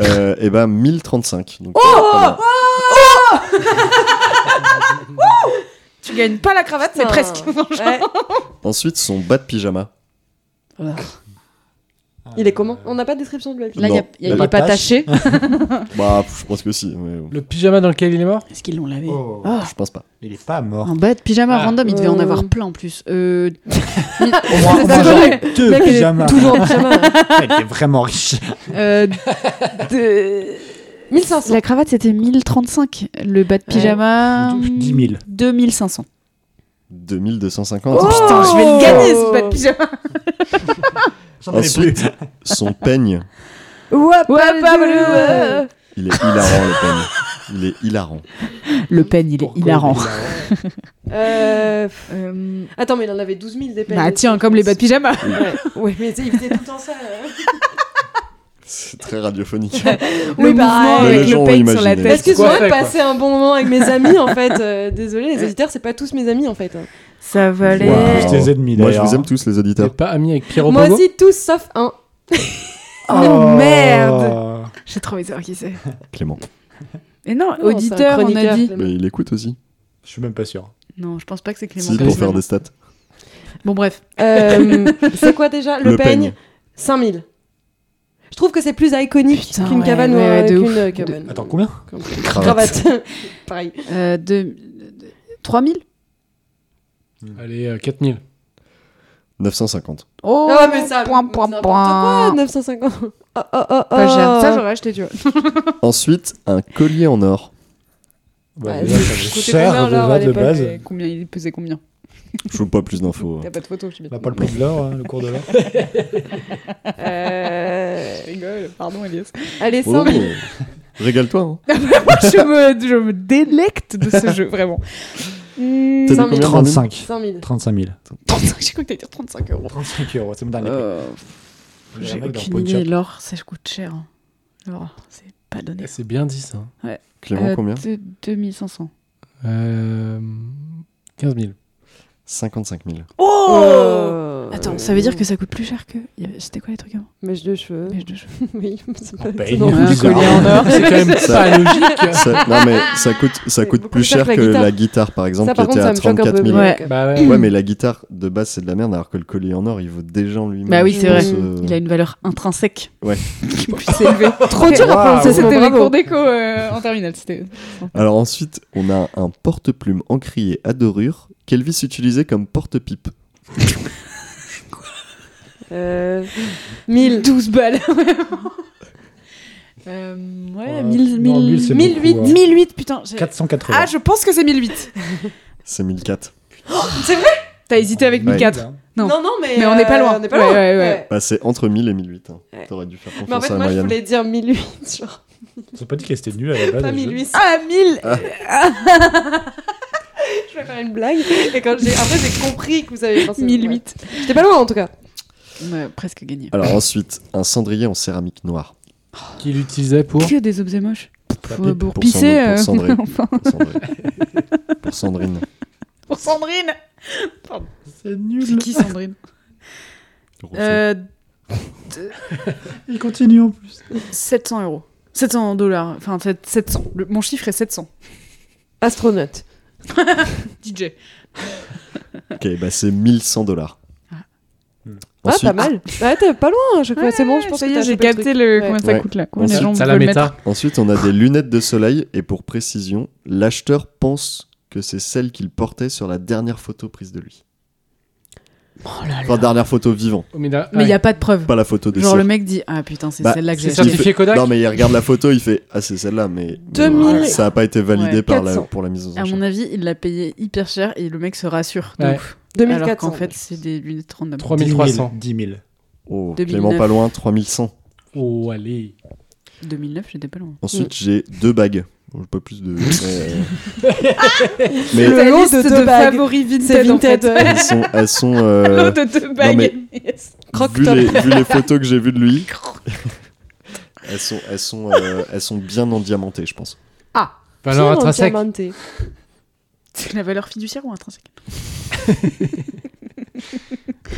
C: Euh, et ben 1035. Donc,
G: Oh
C: euh, pas mal.
G: Tu gagnes pas la cravate, mais
I: Putain.
G: presque.
I: Ouais.
C: Ensuite, son bas de pyjama.
I: Il est comment On n'a pas de description de la vie.
G: Là, il y a-
C: Non,
G: il y a- il
E: la
G: est pas
E: patache.
G: taché.
C: Bah, je pense que si, mais bon,
H: Le pyjama dans lequel il est mort
G: Est-ce qu'ils l'ont lavé
E: Oh,
G: Ah.
C: je pense pas.
E: Il est pas mort.
G: Un bas de pyjama
H: Ah.
G: random, il devait en
I: Euh.
G: avoir plein en plus. Euh,
E: Au moins, au moins,
G: vrai.
E: genre, deux
I: Mec, elle est
E: pyjamas.
I: Toujours en pyjama.
E: Elle est vraiment riche.
G: euh, de-
I: 1500.
G: La cravate, c'était 1035. Le bas de pyjama,
E: Je- je dis 1000.
G: 2500.
C: 2250.
G: Putain, je vais le gagner ce bas de pyjama.
E: J'en avais plus.
C: Ensuite, son peigne.
G: Ouais, pas bleu, ouais.
C: Il est hilarant, le peigne. Il est hilarant.
G: Le peigne, il est
H: Pourquoi
G: hilarant.
I: Euh, pff,
G: Euh,
I: Attends, mais il en avait 12 000 des
G: Bah tiens, comme les bas de pyjama.
I: Ouais, ouais mais tu sais, il faisait tout le temps ça. euh.
C: C'est très radiophonique.
I: Oui,
G: le mouvement
I: bah,
C: Mais les
G: avec
C: gens
G: le
C: ont
G: peigne sur la
C: imaginé.
G: tête.
I: Excuse-moi
H: Quoi
I: de
H: faire, quoi.
I: passer un bon moment avec mes amis en fait. euh, désolé, les auditeurs, c'est pas tous mes amis en fait. hein.
G: Ça valait.
C: Wow.
E: Plus tes ennemis,
C: Moi, je
E: d'ailleurs.
C: vous aime tous, les
H: T'es
C: auditeurs.
H: pas ami avec Pierrot
I: Moi
H: Bogo
I: aussi, tous sauf un.
G: Oh, merde. J'ai trop envie de savoir qui c'est.
C: Clément.
G: Mais non,
I: Non, c'est un
G: auditeur, on a
I: chroniqueur,
G: dit.
I: Clément.
C: Mais il écoute aussi.
E: Je suis même pas sûr.
G: Non, je pense pas que c'est Clément.
C: Si, pour
G: Clément.
C: faire des stats.
G: Bon, bref.
I: Euh, c'est quoi déjà Le,
C: Le
I: peigne,
C: peigne.
I: 5000. Je trouve que c'est plus iconique
G: Putain,
I: qu'une
G: ouais,
I: cabane ou
G: ouais,
I: euh,
G: de
I: qu'une
G: ouf.
I: euh, cabane.
E: Attends, combien Bah,
I: Cravate. Pareil.
G: Euh, deux- deux- 3000
H: Allez, euh, 4000.
C: 950.
G: Oh,
I: Ah mais ça.
G: point, point,
I: n'importe
G: point.
I: quoi, 950. Oh, oh, oh, oh.
G: Pas cher. Ça, j'aurais acheté, tu vois.
C: Ensuite, un collier en or.
E: Bah,
I: Ouais,
E: déjà,
I: ça
E: ça
I: coûtait
E: vaut cher
I: combien,
E: déjà,
I: alors, à
E: de
I: l'époque,
E: base.
G: Euh, Combien il pesait combien
C: Je veux pas plus d'infos. hein.
G: T'as pas de photo, je sais
E: On
C: Bah,
E: n'a pas le prix de l'or, hein, le cours de l'or.
I: Euh,
G: rigole. Pardon, Elias.
I: Allez,
C: Oh,
I: 5000.
C: Régale-toi. hein.
G: je, me, je me délecte de ce jeu, vraiment. Hmm,
C: T'as dit
I: 5 000.
C: combien
E: 35.
I: 5000.
E: 35 000.
G: 35, J'ai cru que t'allais dire 35 euros.
E: 35 euros, c'est mon
C: Ah,
E: dernier.
G: Euh,
E: prix.
G: J'ai
E: Le mec dans
G: aucune
E: Pawn Shop.
G: idée. L'or, ça coûte cher. hein. L'or, c'est pas donné.
H: Eh, C'est bien dit ça.
C: Clément,
G: Euh,
C: combien
G: de- 2500.
H: Euh, 15 000.
C: 55 000.
G: Oh
I: Euh,
G: Attends, ça veut dire que ça coûte plus cher que. il y avait- C'était quoi les trucs avant
I: Oh. Mèche de cheveux.
G: Mèche de cheveux.
I: oui, c'est pas
E: paye.
I: étonnant.
E: Ouais, un collier en or. C'est quand même pas logique.
C: ça- non, mais ça coûte, ça coûte plus cher que la guitare, par exemple,
I: Ça, par
C: qui était
I: contre,
C: à
I: ça me choque un
C: 34
I: peu,
C: 000.
I: mais Ouais. ok. Bah ouais.
C: mais la guitare de base, c'est de la merde, alors que le collier en or, il vaut déjà en lui-même.
G: Bah oui,
C: je
G: c'est vrai.
C: pense, euh,
G: Il a une valeur intrinsèque.
C: Ouais.
G: Qui puisse élever.
I: Trop dur à Waouh. prononcer,
G: Ça, C'était
I: bravo.
G: mes cours d'éco euh, en terminale. C'était.
C: Alors ensuite, on a un porte-plume encrier à dorure qu'Elvis utilisait comme porte-pipe.
I: Euh, 1000.
G: 12 balles. Euh, ouais, 1000, 1000, 1008, 1008, putain. j'ai-
C: 480.
G: Ah, je pense que c'est 1008.
C: C'est 1004.
G: c'est vrai T'as hésité avec
C: Ouais.
G: 1004. Non.
I: Non, non, mais,
G: on n'est pas
I: euh,
G: loin.
I: on n'est pas loin.
G: Ouais, ouais, ouais.
C: Bah, c'est entre 1000 et 1008. hein.
I: Ouais.
C: T'aurais dû faire
I: Mais en
C: confiance
I: fait,
C: à
I: moi,
C: la
I: je
C: moyenne.
I: voulais dire 1008, genre.
E: Ils ont pas dit qu'elle était nulle à la base.
I: Pas
E: le jeu.
I: 1008.
G: Ah, 1000
C: Ah.
I: Je vais faire une blague. Et quand j'ai... après, j'ai compris que vous avez pensé.
G: 1008.
I: J'étais pas loin, en tout cas.
G: Ouais, presque gagné.
C: Alors ensuite, un cendrier en céramique noire.
H: Qu'il utilisait pour.
G: Que des objets moches. Pour,
C: pipe.
G: pour
C: Pour
G: pisser. euh,
C: cendre- pour cendrer.
G: enfin.
C: Pour cendrer. Pour Sandrine.
G: Pour Sandrine
H: C'est nul.
G: C'est qui Sandrine Euh, de-
H: Il continue en plus.
G: 700 euros. 700 dollars. Enfin, sept- 700. Le- mon chiffre est 700.
I: Astronaute.
G: DJ.
C: Ok, bah c'est 1100 dollars.
I: Ah, pas mal. Ouais, t'es pas loin à chaque fois. C'est bon, je pense
G: ça
I: que
G: y est,
I: t'as
G: j'ai
I: chopé le
G: capté
I: truc.
G: le-
I: Ouais.
G: combien ça coûte, là. Combien les gens
C: Ensuite,
G: Ça la veulent méta. mettre
C: Ensuite, on a des lunettes de soleil et pour précision, l'acheteur pense que c'est celle qu'il portait sur la dernière photo prise de lui.
G: Oh
C: Enfin, dernière photo vivante.
H: Mais il
G: Mais il n'y a pas de preuve.
C: Pas la photo de
G: Genre,
C: cire.
G: le mec dit Ah putain, c'est
C: Bah,
G: celle-là que j'ai
C: il fait-
G: achetée.
C: Non, mais il regarde la photo, il fait Ah, c'est celle-là, mais mais
G: 2000.
C: ça n'a pas été validé
G: Ouais,
C: par la,
G: 400.
C: pour la mise en
G: À
C: enchère.
G: mon avis, il l'a payé hyper cher et le mec se rassure. De
C: Ouais.
G: ouf.
I: 2400,
G: Alors qu'en
I: je
G: fait, c'est des lunettes 39.
H: 3300.
E: 10 000.
C: Oh,
G: 2009.
C: Clément, pas loin, 3100.
H: Oh, allez.
G: 2009, j'étais pas loin.
C: Ensuite, j'ai deux bagues. Bon, Pas plus de. mais, euh,
G: Le
C: mais
G: lot de, deux bagues. favoris
I: C'est
G: Vinted,
I: Vinted,
G: en fait.
I: ouais.
C: elles sont. Elles sont euh,
G: Lot de deux
C: non,
G: bagues.
C: mais
G: Yes.
C: vu, les, vu les photos que j'ai vues de lui, elles sont, elles, sont, euh, elles sont bien endiamantées, je pense.
I: Ah
H: Valeur
I: Pierre
H: intrinsèque.
I: Diamante.
G: C'est la valeur fiduciaire ou intrinsèque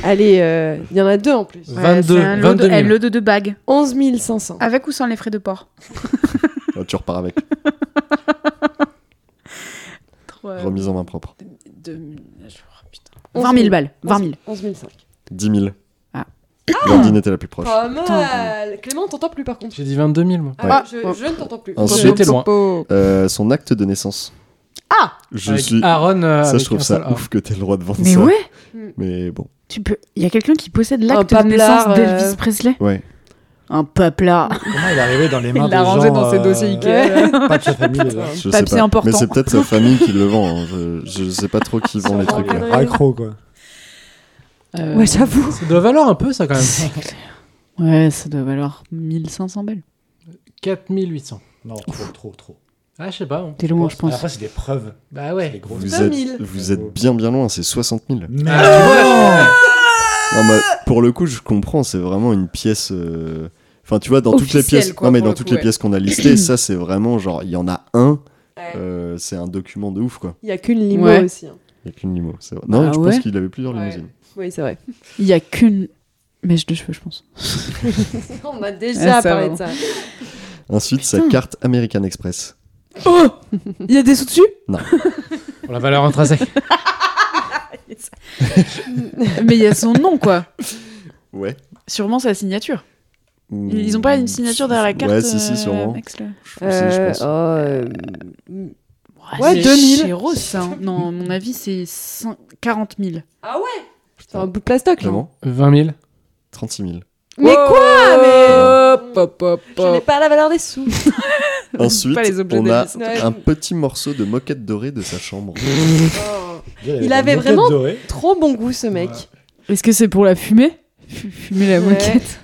I: Allez, euh, il y en a deux en plus.
G: Ouais, 22, c'est un lot de- 22 000. un lot de deux bagues.
I: 11 500.
G: Avec ou sans les frais de port
C: Ah, tu repars avec.
G: euh,
C: Remise en main propre.
G: 20 000 balles. 20 000.
I: 11 500.
C: 10 000.
G: Ah.
C: Gordine était la plus proche.
I: Pas mal Clément, on t'entend plus par contre.
H: J'ai dit 22 000, moi.
I: Ah, je, je ne t'entends plus.
C: Ensuite,
H: J'étais loin.
C: Euh, son acte de naissance.
I: Ah
C: Je
H: Avec
C: suis.
H: Aaron, euh,
C: ça,
H: avec
C: je trouve
H: un
C: ça
H: seul A.
C: ouf que t'aies le droit de vendre
G: Mais
C: ça.
G: ouais.
C: Mais bon.
G: Tu peux. Il y a quelqu'un qui possède l'acte
I: Un
G: de naissance
I: paplard, euh,
G: d'Elvis Presley
C: Ouais.
G: Un papla.
E: Comment il est arrivé dans les mains
G: Il l'a
E: des gens,
G: rangé dans ses
E: euh,
G: dossiers Ikea.
E: Pas de sa famille, les
C: Je sais
G: Papier
C: pas.
G: important.
C: Mais c'est peut-être sa famille qui le vend. hein. Je, je sais pas trop qui vend les trucs. là.
E: Accro, quoi.
G: Euh,
I: Ouais, j'avoue.
H: Ça doit valoir un peu, ça, quand
G: C'est
H: même.
G: Ouais, ça doit valoir 1500 balles.
H: 4800.
E: Non, trop, trop, trop.
H: Ah, je sais pas. hein.
G: T'es loin, je pense.
E: Après, c'est des preuves.
H: Bah ouais.
E: Des grosses
C: Vous
E: 2000.
C: êtes, vous êtes bien bien loin, c'est 60 000.
H: Ah,
E: Merde.
C: Non, mais pour le coup, je comprends, c'est vraiment une pièce. euh, Enfin, tu vois, dans toutes les
G: Officielle,
C: pièces,
G: quoi,
C: non, mais
G: pour
C: dans
G: le
C: toutes
G: coup,
C: les
G: ouais.
C: pièces qu'on a listées, ça, c'est vraiment genre, il y en a un. euh, c'est un document de ouf, quoi.
I: Il y a qu'une limo
G: Ouais.
I: aussi. hein.
C: Il n'y a qu'une limo, c'est vrai. Non,
G: Ah
C: je
G: ouais
C: pense qu'il avait plusieurs limousines.
I: Oui, c'est vrai.
G: Il y a qu'une mèche de cheveux, je pense.
I: On a déjà
G: Ah, ça
I: parlé
G: va.
I: de ça.
C: Ensuite, sa
G: Putain.
C: carte American Express.
G: Oh Il y a des sous dessus
H: Pour la valeur intrinsèque.
G: Mais il y a son nom, quoi.
C: Ouais.
G: Sûrement sa signature. Ils ont pas une signature derrière la carte
C: Ouais, si,
G: euh,
C: si, sûrement.
G: Max, là
C: Je sais, je
I: Euh,
C: pense.
I: oh, euh,
G: Ouais,
I: Ouais,
G: c'est
I: 2000.
G: chez Rose, ça. hein. Non, à mon avis, c'est cin- 40 000.
I: Ah ouais C'est un bout de plastoc. là.
C: Clément
H: 20 000.
C: 36 000.
I: Mais quoi Mais
C: Ah.
G: Hop, hop, hop,
I: j'en ai
G: hop.
I: pas la valeur des sous.
C: Ensuite,
G: Pas les objets
C: on a
G: d'Elvis,
I: ouais.
C: un petit morceau de moquette dorée de sa chambre. Ah,
I: Il avait vraiment
E: doré.
I: trop bon goût ce mec.
G: Est-ce que c'est pour la fumée Fu- Fumer la
I: Ouais.
G: moquette.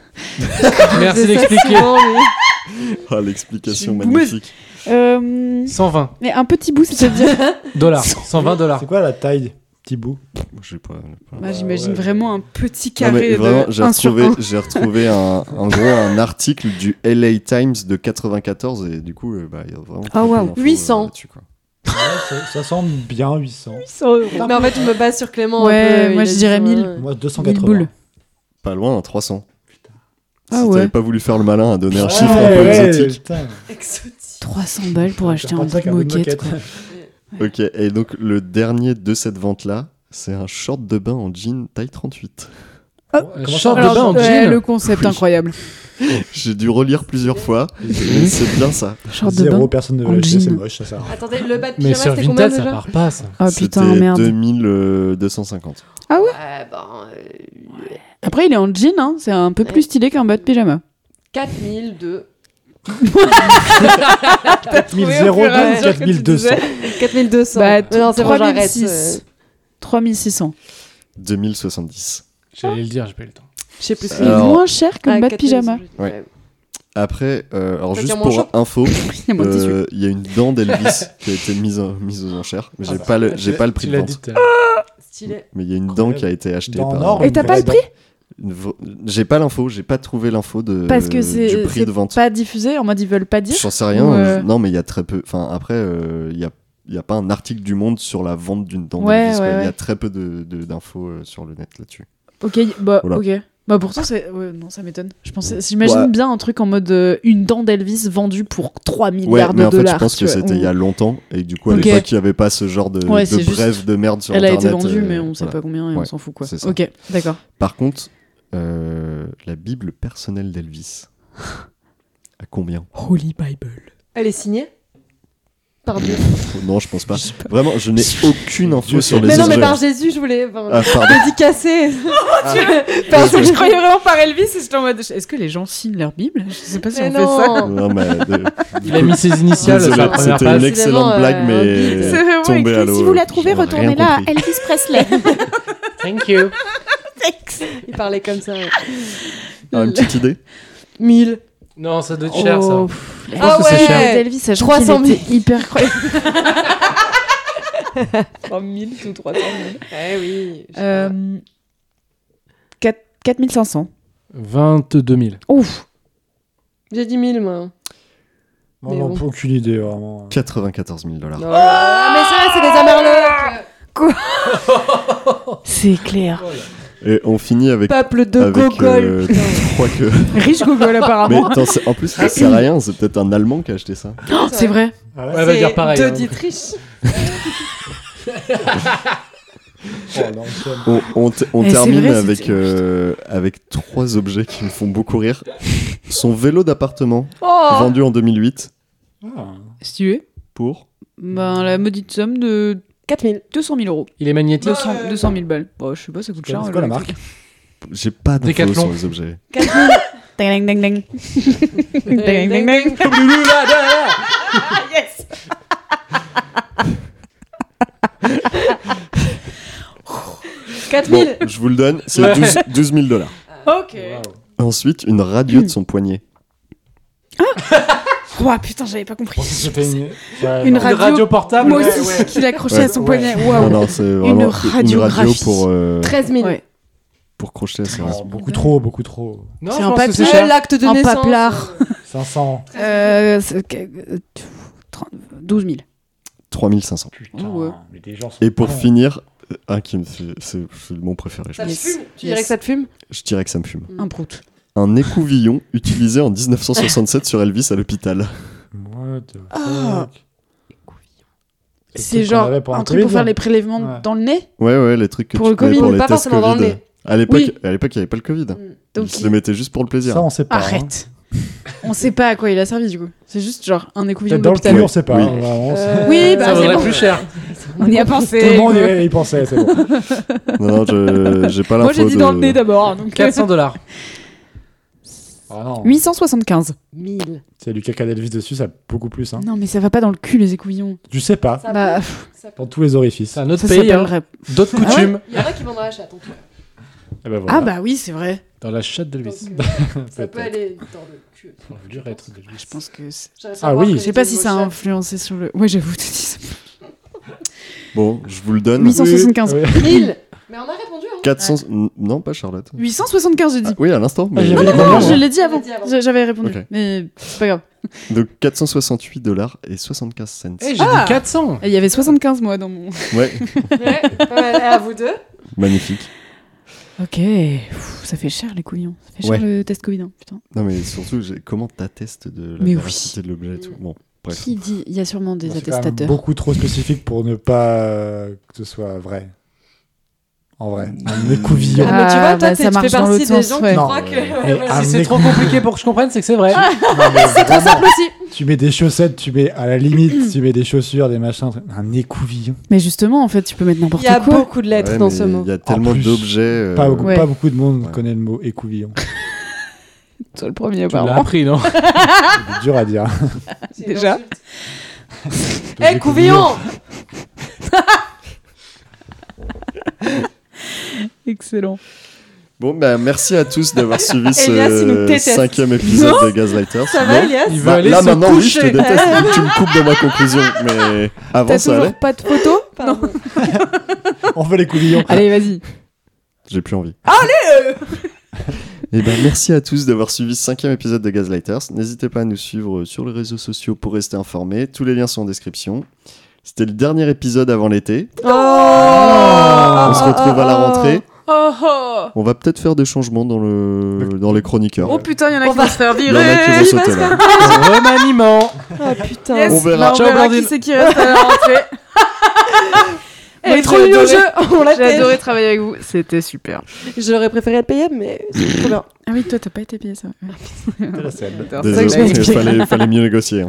I: C'est
H: Merci
I: ça,
H: d'expliquer.
I: souvent, mais-
C: Ah, l'explication
G: Je suis boumeuse.
C: magnifique.
G: Euh,
H: 120
G: Mais un petit bout, c'est-à-dire.
H: dollars. 120
C: Ah.
H: dollars.
E: C'est quoi la taille Petit bout.
C: J'ai pas. pas-
G: Moi, j'imagine
E: ouais.
G: vraiment un petit
C: Non, mais
G: carré
C: vraiment,
G: de
C: j'ai
G: 1 sur
C: retrouvé,
G: 1.
C: j'ai retrouvé un, en gros un article du LA Times de 94 et du coup, euh, bah, il y a vraiment. très
I: Ah,
C: peu
I: waouh.
C: d'infos, euh,
I: 800.
C: là-dessus, quoi.
E: Ouais, ça, ça semble bien 800.
I: Mais en fait, je me base sur Clément. un
G: Ouais,
I: peu,
G: moi,
I: il euh, a
G: je
I: dit
G: dirais
I: son-
G: 1000.
E: Moi,
G: 1000
E: 280.
G: boules.
C: pas loin, 300.
G: Ah
C: si
G: ouais.
C: t'avais pas voulu faire le malin à donner un
G: Ouais,
C: chiffre un peu
G: ouais,
C: exotique.
G: 300 balles pour acheter un bout de moquette. quoi.
C: Ok, et donc le dernier de cette vente-là, c'est un short de bain en jean taille 38.
H: short de
G: Alors,
H: bain en
G: ouais,
H: jean
G: Le concept
C: Oui.
G: incroyable.
C: J'ai dû relire plusieurs fois, mais c'est bien ça.
G: Short de Zéro bain
E: personne ne
G: veut en l'acheter, jean. c'est
E: moche, ça sert
I: Attendez, le bas de
C: Mais
I: pyjama,
C: sur
I: c'était combien
C: Vinted, ça
I: déjà
C: part pas, ça.
G: Ah putain,
C: C'était euh,
G: merde.
C: 2250.
G: Ah ouais
I: bah,
G: euh, Après, il est en jean, hein. c'est un peu plus stylé qu'un bas de pyjama.
I: 4002.
E: 4002 ou 4200?
I: 4200.
G: Bah,
I: Mais non, c'est bon, j'arrête.
G: 3006.
I: euh.
G: 3600.
C: 2070.
H: J'allais le dire, j'ai pas eu le temps.
I: Je sais plus.
G: C'est moins cher que le
I: Ah,
G: bas de pyjama.
C: Ouais. Après, euh, alors
G: Ça
C: juste
G: tient moins
C: pour
G: chaud.
C: info,
G: y a moins de tissu.
C: euh, il y a une dent d'Elvis qui a été mise, en- mise aux enchères. Mais
H: Ah
C: j'ai
H: bah.
C: pas le, j'ai
H: Tu-
C: pas le prix
H: tu
C: de
H: l'as dit
C: vente.
H: tout à l'heure.
I: Stylé.
C: Mais il y a une dent qui a été achetée
E: Dent en
C: par.
E: or,
G: Et t'as pas le prix
C: Une vo- J'ai pas l'info, j'ai pas trouvé l'info de
G: Parce que
C: du
G: c'est
C: prix
G: c'est
C: de vente.
G: pas diffusé, en mode ils veulent pas dire.
C: J'en sais rien.
G: Ou,
C: euh,
G: euh,
C: Non, mais il y a très peu. Enfin, après, euh, il y a y a pas un article du Monde sur la vente d'une dent
G: Ouais,
C: d'Elvis. quoi.
G: ouais,
C: Il y
G: ouais.
C: a très peu de- de- d'infos euh, sur le net là-dessus.
G: Ok, y- bah,
C: Voilà.
G: ok. Bah pourtant, c'est. ouais, non, ça m'étonne. Je pensais... J'imagine
C: Ouais.
G: bien un truc en mode euh, une dent d'Elvis vendue pour 3
C: Ouais,
G: milliards
C: mais
G: de
C: en fait,
G: dollars.
C: je pense
G: tu
C: que
G: vois.
C: c'était il y a longtemps et que du coup, à
G: Ok.
C: l'époque, il n'y avait pas ce genre de,
G: Ouais,
C: de
G: c'est juste-
C: brève de merde sur
G: Elle a
C: Internet.
G: été vendue,
C: euh,
G: mais on sait
C: voilà.
G: pas combien et on
C: Ouais,
G: s'en fout quoi.
C: c'est ça.
G: Ok, d'accord.
C: Par contre, euh, la Bible personnelle d'Elvis, à combien
G: Holy Bible.
I: Elle est signée Par Dieu.
C: Non, je pense pas. Vraiment, je n'ai aucune info sur les
I: mais non, mais
C: objets.
I: par Jésus, je voulais. Enfin,
C: Ah, pardon.
I: dédicacé.
G: Parce que je croyais vraiment par Elvis et j'étais en mode. Est-ce que les gens signent leur Bible Je sais pas si
I: Mais
G: on fait ça.
I: non.
C: Non, mais, euh,
H: Il a mis ses initiales
C: Désolé,
H: sur la première
C: C'était
H: page.
C: une excellente
I: Décidément,
C: blague,
I: euh,
G: C'est
C: mais
G: vraiment
C: tombée à
G: écrit,
C: l'eau.
G: si vous la trouvez,
C: J'ai rien
G: retournez-la à
C: compris.
G: Elvis Presley.
H: Thank you.
I: Il parlait comme ça. ouais.
C: Ah, une petite idée
I: 1000.
H: Non, ça doit être cher, ça.
G: Oh,
H: Je pense
I: Ah
H: que c'est
I: ouais.
H: cher.
G: Elvis, ça
I: 300 000.
G: hyper croyable.
I: 3000 ou 300 000. Eh oui. je-
G: Euh, 4500.
H: 22 000.
G: Ouf.
I: J'ai dit 1000, moi.
E: Non,
I: Mais
E: non,
I: bon.
E: aucune idée, vraiment.
C: 94 000 dollars.
I: Non,
G: Oh
I: mais
G: Ah,
I: ça, c'est des amerlocs.
G: C'est clair.
C: Et on finit avec,
I: Peuple de
C: avec
I: Gogol.
C: euh,
I: putain.
C: trois que.
G: Riche Google
C: Mais
G: apparemment.
C: t'en sais- en plus, t'en sais rien, c'est peut-être un Allemand qui a acheté ça.
G: Oh, c'est vrai.
E: Ah
H: Ouais, va dire pareil.
I: Deux
H: hein.
I: Dietrich.
E: Oh, non, c'est-
C: On, on te- on
G: Eh, c'est
C: termine
G: vrai,
C: avec,
G: c'était-
C: euh, avec trois objets qui me font beaucoup rire. Son vélo d'appartement,
I: Oh
C: vendu en 2008,
E: Ah.
G: Si tu veux.
C: pour...
G: Ben, la maudite somme de
I: 4000.
G: 200 000 euros.
H: Il est magnétique.
G: 200, 200 000 balles. Bon, je sais pas, ça coûte
E: C'est
G: cher.
E: quoi
G: le
E: la
G: truc.
C: J'ai pas d'infos
H: Décathlon.
C: sur les objets.
I: 4000.
G: Ding, ding, ding, ding. Ding, ding, ding.
C: Bon,
I: 4000.
C: je vous le donne, c'est 12, 12 000 dollars.
G: Ok.
C: Ensuite, une radio de son poignet.
G: Ouah, putain, j'avais pas compris.
H: Oh, C'était une...
G: Une
H: non.
G: radio-
H: portable.
G: Moi
H: ouais,
G: aussi,
H: ouais.
G: qu'il accrochait
C: Ouais.
G: à son poignet.
C: Non,
G: Waouh.
C: non, c'est vraiment une radio,
G: radiographie.
C: pour, euh,
I: 13 000.
G: Ouais.
C: pour crocheter à sa
E: Non, beaucoup trop, beaucoup trop.
H: Non,
G: C'est
H: je
G: un
H: pense que c'est
G: papier.
H: cher.
I: L'acte de
G: Un
I: naissance.
G: paplard.
E: 500.
G: Euh, c'est- euh, 30 12 000.
C: 3500.
E: Putain,
G: Ouais.
E: mais des gens sont
C: Et pour
E: cons. hein.
C: finir, euh, un qui me fait... C'est c'est mon préféré, je,
I: Ça te
G: Yes.
I: fume Tu
G: Yes.
I: dirais que ça te fume
C: je dirais que ça me fume.
G: Un prout.
C: Un écouvillon utilisé en 1967 sur Elvis à l'hôpital.
E: What the
G: Ah.
E: fuck C'est le
G: C'est
E: truc qu'on
G: genre
E: avait pour
G: un
E: le
G: truc pour
E: Covid,
G: faire
E: là.
G: les prélèvements
E: hein. Ouais.
G: dans le nez.
C: Ouais, ouais, les trucs que
G: Pour
C: tu
G: le
C: prenais
G: Covid,
C: pour
I: mais
C: les
I: pas
C: tests
I: forcément dans le
C: Covid.
I: nez.
C: À l'époque,
G: Oui. Mm,
C: à l'époque, il n'y avait pas le Covid.
G: Donc,
C: Ils se le mettaient juste pour le plaisir.
E: Ça, on sait pas. hein.
G: Arrête. on sait pas à quoi il a servi du coup. C'est juste genre un écouvillon
E: Peut-être dans le
G: d'hôpital.
E: cul, on sait pas.
C: Oui.
E: hein, vraiment, c'est-
I: Euh,
G: Oui, bah,
H: Ça
G: c'est
H: vaudrait
G: bon.
H: plus cher.
G: On y a pensé.
E: Tout le monde
G: quoi.
E: y, y pensait, c'est bon.
C: Non, non, je- j'ai pas l'info.
G: Moi j'ai dit
C: de-
G: dans le nez d'abord. donc, euh,
H: 400 dollars.
E: Ah non,
G: 875.
I: 1000.
E: c'est du caca d'Elvis dessus, ça a beaucoup plus. Hein.
G: Non mais ça va pas dans le cul les écouvillons.
E: Tu sais pas,
I: Ça
G: Bah,
I: pue. Ça pue.
E: dans tous les orifices.
H: C'est un autre
G: Ça
H: pays. hein.
G: s'appellerait.
H: D'autres
G: Ah ouais
H: coutumes.
I: Il y en a qui vendent la chatte, en tout cas.
E: Eh ben voilà.
G: Ah bah oui c'est vrai.
H: Dans la chatte d'Elvis.
I: Donc, euh, Ça peut
E: Peut-être.
I: aller dans le cul.
H: Dans le urètre d'Elvis.
G: Je pense que. c'est-
I: J'aimerais
E: Ah
I: savoir
E: oui.
I: que
G: Je sais pas
I: les
G: si ça a
I: mots de chatte.
G: influencé sur le. Ouais j'avoue. t'as dit ça.
C: Bon, je vous le donne.
G: 875.
E: Oui.
I: 1000. Mais on a répondu, hein.
C: 400. N- Non, pas Charlotte.
G: 875 j'ai
C: Ah,
G: dit.
C: oui, à l'instant. mais-
E: Ah, j'avais dit
G: Non,
E: combien,
G: je
E: moi
G: l'ai dit avant.
I: l'ai dit avant.
G: Je- J'avais répondu.
C: Ok.
G: Mais c'est pas grave.
C: Donc 468 dollars et 75 cents.
H: Eh, j'ai
G: Ah.
H: dit 400.
G: Et Il y avait 75 mois dans mon.
C: Ouais,
I: Ouais, pas mal. à vous deux.
C: magnifique.
G: Ok, Pff, ça fait cher les couillons. Ça fait cher
C: Ouais.
G: le test Covid, hein, putain.
C: Non, mais surtout, j'ai- comment t'attestes de la
G: Mais oui.
C: véracité de l'objet et tout Bon, bref.
G: Qui dit Il y a sûrement des
E: C'est quand même
G: attestateurs.
E: beaucoup trop spécifique pour ne pas euh, que ce soit vrai. En vrai. Un écouvillon.
I: Ah, mais tu vois,
G: bah,
I: toi, t'es-
G: ça
I: tu
G: marche
I: fais
G: dans
I: partie des
G: l'autre sens,
I: gens
G: ouais.
I: qui
E: Non.
I: croient que.
E: Et un
G: Ah,
H: Si c'est trop
E: écou-
H: compliqué pour que je comprenne, c'est que c'est vrai.
E: Non, mais
I: C'est trop
E: vraiment,
I: simple aussi.
E: Tu mets des chaussettes, tu mets à la limite, tu mets des chaussures, des machins. Un écouvillon.
G: Mais justement, en fait, tu peux mettre
I: Il
G: n'importe
I: y a
G: quoi.
I: beaucoup de lettres
C: Ouais,
I: dans
C: mais
I: ce mot.
C: Il y a tellement
E: plus,
C: d'objets.
E: Pas,
C: euh,
E: beaucoup,
G: Ouais.
E: pas beaucoup de monde
C: Ouais.
E: connaît le mot écouvillon.
G: Toi, le premier
H: Tu l'as
G: apparemment.
H: appris, non
E: C'est dur à dire.
G: Déjà.
I: Eh, couvillon
G: Excellent.
C: Bon, bah, merci à tous d'avoir suivi
I: Elias, il nous
C: ce
I: déteste.
C: cinquième épisode de Gaslighters.
G: Ah
I: Ça va, Elias
H: Il veut
C: Bah,
H: aller
C: là
H: se
C: maintenant oui je te
H: coucher.
C: déteste donc tu me coupes de ma conclusion mais avant
G: T'as
C: ça allait
G: toujours pas de photo Non.
E: On fait l'écouvillon.
G: Allez, vas-y.
C: j'ai plus envie Allez Et ben merci à tous d'avoir suivi ce cinquième épisode de Gaslighters n'hésitez pas à nous suivre sur les réseaux sociaux pour rester informés tous les liens sont en description c'était le dernier épisode avant l'été
I: Oh
C: on se retrouve à la rentrée
I: Oh, oh.
C: on va peut-être faire des changements dans le dans les chroniqueurs
G: Oh putain, il y en a
I: On
G: qui
I: va-
G: vont se faire
C: il y en a qui
G: virer.
C: vont sauter là
H: Remaniement
I: Ah, putain.
G: Yes,
C: On verra.
G: bah,
H: Ciao, Blandine.
G: qui c'est qui reste à la rentrée.
I: Eh, mais
G: Moi, j'ai
I: trop nul au
G: adoré.
I: jeu On l'a
G: J'ai adoré travailler avec vous, c'était super.
I: J'aurais préféré être payable, mais c'est trop bien.
G: Ah oui, toi, t'as pas été payé ça. Hein,
C: Désolé, fallait, fallait mieux négocier. hein.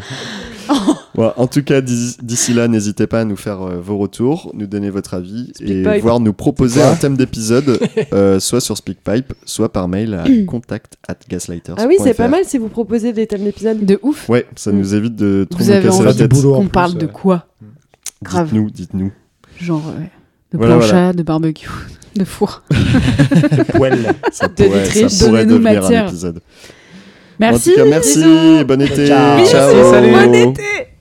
G: Oh.
C: Ouais, en tout cas, d'ici d'ici là, n'hésitez pas à nous faire euh, vos retours, nous donner votre avis et
I: Speakpipe.
C: voir nous proposer un thème d'épisode, euh, soit sur Speakpipe, soit par mail à
G: Mm.
C: contact at gaslighters.
I: Ah oui, c'est pas mal si vous proposez des thèmes d'épisodes.
G: De ouf.
C: Ouais, ça nous évite de trop
G: Mm. Vous
C: nous
G: avez
C: casser la
G: envie
C: tête.
E: boulot en
G: qu'on
E: plus,
G: parle de
E: ouais.
G: quoi grave.
C: Dites-nous, dites-nous.
G: Genre euh, de
C: Voilà,
G: plancha,
C: voilà.
G: de barbecue, de four.
E: Poêle.
C: Ça
G: De
C: pourrait,
G: vitriche,
C: ça pourrait
G: donnez-nous
C: devenir un
G: matière.
C: épisode. En
G: Merci.
C: tout cas, merci.
G: bisous.
C: Bon été.
E: Ciao.
C: Ciao.
G: Bon été.